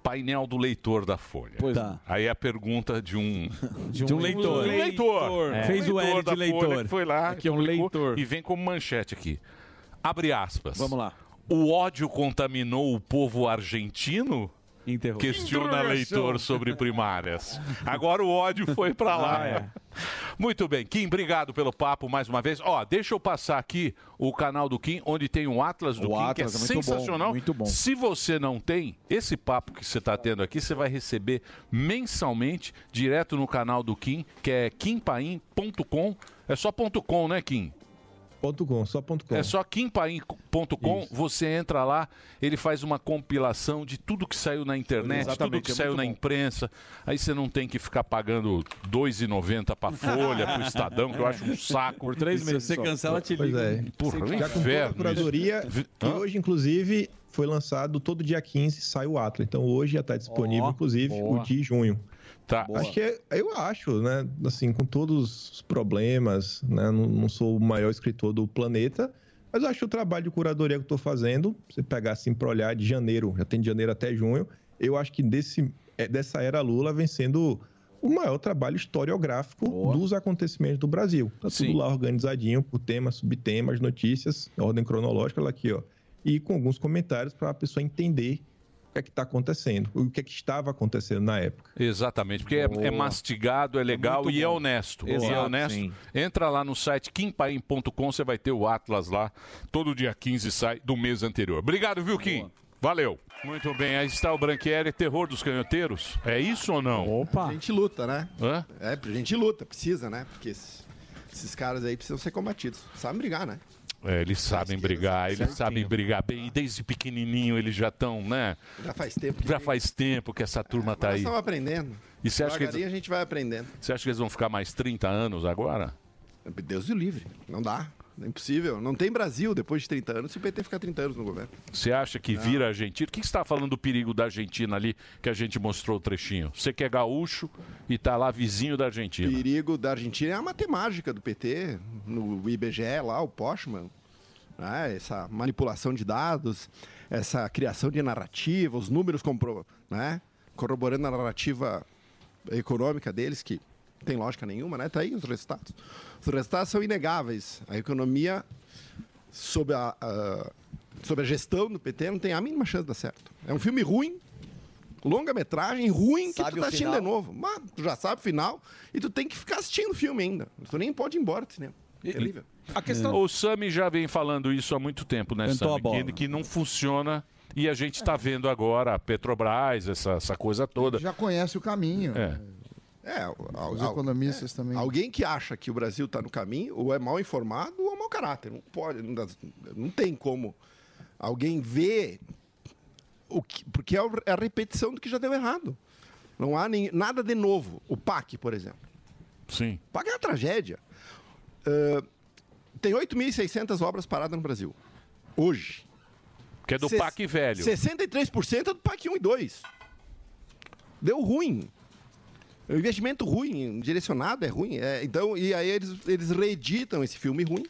[SPEAKER 2] painel do leitor da Folha. Pois
[SPEAKER 10] é.
[SPEAKER 2] Aí a pergunta de um...
[SPEAKER 10] De um leitor.
[SPEAKER 2] De um leitor.
[SPEAKER 10] É. Fez o L de
[SPEAKER 2] da Folha
[SPEAKER 10] leitor.
[SPEAKER 2] que foi lá.
[SPEAKER 10] Aqui é um
[SPEAKER 2] publicou,
[SPEAKER 10] leitor.
[SPEAKER 2] E vem como manchete aqui. Abre aspas.
[SPEAKER 10] Vamos lá.
[SPEAKER 2] O ódio contaminou o povo argentino? Questiona
[SPEAKER 10] Interrogação.
[SPEAKER 2] leitor sobre primárias. Agora o ódio foi pra lá.
[SPEAKER 10] Ah, é.
[SPEAKER 2] Muito bem, Kim, obrigado pelo papo mais uma vez. Ó, deixa eu passar aqui o canal do Kim, onde tem o Atlas
[SPEAKER 10] O
[SPEAKER 2] do Kim,
[SPEAKER 10] Atlas é
[SPEAKER 2] que
[SPEAKER 10] muito
[SPEAKER 2] é
[SPEAKER 10] bom,
[SPEAKER 2] sensacional.
[SPEAKER 10] muito bom.
[SPEAKER 2] Se você não tem, esse papo que você está tendo aqui, você vai receber mensalmente, direto no canal do Kim, que é kimpaim.com. É só ponto .com, né, Kim?
[SPEAKER 16] Ponto .com, só ponto .com.
[SPEAKER 2] É só kimpaim.com, você entra lá, ele faz uma compilação de tudo que saiu na internet, tudo
[SPEAKER 10] Exatamente,
[SPEAKER 2] que
[SPEAKER 10] é
[SPEAKER 2] saiu
[SPEAKER 10] muito
[SPEAKER 2] na
[SPEAKER 10] bom.
[SPEAKER 2] imprensa. Aí você não tem que ficar pagando R$2,90 pra Folha, pro Estadão, que eu acho um saco.
[SPEAKER 10] Por três meses só.
[SPEAKER 16] Pois é.
[SPEAKER 2] Porra, é um
[SPEAKER 16] Já comprou a
[SPEAKER 2] inferno.
[SPEAKER 16] curadoria,
[SPEAKER 2] isso.
[SPEAKER 16] que
[SPEAKER 2] Hã?
[SPEAKER 16] hoje, inclusive, foi lançado todo dia 15, sai o Atlas. Então hoje já está disponível,
[SPEAKER 2] Ó,
[SPEAKER 16] inclusive,
[SPEAKER 2] boa.
[SPEAKER 16] o de junho.
[SPEAKER 2] Tá.
[SPEAKER 16] Acho que é- eu acho, né? Assim, com todos os problemas, né? Não, não sou o maior escritor do planeta, mas eu acho o trabalho de curadoria que eu tô fazendo, se pegar assim pra olhar de janeiro, já tem de janeiro até junho, eu acho que desse, é, dessa era Lula vem sendo o maior trabalho historiográfico dos acontecimentos do Brasil. Tá tudo lá organizadinho por temas, subtemas, notícias, ordem cronológica lá aqui, ó. E com alguns comentários para a pessoa entender o que é que está acontecendo, o que é que estava acontecendo na época.
[SPEAKER 2] Exatamente, porque é- é,
[SPEAKER 16] Boa.
[SPEAKER 2] mastigado, é legal
[SPEAKER 16] muito
[SPEAKER 2] e é
[SPEAKER 16] bom.
[SPEAKER 2] honesto.
[SPEAKER 16] Exato,
[SPEAKER 2] e é honesto.
[SPEAKER 16] sim.
[SPEAKER 2] Entra lá no site kimpaim.com, você vai ter o Atlas lá. Todo dia 15 sai do mês anterior. Obrigado, viu, Kim? Valeu. Muito bem, aí está o Branquieri, terror dos canhoteiros. É isso ou não?
[SPEAKER 17] A gente luta, né?
[SPEAKER 2] Hã?
[SPEAKER 17] É, a gente luta, precisa, né? Porque esses, esses caras aí precisam ser combatidos. Sabem brigar, né?
[SPEAKER 2] É, eles sabem brigar, eles sabem brigar bem. E desde pequenininho eles já estão, né?
[SPEAKER 17] Já faz tempo.
[SPEAKER 2] Já faz tempo que essa turma tá
[SPEAKER 17] Nós
[SPEAKER 2] aí.
[SPEAKER 17] estamos aprendendo.
[SPEAKER 2] E você acha que
[SPEAKER 17] Devagarinho
[SPEAKER 2] eles-
[SPEAKER 17] a gente vai aprendendo.
[SPEAKER 2] Você acha que eles vão ficar mais 30 anos agora?
[SPEAKER 17] Deus o livre. Não dá. É impossível. Não tem Brasil depois de 30 anos se o PT ficar 30 anos no governo.
[SPEAKER 2] Você acha que vira Argentina? O que que você está falando do perigo da Argentina ali que a gente mostrou o trechinho? Você que é gaúcho e tá lá vizinho da Argentina.
[SPEAKER 17] perigo da Argentina é a matemática do PT, no IBGE lá, o Postman. né? Essa manipulação de dados, essa criação de narrativa, os números compro, né? corroborando a narrativa econômica deles, que não tem lógica nenhuma, né? Tá aí os resultados. Os resultados são inegáveis. A economia, sob a, a- sob a gestão do PT, não tem a mínima chance de dar certo. É um filme ruim, longa-metragem ruim
[SPEAKER 7] Sabe
[SPEAKER 17] que tu
[SPEAKER 7] o
[SPEAKER 17] tá assistindo de
[SPEAKER 7] final.
[SPEAKER 17] novo. Mas tu já sabe o final e tu tem que ficar assistindo o filme ainda. Tu nem pode ir embora do cinema. é Terrível.
[SPEAKER 3] A
[SPEAKER 2] É. O Sami já vem falando isso há muito tempo, né,
[SPEAKER 17] Tentou a
[SPEAKER 2] Sami?
[SPEAKER 17] bola.
[SPEAKER 2] Que, que não funciona e a gente está vendo agora a Petrobras, essa, essa coisa toda.
[SPEAKER 6] Já conhece o caminho.
[SPEAKER 2] É.
[SPEAKER 17] É,
[SPEAKER 6] Os economistas também.
[SPEAKER 17] Alguém que acha que o Brasil está no caminho, ou é mal informado, ou é mau caráter. Não pode, não, dá- não tem como alguém ver o que, porque é o- é a repetição do que já deu errado. Não há nem, nada de novo. O PAC, por exemplo.
[SPEAKER 2] Sim.
[SPEAKER 17] O PAC é uma tragédia. Ah, tem 8.600 obras paradas no Brasil. Hoje.
[SPEAKER 2] Que é do
[SPEAKER 17] Ses-
[SPEAKER 2] PAC velho.
[SPEAKER 17] 63% é do PAC 1 e 2. Deu ruim. O investimento ruim, direcionado é ruim. é, então, e aí eles, eles reeditam esse filme ruim.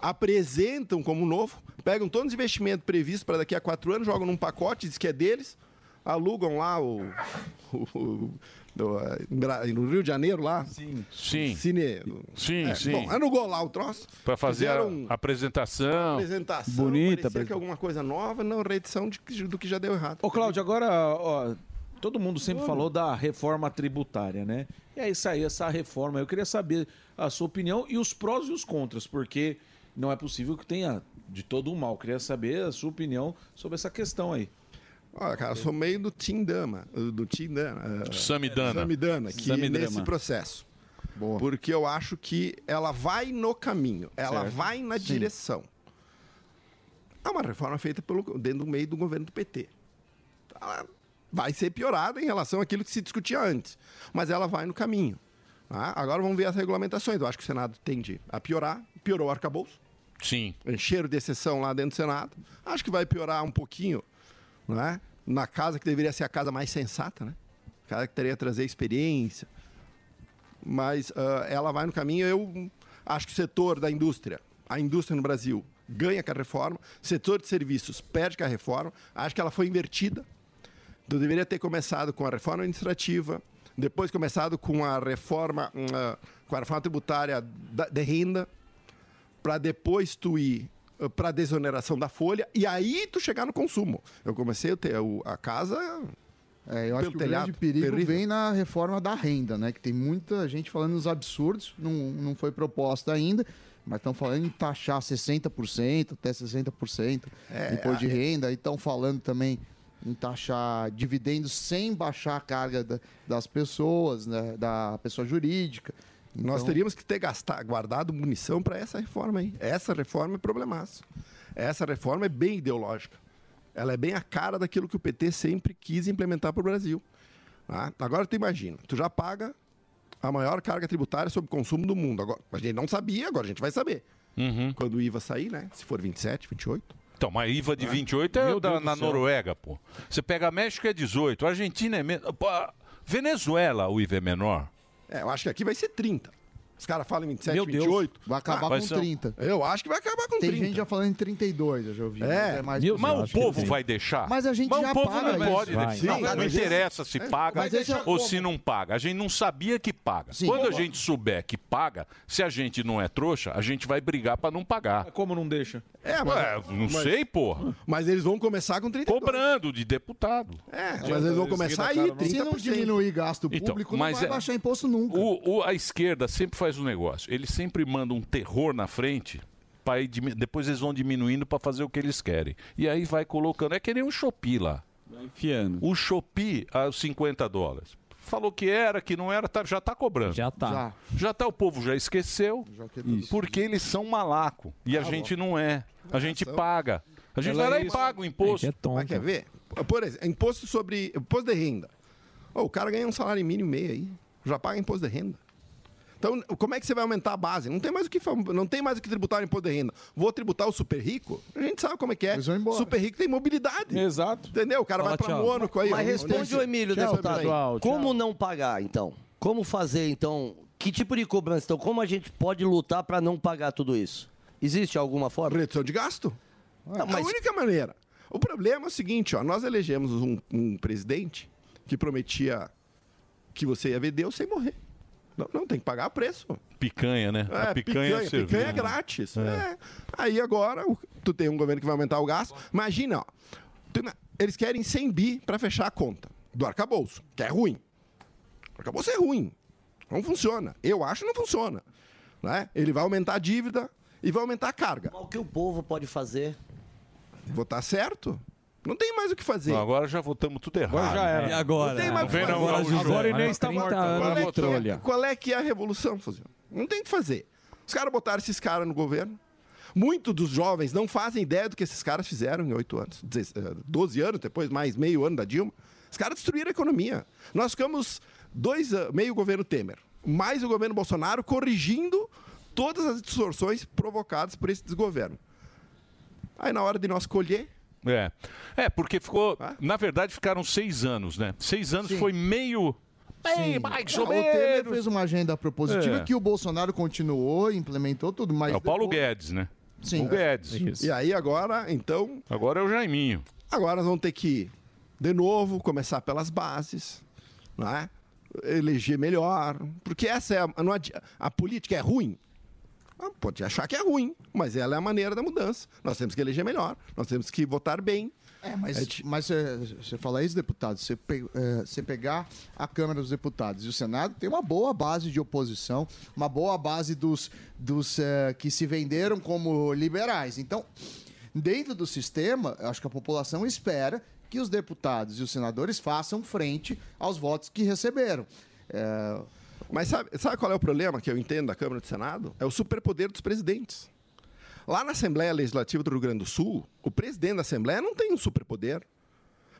[SPEAKER 17] Apresentam como novo, pegam todos os investimentos previstos para daqui a quatro anos, jogam num pacote, diz que é deles, alugam lá o. o- o- do, eh, Gra- no Rio de Janeiro lá? Sim.
[SPEAKER 2] Sim.
[SPEAKER 17] Cine.
[SPEAKER 2] Sim,
[SPEAKER 17] é,
[SPEAKER 2] sim.
[SPEAKER 17] Bom, é no gol lá o troço.
[SPEAKER 2] Pra fazer a
[SPEAKER 17] Fizeram
[SPEAKER 2] apresentação.
[SPEAKER 17] apresentação. parecia que alguma coisa nova, não, reedição de- do que já deu errado.
[SPEAKER 3] Ô, Cláudio, agora, ó, todo mundo sempre falou da reforma tributária, né? E aí saiu essa reforma. Eu queria saber a sua opinião e os prós e os contras, porque não é possível que tenha de todo um mal. Eu queria saber a sua opinião sobre essa questão aí.
[SPEAKER 17] Olha, cara, eu sou meio do Tindama, do Tindama. eh,
[SPEAKER 2] Samidana.
[SPEAKER 17] Samidana, que
[SPEAKER 2] Samidrama.
[SPEAKER 17] nesse processo. Porque eu acho que ela vai no caminho, ela
[SPEAKER 2] Certo.
[SPEAKER 17] vai na
[SPEAKER 2] Sim.
[SPEAKER 17] direção. É uma reforma feita pelo, dentro do meio do governo do PT. Ela vai ser piorada em relação àquilo que se discutia antes, mas ela vai no caminho. tá? Agora vamos ver as regulamentações. Eu acho que o Senado tende a piorar, piorou o arcabouço.
[SPEAKER 2] Sim.
[SPEAKER 17] Encheiro Um de exceção lá dentro do Senado. Acho que vai piorar um pouquinho, não é? Na casa que deveria ser a casa mais sensata, né? A casa que teria que trazer experiência. Mas ah, ela vai no caminho. Eu acho que o setor da indústria, a indústria no Brasil, ganha com a reforma. Setor de serviços perde com a reforma. Acho que ela foi invertida. Então, deveria ter começado com a reforma administrativa, depois começado com a reforma, hum, ah, com a reforma tributária da, de renda, para depois tu ir para desoneração da folha e aí tu chegar no consumo. Eu comecei a ter o- a casa
[SPEAKER 6] É, eu acho que o grande perigo vem na reforma da renda, né? Que tem muita gente falando nos absurdos, não, não foi proposta ainda, mas estão falando em taxar 60%, até 60%
[SPEAKER 17] É,
[SPEAKER 6] depois de
[SPEAKER 17] a-
[SPEAKER 6] renda, e estão falando também em taxar dividendos sem baixar a carga da- das pessoas, né? da pessoa jurídica.
[SPEAKER 17] Nós
[SPEAKER 6] Então-
[SPEAKER 17] teríamos que ter gastar, guardado munição para essa reforma aí. Essa reforma é problemaço. Essa reforma é bem ideológica. Ela é bem a cara daquilo que o PT sempre quis implementar para o Brasil. tá? Agora tu imagina, tu já paga a maior carga tributária sobre consumo do mundo. Agora, a gente não sabia, agora a gente vai saber.
[SPEAKER 2] Uhum.
[SPEAKER 17] Quando o IVA sair, né? Se for 27, 28.
[SPEAKER 2] Então, mas IVA de 28 é
[SPEAKER 17] Né? Meu
[SPEAKER 2] o da,
[SPEAKER 17] Deus do
[SPEAKER 2] na
[SPEAKER 17] céu.
[SPEAKER 2] Noruega, pô. Você pega México é 18, Argentina é menos. Pô, Venezuela o IVA é menor.
[SPEAKER 17] É, eu acho que aqui vai ser 30. Os caras falam em 27,
[SPEAKER 2] Meu Deus. Ah,
[SPEAKER 17] 28.
[SPEAKER 2] Vai um acabar com 30.
[SPEAKER 17] Eu acho que vai acabar com
[SPEAKER 6] Tem
[SPEAKER 17] 30.
[SPEAKER 6] gente já falando em 32, eu já ouvi.
[SPEAKER 17] É,
[SPEAKER 6] possível.
[SPEAKER 2] mas o povo vai deixar.
[SPEAKER 6] Mas a gente
[SPEAKER 2] mas
[SPEAKER 6] já
[SPEAKER 2] o povo
[SPEAKER 6] paga
[SPEAKER 2] não
[SPEAKER 6] isso.
[SPEAKER 2] pode
[SPEAKER 6] Vai.
[SPEAKER 2] deixar.
[SPEAKER 6] Sim,
[SPEAKER 2] Não,
[SPEAKER 6] mas
[SPEAKER 2] não
[SPEAKER 6] esse-
[SPEAKER 2] interessa se
[SPEAKER 6] é,
[SPEAKER 2] paga
[SPEAKER 6] mas esse é
[SPEAKER 2] ou
[SPEAKER 6] como?
[SPEAKER 2] se não paga. A gente não sabia que paga.
[SPEAKER 6] Sim.
[SPEAKER 2] Quando a
[SPEAKER 6] Como?
[SPEAKER 2] gente souber que paga, se a gente não é trouxa, a gente vai brigar pra não pagar.
[SPEAKER 3] Como não deixa?
[SPEAKER 17] É, mas-
[SPEAKER 2] Ué, não
[SPEAKER 17] mas-
[SPEAKER 2] sei, porra.
[SPEAKER 17] Mas eles vão começar com 32.
[SPEAKER 2] Cobrando de deputado.
[SPEAKER 17] É, mas eles vão começar aí, 30%.
[SPEAKER 6] Se não diminuir gasto
[SPEAKER 2] Então,
[SPEAKER 6] público, não
[SPEAKER 2] mas
[SPEAKER 6] vai
[SPEAKER 2] é-
[SPEAKER 6] baixar imposto nunca.
[SPEAKER 2] O, o- a esquerda sempre faz um negócio. Eles sempre mandam um terror na frente. pra ir dimi- Depois eles vão diminuindo para fazer o que eles querem. E aí vai colocando. É que nem um Shopee lá.
[SPEAKER 8] Enfiando.
[SPEAKER 2] O Shopee a 50 dólares. Falou que era, que não era, tá- já tá cobrando. Já
[SPEAKER 8] tá.
[SPEAKER 2] Já. tá, o povo já esqueceu. Porque eles são malaco. E a gente não é. A gente paga. A gente
[SPEAKER 8] é
[SPEAKER 2] vai lá e paga o imposto.
[SPEAKER 17] Mas quer ver? Por exemplo, imposto sobre. Imposto de renda. Ô, o cara ganha um salário mínimo e meio aí. Já paga imposto de renda. Então, como é que você vai aumentar a base? Não tem mais o que, fa- não tem mais o que tributar o imposto de renda. Vou tributar o super rico? A gente sabe como é que é. Super rico tem mobilidade.
[SPEAKER 3] Exato.
[SPEAKER 17] Entendeu? O cara vai pra Mônaco aí.
[SPEAKER 7] Mas
[SPEAKER 17] ó,
[SPEAKER 7] responde
[SPEAKER 17] onde-
[SPEAKER 7] o Emílio,
[SPEAKER 17] Tchau,
[SPEAKER 7] deputado.
[SPEAKER 17] pessoal, tchau.
[SPEAKER 7] Como não pagar, então? Como fazer, então? Que tipo de cobrança? Então, como a gente pode lutar para não pagar tudo isso? Existe alguma forma?
[SPEAKER 17] Redução de gasto?
[SPEAKER 7] Não,
[SPEAKER 17] É A
[SPEAKER 7] mas
[SPEAKER 17] única maneira. O problema é o seguinte, ó, nós elegemos um, um presidente que prometia que você ia ver Deus sem morrer. Não, não, tem que pagar preço.
[SPEAKER 2] Picanha, né? a picanha,
[SPEAKER 17] É, picanha,
[SPEAKER 2] servida.
[SPEAKER 17] picanha é grátis. É. Aí agora o- tu tem um governo que vai aumentar o gasto. Imagina, ó, tu ima- eles querem 100 bi para fechar a conta do arcabouço, que é ruim. O arcabouço é ruim. Não funciona. Eu acho que não funciona. Né? Ele vai aumentar a dívida e vai aumentar a carga.
[SPEAKER 7] o que o povo pode fazer?
[SPEAKER 17] Votar certo? Não tem mais o que fazer.
[SPEAKER 2] Não, agora já votamos tudo errado.
[SPEAKER 17] Agora já era.
[SPEAKER 2] E agora?
[SPEAKER 17] Não tem mais o que
[SPEAKER 2] Vem,
[SPEAKER 17] fazer.
[SPEAKER 2] não, Agora Gaúcho. agora o Inês tá morto. Agora
[SPEAKER 17] Qual é, que
[SPEAKER 2] botou.
[SPEAKER 17] é, qual é que é a revolução, Fuzil? Não tem o que fazer. Os caras botaram esses caras no governo. Muitos dos jovens não fazem ideia do que esses caras fizeram em oito anos, deze- eh, 12 anos depois, mais meio ano da Dilma. Os caras destruíram a economia. Nós ficamos dois, an- meio governo Temer, mais o governo Bolsonaro corrigindo todas as distorções provocadas por esse desgoverno. Aí na hora de nós colher,
[SPEAKER 2] É. É, porque ficou.
[SPEAKER 17] Ah?
[SPEAKER 2] Na verdade, ficaram seis anos, né? Seis anos foi meio. Bem, mais
[SPEAKER 6] Ah,
[SPEAKER 2] ou
[SPEAKER 6] o Temer
[SPEAKER 2] menos.
[SPEAKER 6] fez uma agenda propositiva
[SPEAKER 2] É.
[SPEAKER 6] que o Bolsonaro continuou, implementou tudo, mas.
[SPEAKER 2] É o Paulo Guedes, né?
[SPEAKER 6] Sim.
[SPEAKER 2] O Guedes.
[SPEAKER 17] É
[SPEAKER 6] Isso.
[SPEAKER 17] E aí agora, então.
[SPEAKER 2] Agora é o Jaiminho.
[SPEAKER 17] Agora nós vamos ter que de novo, começar pelas bases, né? eleger melhor, porque essa é a, não adi- a política é ruim. Ah, Pode achar que é ruim, mas ela é a maneira da mudança. Nós temos que eleger melhor, nós temos que votar bem.
[SPEAKER 6] É, mas, mas eh, você fala isso, deputado, você, pe- eh, você pegar a Câmara dos Deputados e o Senado tem uma boa base de oposição, uma boa base dos, dos eh, que se venderam como liberais. Então, dentro do sistema, eu acho que a população espera que os deputados e os senadores façam frente aos votos que receberam. É,
[SPEAKER 17] Mas sabe, sabe qual é o problema que eu entendo da Câmara e do Senado? É o superpoder dos presidentes. Lá na Assembleia Legislativa do Rio Grande do Sul, o presidente da Assembleia não tem um superpoder.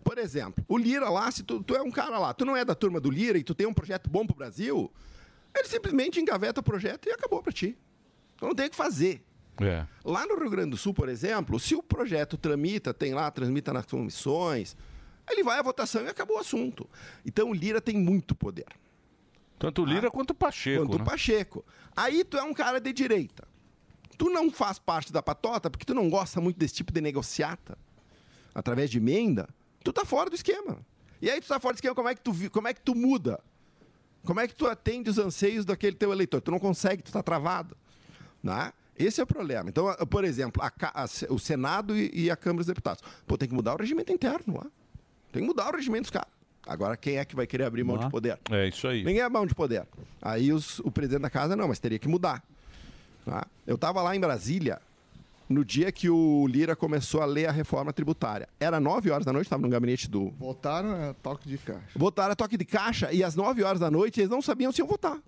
[SPEAKER 17] Por exemplo, o Lira lá, se tu, tu é um cara lá, tu não é da turma do Lira e tu tem um projeto bom pro Brasil, ele simplesmente engaveta o projeto e acabou pra ti. Tu não tem o que fazer.
[SPEAKER 2] É.
[SPEAKER 17] Lá no Rio Grande do Sul, por exemplo, se o projeto tramita, tem lá, transmita nas comissões, ele vai à votação e acabou o assunto. Então o Lira tem muito poder.
[SPEAKER 2] Tanto o Lira quanto o Pacheco.
[SPEAKER 17] Ah, Quanto
[SPEAKER 2] né?
[SPEAKER 17] o Pacheco. Aí tu é um cara de direita. Tu não faz parte da patota porque tu não gosta muito desse tipo de negociata através de emenda. Tu tá fora do esquema. E aí tu tá fora do esquema, como é que tu, vi- como é que tu muda? Como é que tu atende os anseios daquele teu eleitor? Tu não consegue, tu tá travado. Né? Esse é o problema. Então, a- por exemplo, a ca- a se- o Senado e, e a Câmara dos Deputados. Pô, tem que mudar o regimento interno lá. Tem que mudar o regimento dos caras. Agora, quem é que vai querer abrir mão de poder?
[SPEAKER 2] É isso aí.
[SPEAKER 17] Ninguém é mão de poder. Aí os- o presidente da casa, não, mas teria que mudar. tá? Eu estava lá em Brasília no dia que o Lira começou a ler a reforma tributária. Era 9 horas da noite, estava no gabinete do.
[SPEAKER 6] Votaram a toque de caixa.
[SPEAKER 17] Votaram a toque de caixa e às 9 horas da noite eles não sabiam se iam votar.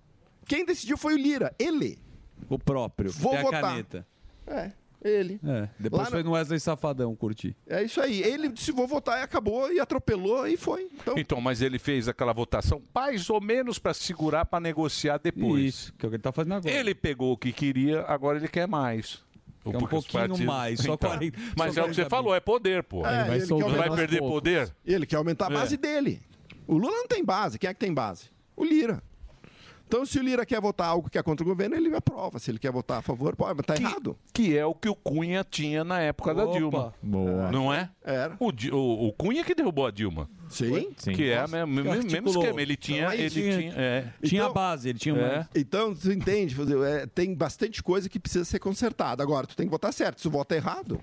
[SPEAKER 17] Quem decidiu foi o Lira. Ele.
[SPEAKER 8] O próprio.
[SPEAKER 17] Vou
[SPEAKER 8] tem
[SPEAKER 17] votar.
[SPEAKER 8] a caneta.
[SPEAKER 17] É, ele.
[SPEAKER 8] É, depois
[SPEAKER 17] Lá
[SPEAKER 8] foi no Wesley Safadão curtir.
[SPEAKER 17] É isso aí. Ele disse: vou votar e acabou, e atropelou e foi. Então,
[SPEAKER 2] Então, mas ele fez aquela votação mais ou menos para segurar para negociar depois. Isso,
[SPEAKER 8] que é o que ele tá fazendo agora.
[SPEAKER 2] Ele pegou o que queria, agora ele quer mais.
[SPEAKER 8] Quer um
[SPEAKER 2] Porque os
[SPEAKER 8] pouquinho
[SPEAKER 2] partidos-
[SPEAKER 8] mais, só 40
[SPEAKER 2] Mas
[SPEAKER 8] só
[SPEAKER 2] é o que você
[SPEAKER 8] 40.
[SPEAKER 2] falou, é poder, pô.
[SPEAKER 17] É, ele quer
[SPEAKER 2] Não vai
[SPEAKER 17] aumentar
[SPEAKER 2] perder
[SPEAKER 17] aos poucos.
[SPEAKER 2] poder?
[SPEAKER 17] Ele quer aumentar a
[SPEAKER 2] É.
[SPEAKER 17] base dele. O Lula não tem base. Quem é que tem base? O Lira. Então, se o Lira quer votar algo que é contra o governo, ele aprova. Se ele quer votar a favor, pode, mas tá errado.
[SPEAKER 2] Que é o que o Cunha tinha na época da
[SPEAKER 17] Opa.
[SPEAKER 2] Dilma.
[SPEAKER 17] Boa.
[SPEAKER 2] Não é? Era. O, Di- o- o Cunha que derrubou a Dilma.
[SPEAKER 17] Sim. Sim.
[SPEAKER 2] Que é o
[SPEAKER 17] Nossa.
[SPEAKER 2] mesmo,
[SPEAKER 17] Que
[SPEAKER 2] mesmo
[SPEAKER 17] articulou.
[SPEAKER 2] esquema. Ele tinha.
[SPEAKER 17] Então, aí
[SPEAKER 2] Ele
[SPEAKER 17] tinha-
[SPEAKER 2] tinha, é.
[SPEAKER 17] Então-
[SPEAKER 2] É.
[SPEAKER 17] Então, tu entende, fazer- é, tem bastante coisa que precisa ser consertada. Agora, tu tem que votar certo. Se tu vota errado,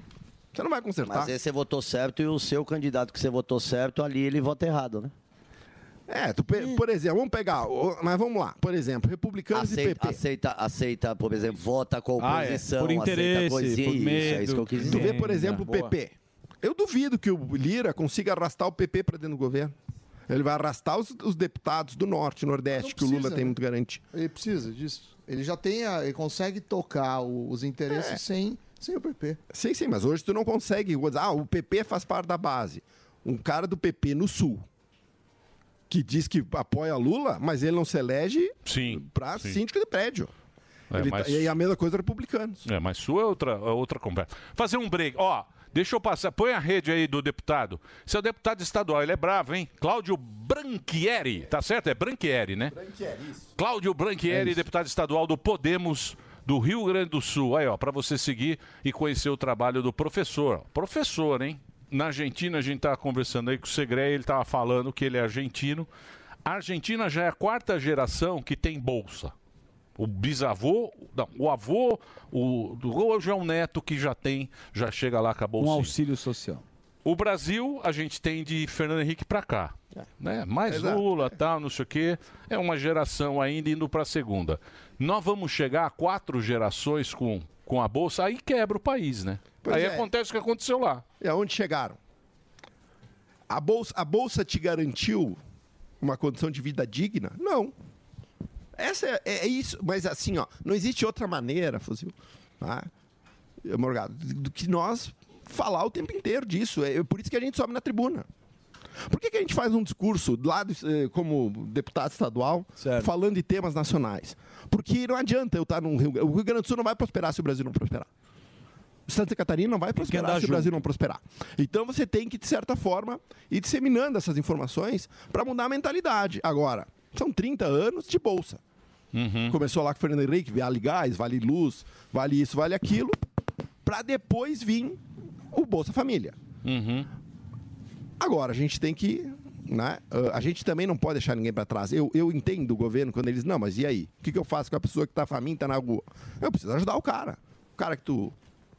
[SPEAKER 17] você não vai consertar.
[SPEAKER 7] Mas é- aí você votou certo e o seu candidato que você votou certo, ali ele vota errado, né?
[SPEAKER 17] É, tu pe- por exemplo, vamos pegar, o- mas vamos lá. Por exemplo, republicanos e
[SPEAKER 7] Aceita,
[SPEAKER 17] PP.
[SPEAKER 7] aceita, aceita, por exemplo, vota com a
[SPEAKER 17] Ah, é.
[SPEAKER 7] oposição,
[SPEAKER 17] Por
[SPEAKER 7] aceita
[SPEAKER 17] interesse,
[SPEAKER 7] coisinha,
[SPEAKER 17] por
[SPEAKER 7] isso, é isso que eu quis dizer.
[SPEAKER 17] Tu vê, por exemplo, o PP. Eu duvido que o Lira consiga arrastar o PP para dentro do governo. Ele vai arrastar os, os deputados do Norte, Nordeste, que o Lula tem muito garante.
[SPEAKER 6] né? Ele precisa disso. Ele já tem, a, ele consegue tocar o- os interesses
[SPEAKER 17] É.
[SPEAKER 6] sem, sem o PP.
[SPEAKER 17] Sim, sim, mas hoje tu não consegue. Ah, o PP faz parte da base. Um cara do PP no Sul, que diz que apoia Lula, mas ele não se elege para
[SPEAKER 2] sim.
[SPEAKER 17] síndico de prédio.
[SPEAKER 2] É,
[SPEAKER 17] Ele
[SPEAKER 2] mas-
[SPEAKER 17] tá- E a mesma coisa republicanos.
[SPEAKER 2] É, mas sua é outra, é outra conversa. Fazer um break. Ó, deixa eu passar. Põe a rede aí do deputado. Seu deputado estadual, ele é bravo, hein? Cláudio Branchieri. Tá certo? É Branchieri, né? Branchieri. Cláudio Branchieri, deputado estadual do Podemos do Rio Grande do Sul. Aí, ó, para você seguir e conhecer o trabalho do professor. Professor, hein? Na Argentina, a gente tava conversando aí com o Segre, ele tava falando que ele é argentino. A Argentina já é a quarta geração que tem bolsa. O bisavô, não, o avô, o, do- hoje é um neto que já tem, já chega lá, acabou
[SPEAKER 8] Um
[SPEAKER 2] o
[SPEAKER 8] auxílio social.
[SPEAKER 2] O Brasil, a gente tem de Fernando Henrique pra cá.
[SPEAKER 17] É.
[SPEAKER 2] Né? Mais
[SPEAKER 8] Exato.
[SPEAKER 2] Lula, tal, não sei o quê. É uma geração ainda indo pra segunda. Nós vamos chegar a quatro gerações com, com a Bolsa, aí quebra o país, né? aí
[SPEAKER 17] é.
[SPEAKER 2] acontece o que aconteceu lá.
[SPEAKER 17] É onde chegaram. A bolsa, a bolsa te garantiu uma condição de vida digna? Não. Essa é, é- é isso. Mas assim, ó, não existe outra maneira, Fuzil, tá? Eh, Morgado, do que nós falar o tempo inteiro disso. É por isso que a gente sobe na tribuna. Por que, que a gente faz um discurso lá do, eh, como deputado estadual falando de temas nacionais? Porque não adianta eu estar num Rio Grande. O Rio Grande do Sul não vai prosperar se o Brasil não prosperar. Santa Catarina não vai prosperar
[SPEAKER 8] andar
[SPEAKER 17] se o Brasil
[SPEAKER 8] junto.
[SPEAKER 17] não prosperar. Então você tem que, de certa forma, ir disseminando essas informações para mudar a mentalidade. Agora, são 30 anos de bolsa.
[SPEAKER 11] Uhum,
[SPEAKER 8] Hum.
[SPEAKER 17] Começou lá com o Fernando Henrique, vale gás, vale luz, vale isso, vale
[SPEAKER 11] uhum.
[SPEAKER 17] aquilo, para depois vir o Bolsa Família. Agora, a gente tem que. Né? ah, A gente também não pode deixar ninguém para trás. Eu, eu entendo o governo quando eles. Não, mas e aí? O que, que eu faço com a pessoa que está faminta na rua? Eu preciso ajudar o cara. O cara que tu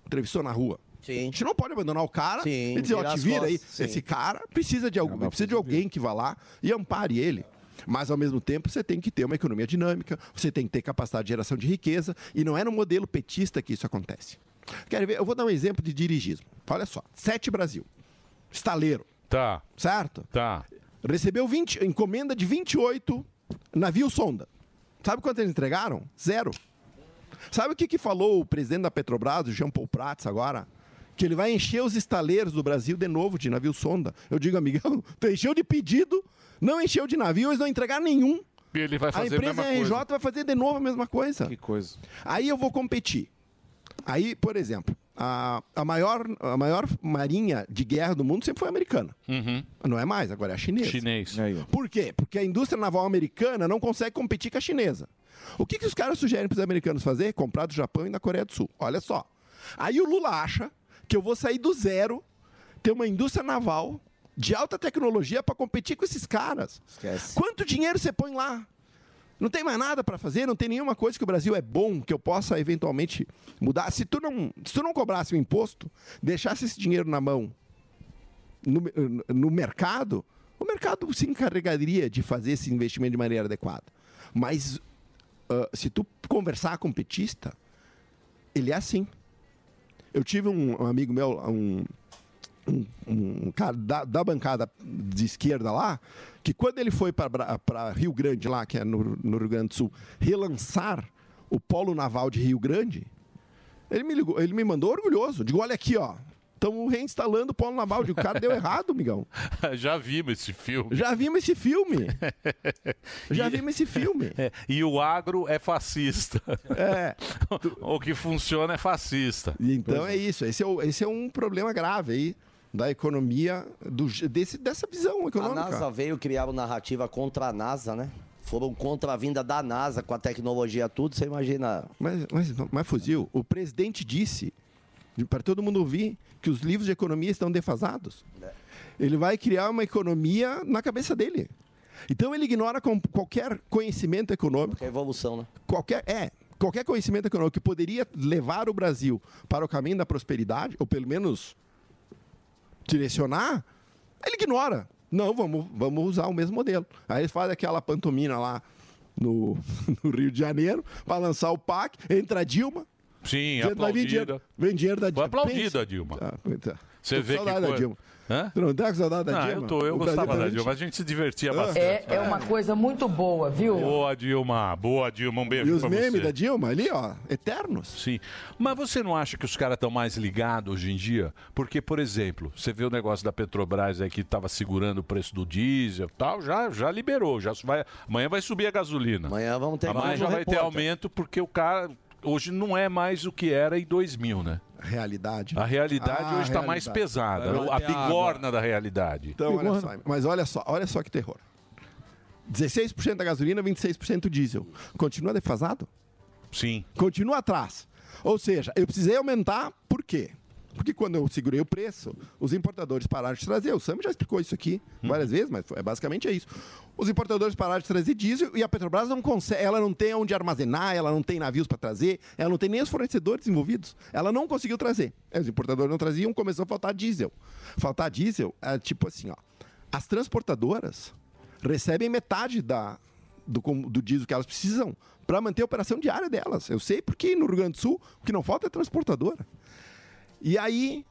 [SPEAKER 17] entrevistou na rua.
[SPEAKER 7] A
[SPEAKER 17] gente não pode abandonar o cara
[SPEAKER 7] Sim,
[SPEAKER 17] e dizer, ó,
[SPEAKER 7] virar
[SPEAKER 17] te
[SPEAKER 7] as
[SPEAKER 17] vira
[SPEAKER 7] costas,
[SPEAKER 17] aí.
[SPEAKER 7] sim.
[SPEAKER 17] Esse cara precisa de alguém, precisa de alguém que vá lá e ampare ele. Mas, ao mesmo tempo, você tem que ter uma economia dinâmica, você tem que ter capacidade de geração de riqueza, e não é no modelo petista que isso acontece. Quero ver, eu vou dar um exemplo de dirigismo. Olha só, Sete Brasil, estaleiro.
[SPEAKER 2] Tá.
[SPEAKER 17] Certo?
[SPEAKER 2] Tá.
[SPEAKER 17] Recebeu 20, encomenda de 28 navios sonda. Sabe quanto eles entregaram? Zero. Sabe o que, que falou o presidente da Petrobras, o Jean Paul Prats, agora? Que ele vai encher os estaleiros do Brasil de novo de navio sonda. Eu digo, amigão, tu encheu de pedido, não encheu de navio, eles não entregaram nenhum.
[SPEAKER 2] E ele vai fazer
[SPEAKER 17] é. a
[SPEAKER 2] a
[SPEAKER 17] empresa
[SPEAKER 2] mesma
[SPEAKER 17] RJ
[SPEAKER 2] coisa.
[SPEAKER 17] vai fazer de novo a mesma coisa. Que coisa. Aí eu vou competir. Aí, por exemplo, a, a, maior, a maior marinha de guerra do mundo sempre foi a americana. Não é mais, agora é a chinesa.
[SPEAKER 2] Uhum. Chinês.
[SPEAKER 17] Por quê? Porque a indústria naval americana não consegue competir com a chinesa. O que, que os caras sugerem para os americanos fazer? Comprar do Japão e da Coreia do Sul. Olha só. Aí o Lula acha que eu vou sair do zero, ter uma indústria naval de alta tecnologia para competir com esses caras. Quanto dinheiro você põe lá? Não tem mais nada para fazer, não tem nenhuma coisa que o Brasil é bom que eu possa eventualmente mudar. Se tu não, se tu não cobrasse o imposto, deixasse esse dinheiro na mão no, no mercado, o mercado se encarregaria de fazer esse investimento de maneira adequada. Mas ah, se tu conversar com o petista, ele é assim. Eu tive um, um amigo meu, um, um- um cara da, da bancada de esquerda lá, que quando ele foi para Rio Grande, lá, que é no, no Rio Grande do Sul, relançar o polo naval de Rio Grande, ele me ligou, ele me mandou orgulhoso. Digo, olha aqui, ó. Estamos reinstalando o polo naval. Digo, cara, deu errado, migão.
[SPEAKER 2] Já vimos esse filme.
[SPEAKER 17] Já vimos esse filme. Já vimos esse filme.
[SPEAKER 2] É, E o agro é fascista.
[SPEAKER 17] É.
[SPEAKER 2] o que funciona é fascista.
[SPEAKER 17] Então é isso. Esse é, o- esse é um problema grave aí da economia, do, je- desse, dessa visão
[SPEAKER 7] A
[SPEAKER 17] econômica.
[SPEAKER 7] NASA veio criar uma narrativa contra a NASA, né? Foram contra a vinda da NASA com a tecnologia tudo, você imagina.
[SPEAKER 17] Mas, mas, mas fuzil, o presidente disse, para todo mundo ouvir, que os livros de economia estão defasados.
[SPEAKER 7] É.
[SPEAKER 17] Ele vai criar uma economia na cabeça dele. Então ele ignora com- qualquer conhecimento econômico. Qualquer
[SPEAKER 7] evolução, né?
[SPEAKER 17] Qualquer, é, qualquer conhecimento econômico que poderia levar o Brasil para o caminho da prosperidade, ou pelo menos direcionar, ele ignora. Não, vamos, vamos usar o mesmo modelo. Aí eles fazem aquela pantomina lá no, no Rio de Janeiro para lançar o PAC, entra a Dilma.
[SPEAKER 2] Sim,
[SPEAKER 17] dizendo, "Vai vir
[SPEAKER 2] aplaudida.
[SPEAKER 17] dinheiro- Vem dinheiro da
[SPEAKER 2] Foi
[SPEAKER 17] Dilma.
[SPEAKER 2] aplaudida,
[SPEAKER 17] Pensa.
[SPEAKER 2] Dilma.
[SPEAKER 17] Ah, puta.
[SPEAKER 2] Você
[SPEAKER 17] Tô com
[SPEAKER 2] vê que
[SPEAKER 17] saudade da
[SPEAKER 2] coisa.
[SPEAKER 17] Dilma.
[SPEAKER 2] Hã?
[SPEAKER 17] Tu não tá com saudade da
[SPEAKER 2] Ah,
[SPEAKER 17] Dilma?
[SPEAKER 2] eu tô, eu
[SPEAKER 17] O
[SPEAKER 2] gostava
[SPEAKER 17] Brasil
[SPEAKER 2] da
[SPEAKER 17] tá
[SPEAKER 2] Dilma. A gente se divertia bastante. né?
[SPEAKER 18] É, é uma coisa muito boa, viu?
[SPEAKER 2] Boa, Dilma. Boa, Dilma. Um beijo
[SPEAKER 17] E os
[SPEAKER 2] pra
[SPEAKER 17] memes
[SPEAKER 2] você.
[SPEAKER 17] da Dilma ali, ó, eternos.
[SPEAKER 2] Sim. Mas você não acha que os caras estão mais ligados hoje em dia? Porque, por exemplo, você vê o negócio da Petrobras aí que estava segurando o preço do diesel e tal, já, já liberou. Já vai, amanhã vai subir a gasolina.
[SPEAKER 7] Amanhã vamos ter
[SPEAKER 2] Amanhã
[SPEAKER 7] que-
[SPEAKER 2] já vai ter
[SPEAKER 7] repórter.
[SPEAKER 2] aumento porque o cara hoje não é mais o que era em 2000, né?
[SPEAKER 17] Realidade.
[SPEAKER 2] A realidade
[SPEAKER 17] Ah,
[SPEAKER 2] hoje está mais
[SPEAKER 17] realidade.
[SPEAKER 2] pesada.
[SPEAKER 17] Vai
[SPEAKER 2] A
[SPEAKER 17] bater a
[SPEAKER 2] bigorna da realidade.
[SPEAKER 17] Então, olha só, mas olha só, olha só que terror. 16% da gasolina, 26% diesel. Continua defasado?
[SPEAKER 2] Sim.
[SPEAKER 17] Continua atrás. Ou seja, eu precisei aumentar, por quê? Porque quando eu segurei o preço, os importadores pararam de trazer. O Sam já explicou isso aqui várias vezes, mas é basicamente é isso. Os importadores pararam de trazer diesel e a Petrobras não consegue, ela não tem onde armazenar, ela não tem navios para trazer, ela não tem nem os fornecedores envolvidos. Ela não conseguiu trazer. Aí Os importadores não traziam, começou a faltar diesel. Faltar diesel é tipo assim, ó. As transportadoras recebem metade da, do, com- do diesel que elas precisam para manter a operação diária delas. Eu sei porque no Rio Grande do Sul o que não falta é transportadora. E aí,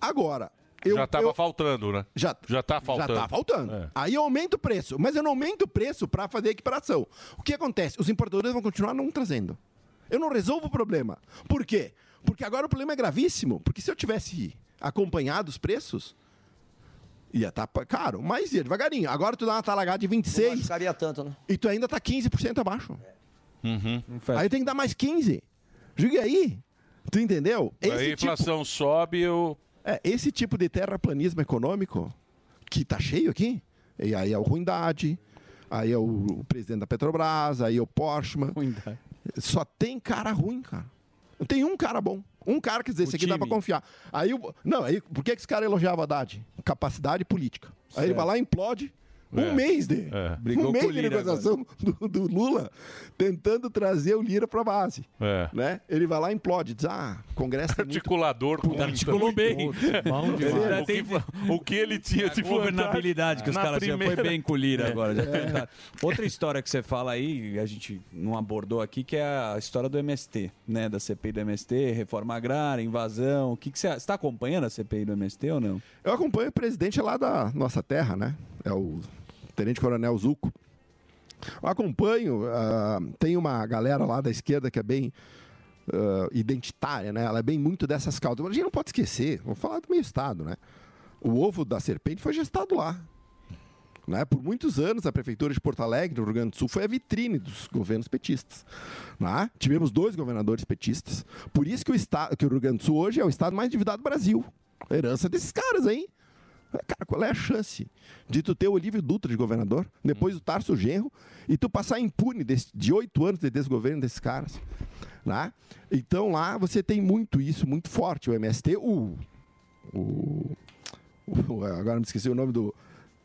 [SPEAKER 17] agora. Eu,
[SPEAKER 2] já estava
[SPEAKER 17] eu-
[SPEAKER 2] faltando, né?
[SPEAKER 17] Já,
[SPEAKER 2] já tá
[SPEAKER 17] já
[SPEAKER 2] faltando.
[SPEAKER 17] tá faltando. Aí eu aumento o preço, mas eu não aumento o preço para fazer a equiparação. O que acontece? Os importadores vão continuar não trazendo. Eu não resolvo o problema. Por quê? Porque agora o problema é gravíssimo. Porque se eu tivesse acompanhado os preços, ia estar caro, mas ia devagarinho. Agora tu dá uma talagada de 26. Não
[SPEAKER 7] ficaria tanto, né?
[SPEAKER 17] E tu ainda tá 15% abaixo.
[SPEAKER 2] Uhum.
[SPEAKER 17] Aí tem que dar mais 15. Diga aí. Tu entendeu? tipo
[SPEAKER 2] Aí a inflação sobe, eu.
[SPEAKER 17] É, esse tipo de terraplanismo econômico, que tá cheio aqui, e aí é o Ruindade, aí é o, o presidente da Petrobras, aí é o Porschman. Só tem cara ruim, cara. Não tem um cara bom. Um cara que dizer, esse aqui dá pra confiar. Aí, o- não, aí, por que que esse cara elogiava a Haddad? Capacidade política. Aí ele
[SPEAKER 19] Certo.
[SPEAKER 17] vai lá e implode. Um
[SPEAKER 19] É.
[SPEAKER 17] mês de,
[SPEAKER 19] É.
[SPEAKER 17] um
[SPEAKER 19] Brigou
[SPEAKER 17] mês
[SPEAKER 19] com o
[SPEAKER 17] de
[SPEAKER 19] Lira
[SPEAKER 17] negociação do, do Lula tentando trazer o Lira pra base.
[SPEAKER 2] É.
[SPEAKER 17] Né? Ele vai lá e implode, diz, ah, o Congresso tem
[SPEAKER 19] Tipo,
[SPEAKER 17] muito
[SPEAKER 2] Articulador com
[SPEAKER 17] Articulou bem. Bom demais.
[SPEAKER 2] O que, o que ele tinha de
[SPEAKER 17] A
[SPEAKER 2] governabilidade
[SPEAKER 11] governabilidade que os caras já foi bem com o Lira agora. Já
[SPEAKER 8] É.
[SPEAKER 17] tá
[SPEAKER 11] tentaram.
[SPEAKER 8] Outra história que você fala aí, a gente não abordou aqui, que é a história do MST, né? Da CPI do MST, reforma agrária, invasão. O que, que você está acompanhando a CPI do MST ou não?
[SPEAKER 17] Eu acompanho o presidente é lá da nossa terra, né? É o Tenente Coronel Zuco. Eu acompanho, ah, tem uma galera lá da esquerda que é bem ah, identitária, né? Ela é bem muito dessas causas. Mas a gente não pode esquecer, vou falar do meu estado, né? O ovo da serpente foi gestado lá. Né? Por muitos anos, a prefeitura de Porto Alegre, no Rio Grande do Sul, foi a vitrine dos governos petistas. né? Tivemos dois governadores petistas. Por isso que o, estado, que o Rio Grande do Sul hoje é o estado mais endividado do Brasil. Herança desses caras, hein? Cara, qual é a chance de tu ter o Olívio Dutra de governador,
[SPEAKER 2] Hum.
[SPEAKER 17] depois o Tarso Genro, e tu passar impune desse- de oito anos de desgoverno desses caras? Né? Então lá você tem muito isso, muito forte. O MST, o o, o- agora me esqueci o nome do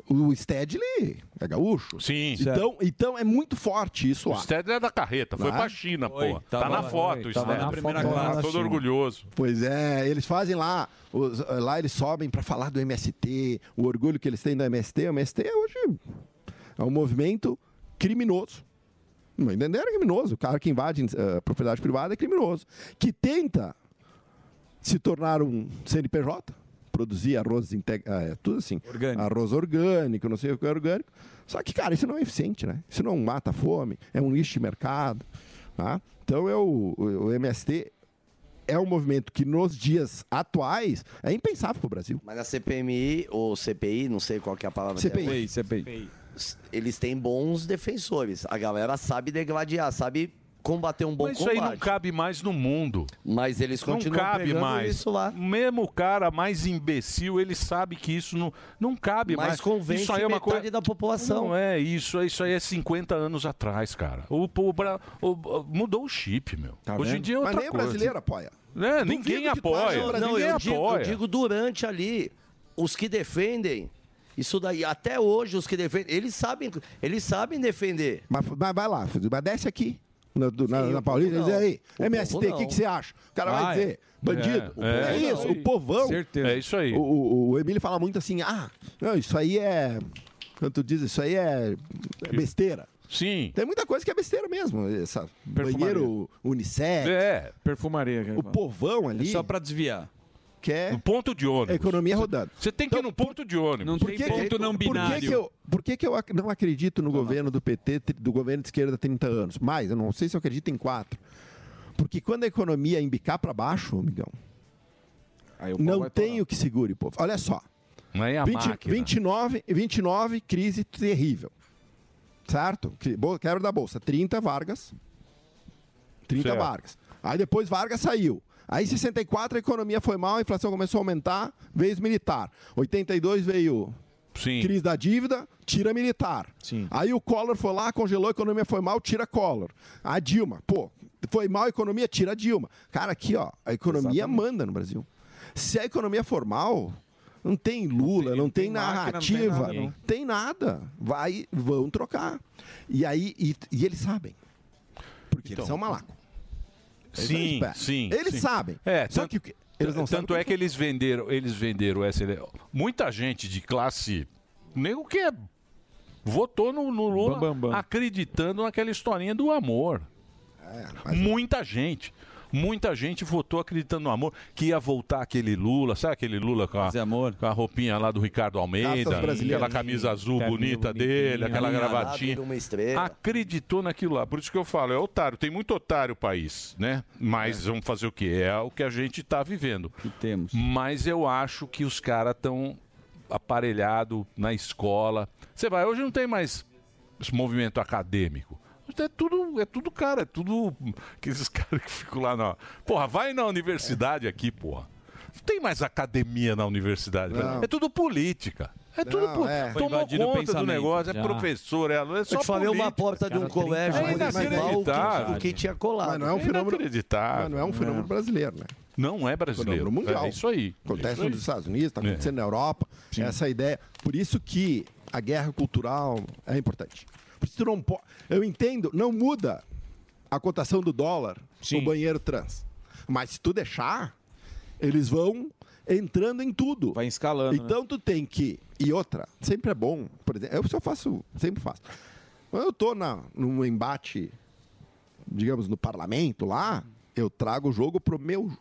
[SPEAKER 17] o Stedley é gaúcho.
[SPEAKER 2] Sim.
[SPEAKER 17] Então, então é muito forte isso
[SPEAKER 2] O
[SPEAKER 17] lá.
[SPEAKER 2] Stedler é da carreta, foi
[SPEAKER 17] Lá?
[SPEAKER 2] pra China,
[SPEAKER 17] Foi,
[SPEAKER 2] pô. Tá,
[SPEAKER 17] tava
[SPEAKER 2] na
[SPEAKER 17] lá,
[SPEAKER 2] foto,
[SPEAKER 17] foi,
[SPEAKER 2] o
[SPEAKER 17] tava
[SPEAKER 2] Stedler.
[SPEAKER 17] na primeira
[SPEAKER 2] Tá
[SPEAKER 17] classe.
[SPEAKER 2] todo orgulhoso.
[SPEAKER 17] Pois é, eles fazem lá, os- eh, lá eles sobem para falar do MST, o orgulho que eles têm do MST. O MST é hoje é um movimento criminoso. Não entenderam? É criminoso. O cara que invade eh, propriedade privada é criminoso. Que tenta se tornar um CNPJ, produzir arroz integ- ah, é tudo assim. Arroz orgânico, não sei o que é orgânico. Só que, cara, isso não é eficiente, né? Isso não mata a fome, é um lixo de mercado. Tá? Então, eu, o o MST é um movimento que, nos dias atuais, é impensável pro Brasil.
[SPEAKER 7] Mas na CPMI, ou CPI, não sei qual que é a palavra.
[SPEAKER 17] CPI.
[SPEAKER 7] que é. S- Eles têm bons defensores. A galera sabe degladiar, sabe combater um bom
[SPEAKER 2] Mas isso
[SPEAKER 7] combate.
[SPEAKER 2] aí não cabe mais no mundo.
[SPEAKER 7] Mas eles continuam
[SPEAKER 2] não cabe
[SPEAKER 7] pregando
[SPEAKER 2] mais.
[SPEAKER 7] isso lá.
[SPEAKER 2] Mesmo o cara mais imbecil, ele sabe que isso não, não cabe
[SPEAKER 7] Mas
[SPEAKER 2] mais.
[SPEAKER 7] convence
[SPEAKER 2] isso aí é uma
[SPEAKER 7] metade
[SPEAKER 2] coisa
[SPEAKER 7] da população.
[SPEAKER 2] Não é isso, isso aí é 50 anos atrás, cara. O, o, Bra- o- o- mudou o chip, meu. Hoje em
[SPEAKER 17] Tá vendo?
[SPEAKER 2] dia é outra
[SPEAKER 17] Mas nem o
[SPEAKER 2] coisa.
[SPEAKER 17] brasileiro apoia.
[SPEAKER 2] É, ninguém apoia.
[SPEAKER 7] Não,
[SPEAKER 2] ninguém
[SPEAKER 7] eu, digo,
[SPEAKER 2] apoia.
[SPEAKER 7] eu digo durante ali, os que defendem, isso daí, até hoje os que defendem, eles sabem, eles sabem defender.
[SPEAKER 17] Mas, mas vai lá, Fudu, mas desce aqui. Na, do- na,
[SPEAKER 7] Sim,
[SPEAKER 17] na
[SPEAKER 7] o
[SPEAKER 17] Paulista,
[SPEAKER 7] povo
[SPEAKER 17] dizer
[SPEAKER 7] não.
[SPEAKER 17] aí,
[SPEAKER 7] O
[SPEAKER 17] MST,
[SPEAKER 7] povo
[SPEAKER 17] o que,
[SPEAKER 7] não.
[SPEAKER 17] que você acha? O cara
[SPEAKER 7] Ah,
[SPEAKER 17] vai dizer,
[SPEAKER 7] é.
[SPEAKER 17] bandido.
[SPEAKER 7] É.
[SPEAKER 17] É,
[SPEAKER 7] É.
[SPEAKER 17] isso, o povão.
[SPEAKER 2] Certeza. É isso aí.
[SPEAKER 17] O, o, o Emílio fala muito assim, ah, não, isso aí é. Quando tu diz, isso aí é é besteira.
[SPEAKER 2] Sim.
[SPEAKER 17] Tem muita coisa que é besteira mesmo. Essa banheiro unissex.
[SPEAKER 2] É.
[SPEAKER 17] Perfumaria. O povão
[SPEAKER 7] É
[SPEAKER 17] ali.
[SPEAKER 8] Só pra desviar.
[SPEAKER 17] Quer.
[SPEAKER 2] No ponto de ônibus.
[SPEAKER 17] economia rodando.
[SPEAKER 2] Você tem que ir no ponto de ônibus. Não
[SPEAKER 17] Por que, que eu, por que que eu ac- não acredito no governo do PT, tri- do governo de esquerda há 30 anos? Mais, eu não sei se eu acredito em quatro. Porque quando a economia embicar para baixo, amigão, não tem o que segure, povo. Olha só.
[SPEAKER 2] Não é a
[SPEAKER 17] 20,
[SPEAKER 2] máquina.
[SPEAKER 17] 29, 29, crise terrível. Certo? Que- bo- Quebra da bolsa. 30 Vargas. 30
[SPEAKER 19] Certo.
[SPEAKER 17] Vargas. Aí depois Vargas saiu. Aí em 64 a economia foi mal, a inflação começou a aumentar, veio os militar. 82 veio crise da dívida, tira militar. Aí o Collor foi lá, congelou, a economia foi mal, tira Collor. A Dilma, pô, foi mal a economia, tira a Dilma. Cara, aqui ó, a economia manda no Brasil. Se a economia for mal, não tem Lula, não tem,
[SPEAKER 19] máquina, não tem
[SPEAKER 17] narrativa,
[SPEAKER 19] nada,
[SPEAKER 17] não
[SPEAKER 19] não.
[SPEAKER 17] tem nada. Vai, vão trocar. E aí, e, e eles sabem. Porque
[SPEAKER 19] Então,
[SPEAKER 17] eles são
[SPEAKER 2] Então.
[SPEAKER 17] malacos. Eles são
[SPEAKER 2] Sim,
[SPEAKER 17] espertos.
[SPEAKER 2] sim.
[SPEAKER 17] Eles
[SPEAKER 2] sim.
[SPEAKER 17] sabem.
[SPEAKER 2] É,
[SPEAKER 17] Só
[SPEAKER 2] tanto,
[SPEAKER 17] que o que- eles não sabem
[SPEAKER 2] tanto é que eles venderam, eles venderam essa ele- Muita gente de classe, nem o que é, votou no, no Lula acreditando naquela historinha do amor. Muita gente. Muita gente votou acreditando no amor, que ia voltar aquele Lula, sabe aquele Lula com a, com a roupinha lá do Ricardo Almeida,
[SPEAKER 7] Graças brasileiras.
[SPEAKER 2] aquela camisa azul
[SPEAKER 7] Terninho
[SPEAKER 2] bonita
[SPEAKER 7] bonitinho,
[SPEAKER 2] dele, aquela
[SPEAKER 7] alinhavado
[SPEAKER 2] gravatinha.
[SPEAKER 7] de uma estrela.
[SPEAKER 2] Acreditou naquilo lá. Por isso que eu falo, é otário. Tem muito otário o país, né? Mas vamos fazer o quê? É o que a gente está vivendo. Que
[SPEAKER 8] temos.
[SPEAKER 2] Mas eu acho que os caras estão aparelhado na escola. Você vai, hoje não tem mais esse movimento acadêmico. Hoje É tudo, é tudo cara, é tudo que esses caras que ficam lá na. Porra, vai na universidade aqui, porra. Não tem mais academia na universidade.
[SPEAKER 19] Não.
[SPEAKER 2] É tudo política. É tudo
[SPEAKER 19] Não,
[SPEAKER 2] po-
[SPEAKER 19] é. Foi
[SPEAKER 2] Tomou
[SPEAKER 19] invadido o
[SPEAKER 2] conta do
[SPEAKER 19] pensamento,
[SPEAKER 2] negócio, é
[SPEAKER 19] já.
[SPEAKER 2] professor, é aluno, é
[SPEAKER 19] Eu
[SPEAKER 2] só
[SPEAKER 7] te falei uma
[SPEAKER 2] política.
[SPEAKER 7] porta de um Cara, colégio
[SPEAKER 2] é
[SPEAKER 7] municipal, o que-
[SPEAKER 2] inacreditável.
[SPEAKER 7] o que tinha colado.
[SPEAKER 17] Mas não é um fenômeno-
[SPEAKER 2] Inacreditável.
[SPEAKER 17] Mas não é um fenômeno brasileiro, né?
[SPEAKER 2] Não é brasileiro.
[SPEAKER 17] Fenômeno mundial.
[SPEAKER 2] É isso aí.
[SPEAKER 17] Acontece
[SPEAKER 2] Isso aí.
[SPEAKER 17] nos Estados Unidos, está acontecendo na Europa. Essa é ideia. Por isso que a guerra cultural é importante. Por isso tu não po- Eu entendo, não muda a cotação do dólar no banheiro trans. Mas se tu deixar, eles vão entrando em tudo. Vai
[SPEAKER 11] escalando.
[SPEAKER 17] Então tu tem que. E outra, sempre é bom. Por exemplo, eu só faço, sempre faço. Quando eu tô na, num embate digamos, no parlamento lá, eu trago o jogo pro meu,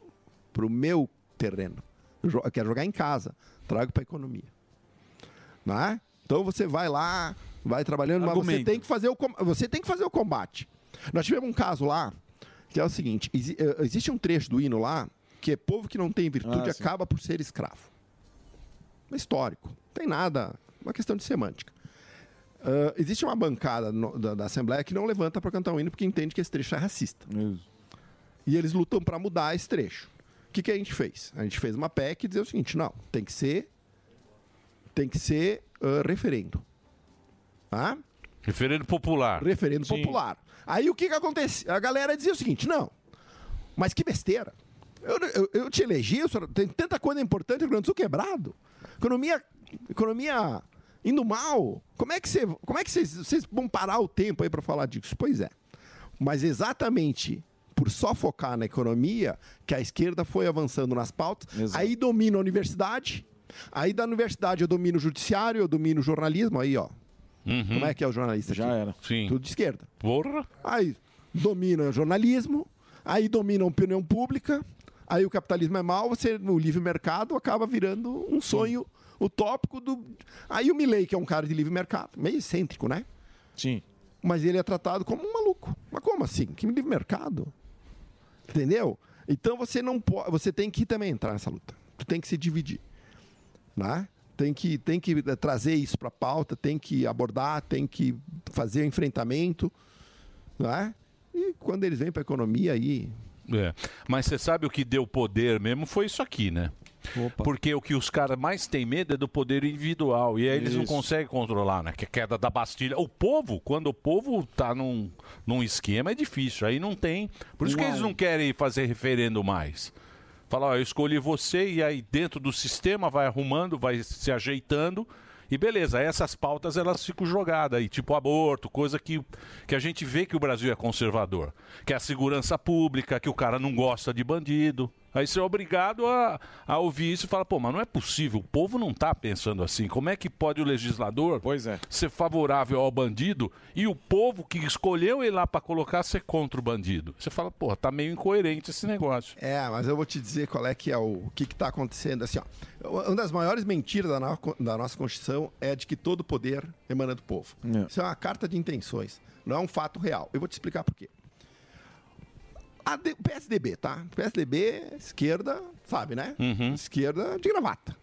[SPEAKER 17] pro meu terreno. Eu, jo- eu quero jogar em casa, trago para economia. Não é? Então você vai lá, vai trabalhando, mas você
[SPEAKER 2] Argumento.
[SPEAKER 17] tem que fazer o com- você tem que fazer o combate. Nós tivemos um caso lá que é o seguinte, exi- eh, existe um trecho do hino lá que é povo que não tem virtude
[SPEAKER 2] Ah, sim.
[SPEAKER 17] acaba por ser escravo. É histórico, não tem nada, uma questão de semântica. Ah, existe uma bancada no- da, da Assembleia que não levanta para cantar o hino porque entende que esse trecho é racista. E eles lutam para mudar esse trecho. O que, que a gente fez? A gente fez uma PEC e dizer o seguinte: não, tem que ser, tem que ser ah, referendo. Tá?
[SPEAKER 2] Referendo popular.
[SPEAKER 17] Referendo popular. Aí o que, que acontece? A galera dizia o seguinte: não, mas que besteira. Eu, eu- eu te elegi, eu só- tem tanta coisa importante, o Rio Grande do Sul quebrado. Economia, economia indo mal. Como é que, cê, como é que vocês, vocês vão parar o tempo aí para falar disso? Pois é. Mas exatamente por só focar na economia, que a esquerda foi avançando nas pautas, aí domina a universidade, aí da universidade eu domino o judiciário, eu domino o jornalismo, aí ó, como é que é o jornalista? Já
[SPEAKER 5] era.
[SPEAKER 2] Uhum. Sim.
[SPEAKER 17] Tudo de esquerda.
[SPEAKER 2] Porra.
[SPEAKER 17] Aí domina o jornalismo, aí domina a opinião pública, aí o capitalismo é mau, você no livre mercado acaba virando um sonho utópico do. Aí o Milley, que é um cara de livre mercado, meio excêntrico, né?
[SPEAKER 11] Sim.
[SPEAKER 17] Mas ele é tratado como um maluco. Mas como assim? Que livre mercado? Entendeu? Então você não pode. Você tem que também entrar nessa luta. Tu tem que se dividir. Né? Tem que, tem que eh, trazer isso para pauta, tem que abordar, tem que fazer o enfrentamento. Né? E quando eles vêm para economia aí.
[SPEAKER 2] É. Mas você sabe o que deu poder mesmo? Foi isso aqui, né? Porque o que os caras mais têm medo é do poder individual. E aí eles não
[SPEAKER 11] Isso.
[SPEAKER 2] conseguem controlar, né? Que a queda da Bastilha. O povo, quando o povo tá num, num esquema, é difícil. Aí não tem. Por isso que
[SPEAKER 11] Não.
[SPEAKER 2] eles não querem fazer referendo mais. Falar, ó, eu escolhi você e aí dentro do sistema vai arrumando, vai se ajeitando. E beleza, essas pautas elas ficam jogadas aí, tipo aborto, coisa que, que a gente vê que o Brasil é conservador. Que é a segurança pública, que o cara não gosta de bandido. Aí você é obrigado a, a ouvir isso e falar, pô, mas não é possível, o povo não tá pensando assim. Como é que pode o legislador
[SPEAKER 17] é.
[SPEAKER 2] ser favorável ao bandido e o povo que escolheu ele lá para colocar ser contra o bandido? Você fala, pô, tá meio incoerente esse negócio.
[SPEAKER 17] É, mas eu vou te dizer qual é que é o, o que está acontecendo. Assim, ó, uma das maiores mentiras da, no- da nossa Constituição é de que todo poder emana do povo. Isso é uma carta de intenções, não é um fato real. Eu vou te explicar por quê. A D- o PSDB, tá? O PSDB, esquerda, sabe, né? Esquerda de gravata.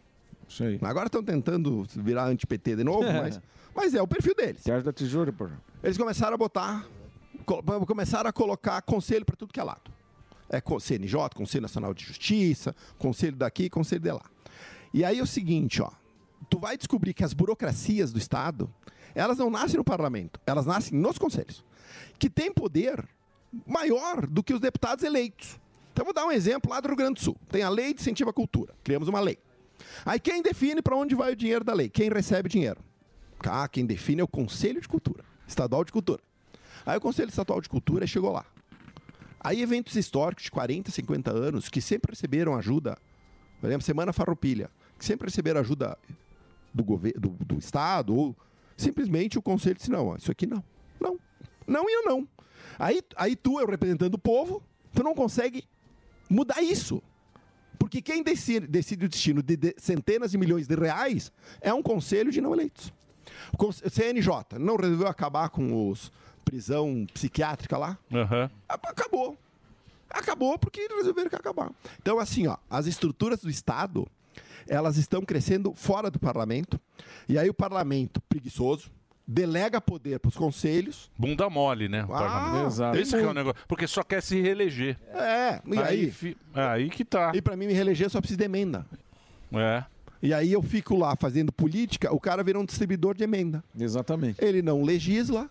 [SPEAKER 11] Isso aí.
[SPEAKER 17] Agora estão tentando virar anti-PT de novo, mas, mas é o perfil deles.
[SPEAKER 11] Teatro da Tesoura, porra.
[SPEAKER 17] Eles começaram a botar, co- começaram a colocar conselho para tudo que é lado. É co- CNJ, Conselho Nacional de Justiça, conselho daqui, conselho de lá. E aí é o seguinte, ó, tu vai descobrir que as burocracias do Estado, elas não nascem no parlamento, elas nascem nos conselhos, que tem poder maior do que os deputados eleitos. Então eu vou dar um exemplo lá do Rio Grande do Sul. Tem a Lei de Incentivo à Cultura. Criamos uma lei. Aí quem define para onde vai o dinheiro da lei? Quem recebe o dinheiro? Cá, quem define é o Conselho de Cultura, Estadual de Cultura. Aí o Conselho Estadual de Cultura chegou lá. Aí eventos históricos de 40, 50 anos que sempre receberam ajuda, por exemplo, Semana Farroupilha, que sempre receberam ajuda do governo, do, do estado ou simplesmente o conselho disse não, ó, isso aqui não. Não. Não e não. Aí aí tu é o representando o povo, tu não consegue mudar isso. Porque quem decide, decide o destino de, de centenas de milhões de reais é um conselho de não eleitos. O conse- CNJ não resolveu acabar com os prisão psiquiátrica lá?
[SPEAKER 2] Aham.
[SPEAKER 17] acabou. Acabou porque resolveram que ia acabar. Então, assim, ó, as estruturas do Estado, elas estão crescendo fora do parlamento. E aí o parlamento, preguiçoso, delega poder para os conselhos.
[SPEAKER 2] Bunda mole, né? o parlamento.
[SPEAKER 17] exato.
[SPEAKER 2] Esse que é o
[SPEAKER 17] Muito.
[SPEAKER 2] negócio. Porque só quer se reeleger.
[SPEAKER 17] É, e aí? É,
[SPEAKER 2] fi- aí que tá.
[SPEAKER 17] E para mim me reeleger eu só preciso de emenda.
[SPEAKER 2] É.
[SPEAKER 17] E aí eu fico lá fazendo política, o cara vira um distribuidor de emenda.
[SPEAKER 11] Exatamente.
[SPEAKER 17] Ele não legisla,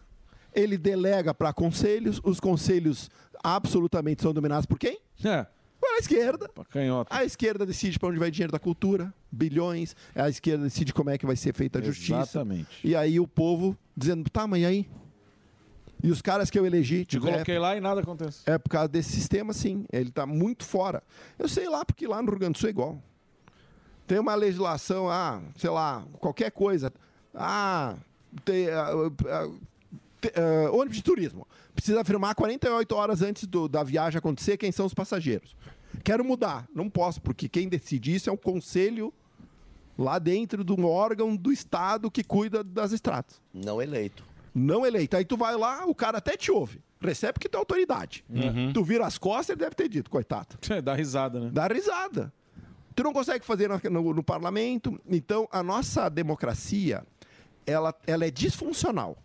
[SPEAKER 17] ele delega para conselhos, os conselhos absolutamente são dominados por quem?
[SPEAKER 11] É.
[SPEAKER 17] Para a esquerda.
[SPEAKER 3] canhota.
[SPEAKER 17] A esquerda decide para onde vai dinheiro da cultura, bilhões. A esquerda decide como é que vai ser feita a justiça.
[SPEAKER 3] Exatamente.
[SPEAKER 17] E aí o povo dizendo, tá, mas e aí? E os caras que eu elegi... tipo,
[SPEAKER 3] Te coloquei lá e nada acontece.
[SPEAKER 17] É por causa desse sistema, sim. Ele está muito fora. Eu sei lá, porque lá no Rio Grande do Sul é igual. Tem uma legislação, ah, sei lá, qualquer coisa. Ah, tem, ah, ah, te- ah, ônibus de turismo. Precisa afirmar 48 horas antes do- da viagem acontecer quem são os passageiros. Quero mudar. Não posso, porque quem decide isso é um conselho lá dentro de um órgão do Estado que cuida das estradas.
[SPEAKER 7] Não eleito.
[SPEAKER 17] Não eleito. Aí tu vai lá, o cara até te ouve. Recebe porque tu é autoridade.
[SPEAKER 3] Uhum.
[SPEAKER 17] Tu vira as costas, ele deve ter dito, coitado.
[SPEAKER 3] Dá risada, né?
[SPEAKER 17] Dá risada. Tu não consegue fazer na- no, no parlamento. Então, a nossa democracia, ela, ela é disfuncional.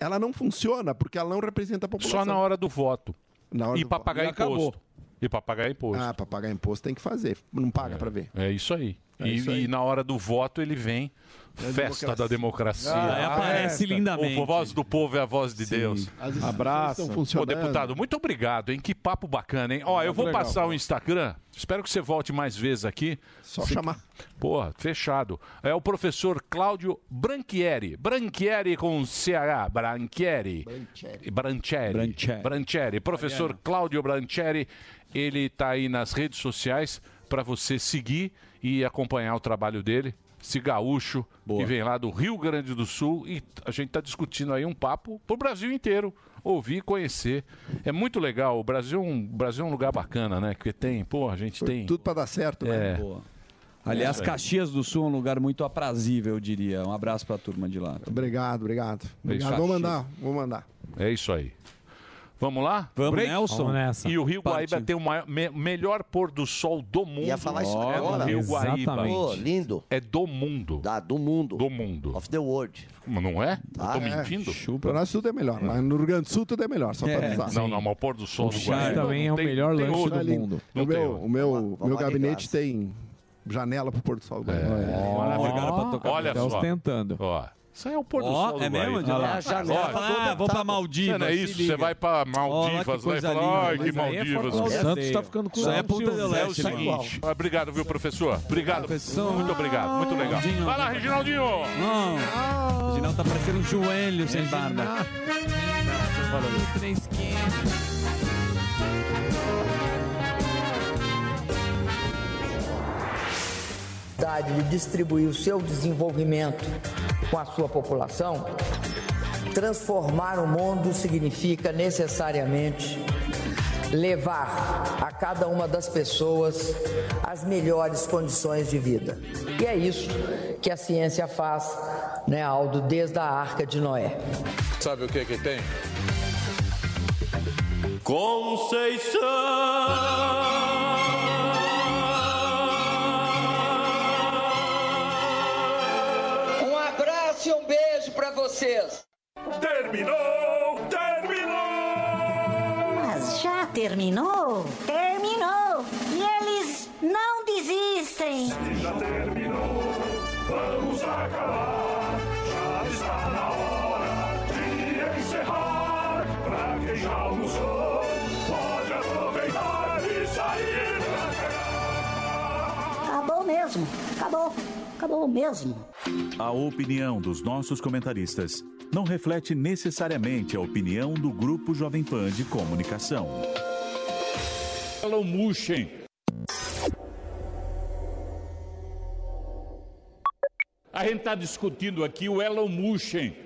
[SPEAKER 17] Ela não funciona porque ela não representa a população.
[SPEAKER 2] Só na hora do voto.
[SPEAKER 17] hora
[SPEAKER 2] e
[SPEAKER 17] do
[SPEAKER 2] para
[SPEAKER 17] voto.
[SPEAKER 2] pagar
[SPEAKER 17] E acabou.
[SPEAKER 2] imposto. E para pagar imposto.
[SPEAKER 17] Ah, pra pagar imposto tem que fazer. Não paga pra ver.
[SPEAKER 2] É isso aí.
[SPEAKER 17] É
[SPEAKER 2] e,
[SPEAKER 17] isso aí. É
[SPEAKER 2] e na hora do voto ele vem. festa
[SPEAKER 17] democracia.
[SPEAKER 2] da democracia.
[SPEAKER 17] Ah, aí aparece
[SPEAKER 2] Festa.
[SPEAKER 17] lindamente.
[SPEAKER 2] O voz do povo é a voz de Deus.
[SPEAKER 17] As instituições Abraça. estão
[SPEAKER 2] Ô,
[SPEAKER 17] funcionando.
[SPEAKER 2] deputado, muito obrigado, hein? Que papo bacana, hein? Ó, eu vou
[SPEAKER 17] legal.
[SPEAKER 2] passar o Instagram. Espero que você volte mais vezes aqui.
[SPEAKER 17] Só chamar.
[SPEAKER 2] Porra, fechado. É o professor Cláudio Branchieri. Branchieri com CH. Branchieri. Branchieri. Branchieri. Branchieri. Professor Cláudio Branchieri. Ele está aí nas redes sociais para você seguir e acompanhar o trabalho dele. Esse gaúcho que vem lá do Rio Grande do Sul e a gente está discutindo aí um papo pro Brasil inteiro. Ouvir, conhecer. É muito legal. O Brasil, é um, o Brasil é um lugar bacana, né? Que tem, pô, a gente tem.
[SPEAKER 17] Tudo para dar certo,
[SPEAKER 2] né?
[SPEAKER 8] Aliás,
[SPEAKER 2] É.
[SPEAKER 8] Caxias do Sul é um lugar muito aprazível, eu diria. Um abraço pra turma de lá.
[SPEAKER 17] Obrigado, obrigado.
[SPEAKER 8] Beijo.
[SPEAKER 17] obrigado. Vou mandar, vou mandar.
[SPEAKER 2] É isso aí. Vamos lá?
[SPEAKER 8] Vamos, Nelson? Vamos nessa.
[SPEAKER 2] E o Rio Guaíba
[SPEAKER 8] Partiu.
[SPEAKER 2] tem o maior- me- melhor pôr do sol do mundo.
[SPEAKER 7] Ia falar isso
[SPEAKER 2] é
[SPEAKER 7] agora.
[SPEAKER 2] do Rio Guaíba.
[SPEAKER 7] Pô, lindo.
[SPEAKER 2] É do mundo.
[SPEAKER 7] Da, do mundo.
[SPEAKER 2] Do mundo.
[SPEAKER 7] Of the world. Tá,
[SPEAKER 2] Não é? Eu tô mentindo?
[SPEAKER 17] Para nós tudo é melhor. Lá no Rio Grande do Sul tudo é melhor, só pra
[SPEAKER 2] É,
[SPEAKER 17] avisar.
[SPEAKER 2] não, não, mas o pôr do sol
[SPEAKER 17] O
[SPEAKER 2] do
[SPEAKER 17] chá
[SPEAKER 2] Guaíba
[SPEAKER 17] também
[SPEAKER 2] não
[SPEAKER 17] é o
[SPEAKER 2] tem-
[SPEAKER 17] melhor
[SPEAKER 2] tem
[SPEAKER 17] lanche
[SPEAKER 2] outro.
[SPEAKER 17] do mundo.
[SPEAKER 2] Não
[SPEAKER 17] o
[SPEAKER 2] tem
[SPEAKER 17] meu,
[SPEAKER 2] outro.
[SPEAKER 17] o meu, meu
[SPEAKER 2] lá de
[SPEAKER 17] gabinete tem janela pro pôr do sol. É.
[SPEAKER 11] Tá
[SPEAKER 2] Olha só. Ó. Isso aí é o pôr do
[SPEAKER 17] Ó,
[SPEAKER 2] sol
[SPEAKER 17] é
[SPEAKER 2] do
[SPEAKER 17] mesmo,
[SPEAKER 2] Guaíba.
[SPEAKER 17] Adilson? É a janela
[SPEAKER 2] Ó,
[SPEAKER 17] do deputado.
[SPEAKER 2] vou pra Maldivas. Não é
[SPEAKER 17] se
[SPEAKER 2] isso,
[SPEAKER 17] liga.
[SPEAKER 2] você vai pra
[SPEAKER 17] Ó, lá
[SPEAKER 2] Maldivas
[SPEAKER 17] que
[SPEAKER 2] lá e
[SPEAKER 17] coisa
[SPEAKER 2] fala, ai,
[SPEAKER 17] linda.
[SPEAKER 2] que
[SPEAKER 17] Mas aí é
[SPEAKER 2] Maldivas.
[SPEAKER 17] Fortaleza.
[SPEAKER 2] cara."
[SPEAKER 17] O Santos tá ficando com- Isso aí é Ponta del
[SPEAKER 2] É o
[SPEAKER 17] Este, mano.
[SPEAKER 2] seguinte. Obrigado, viu, professor? Obrigado. Muito obrigado, muito legal.
[SPEAKER 8] Reginaldinho.
[SPEAKER 2] Vai lá, Reginaldinho.
[SPEAKER 8] Não.
[SPEAKER 17] Ah.
[SPEAKER 8] O Reginaldo tá parecendo um joelho sem barba.
[SPEAKER 18] de distribuir o seu desenvolvimento com a sua população, transformar o mundo significa necessariamente levar a cada uma das pessoas as melhores condições de vida. E é isso que a ciência faz, né, Aldo, desde a Arca de Noé.
[SPEAKER 2] Sabe o que que tem?
[SPEAKER 18] Um abraço e um beijo para vocês.
[SPEAKER 2] Terminou! Terminou!
[SPEAKER 19] Mas já terminou? Terminou! E eles não desistem!
[SPEAKER 1] Já terminou, vamos acabar. Já está na hora de encerrar. Pra quem já almoçou, pode aproveitar e sair pra
[SPEAKER 19] Acabou mesmo! Acabou! Acabou mesmo!
[SPEAKER 20] A opinião dos nossos comentaristas não reflete necessariamente a opinião do Grupo Jovem Pan de Comunicação.
[SPEAKER 2] Hello, Mushen.
[SPEAKER 21] A gente está discutindo aqui o Elon Musk,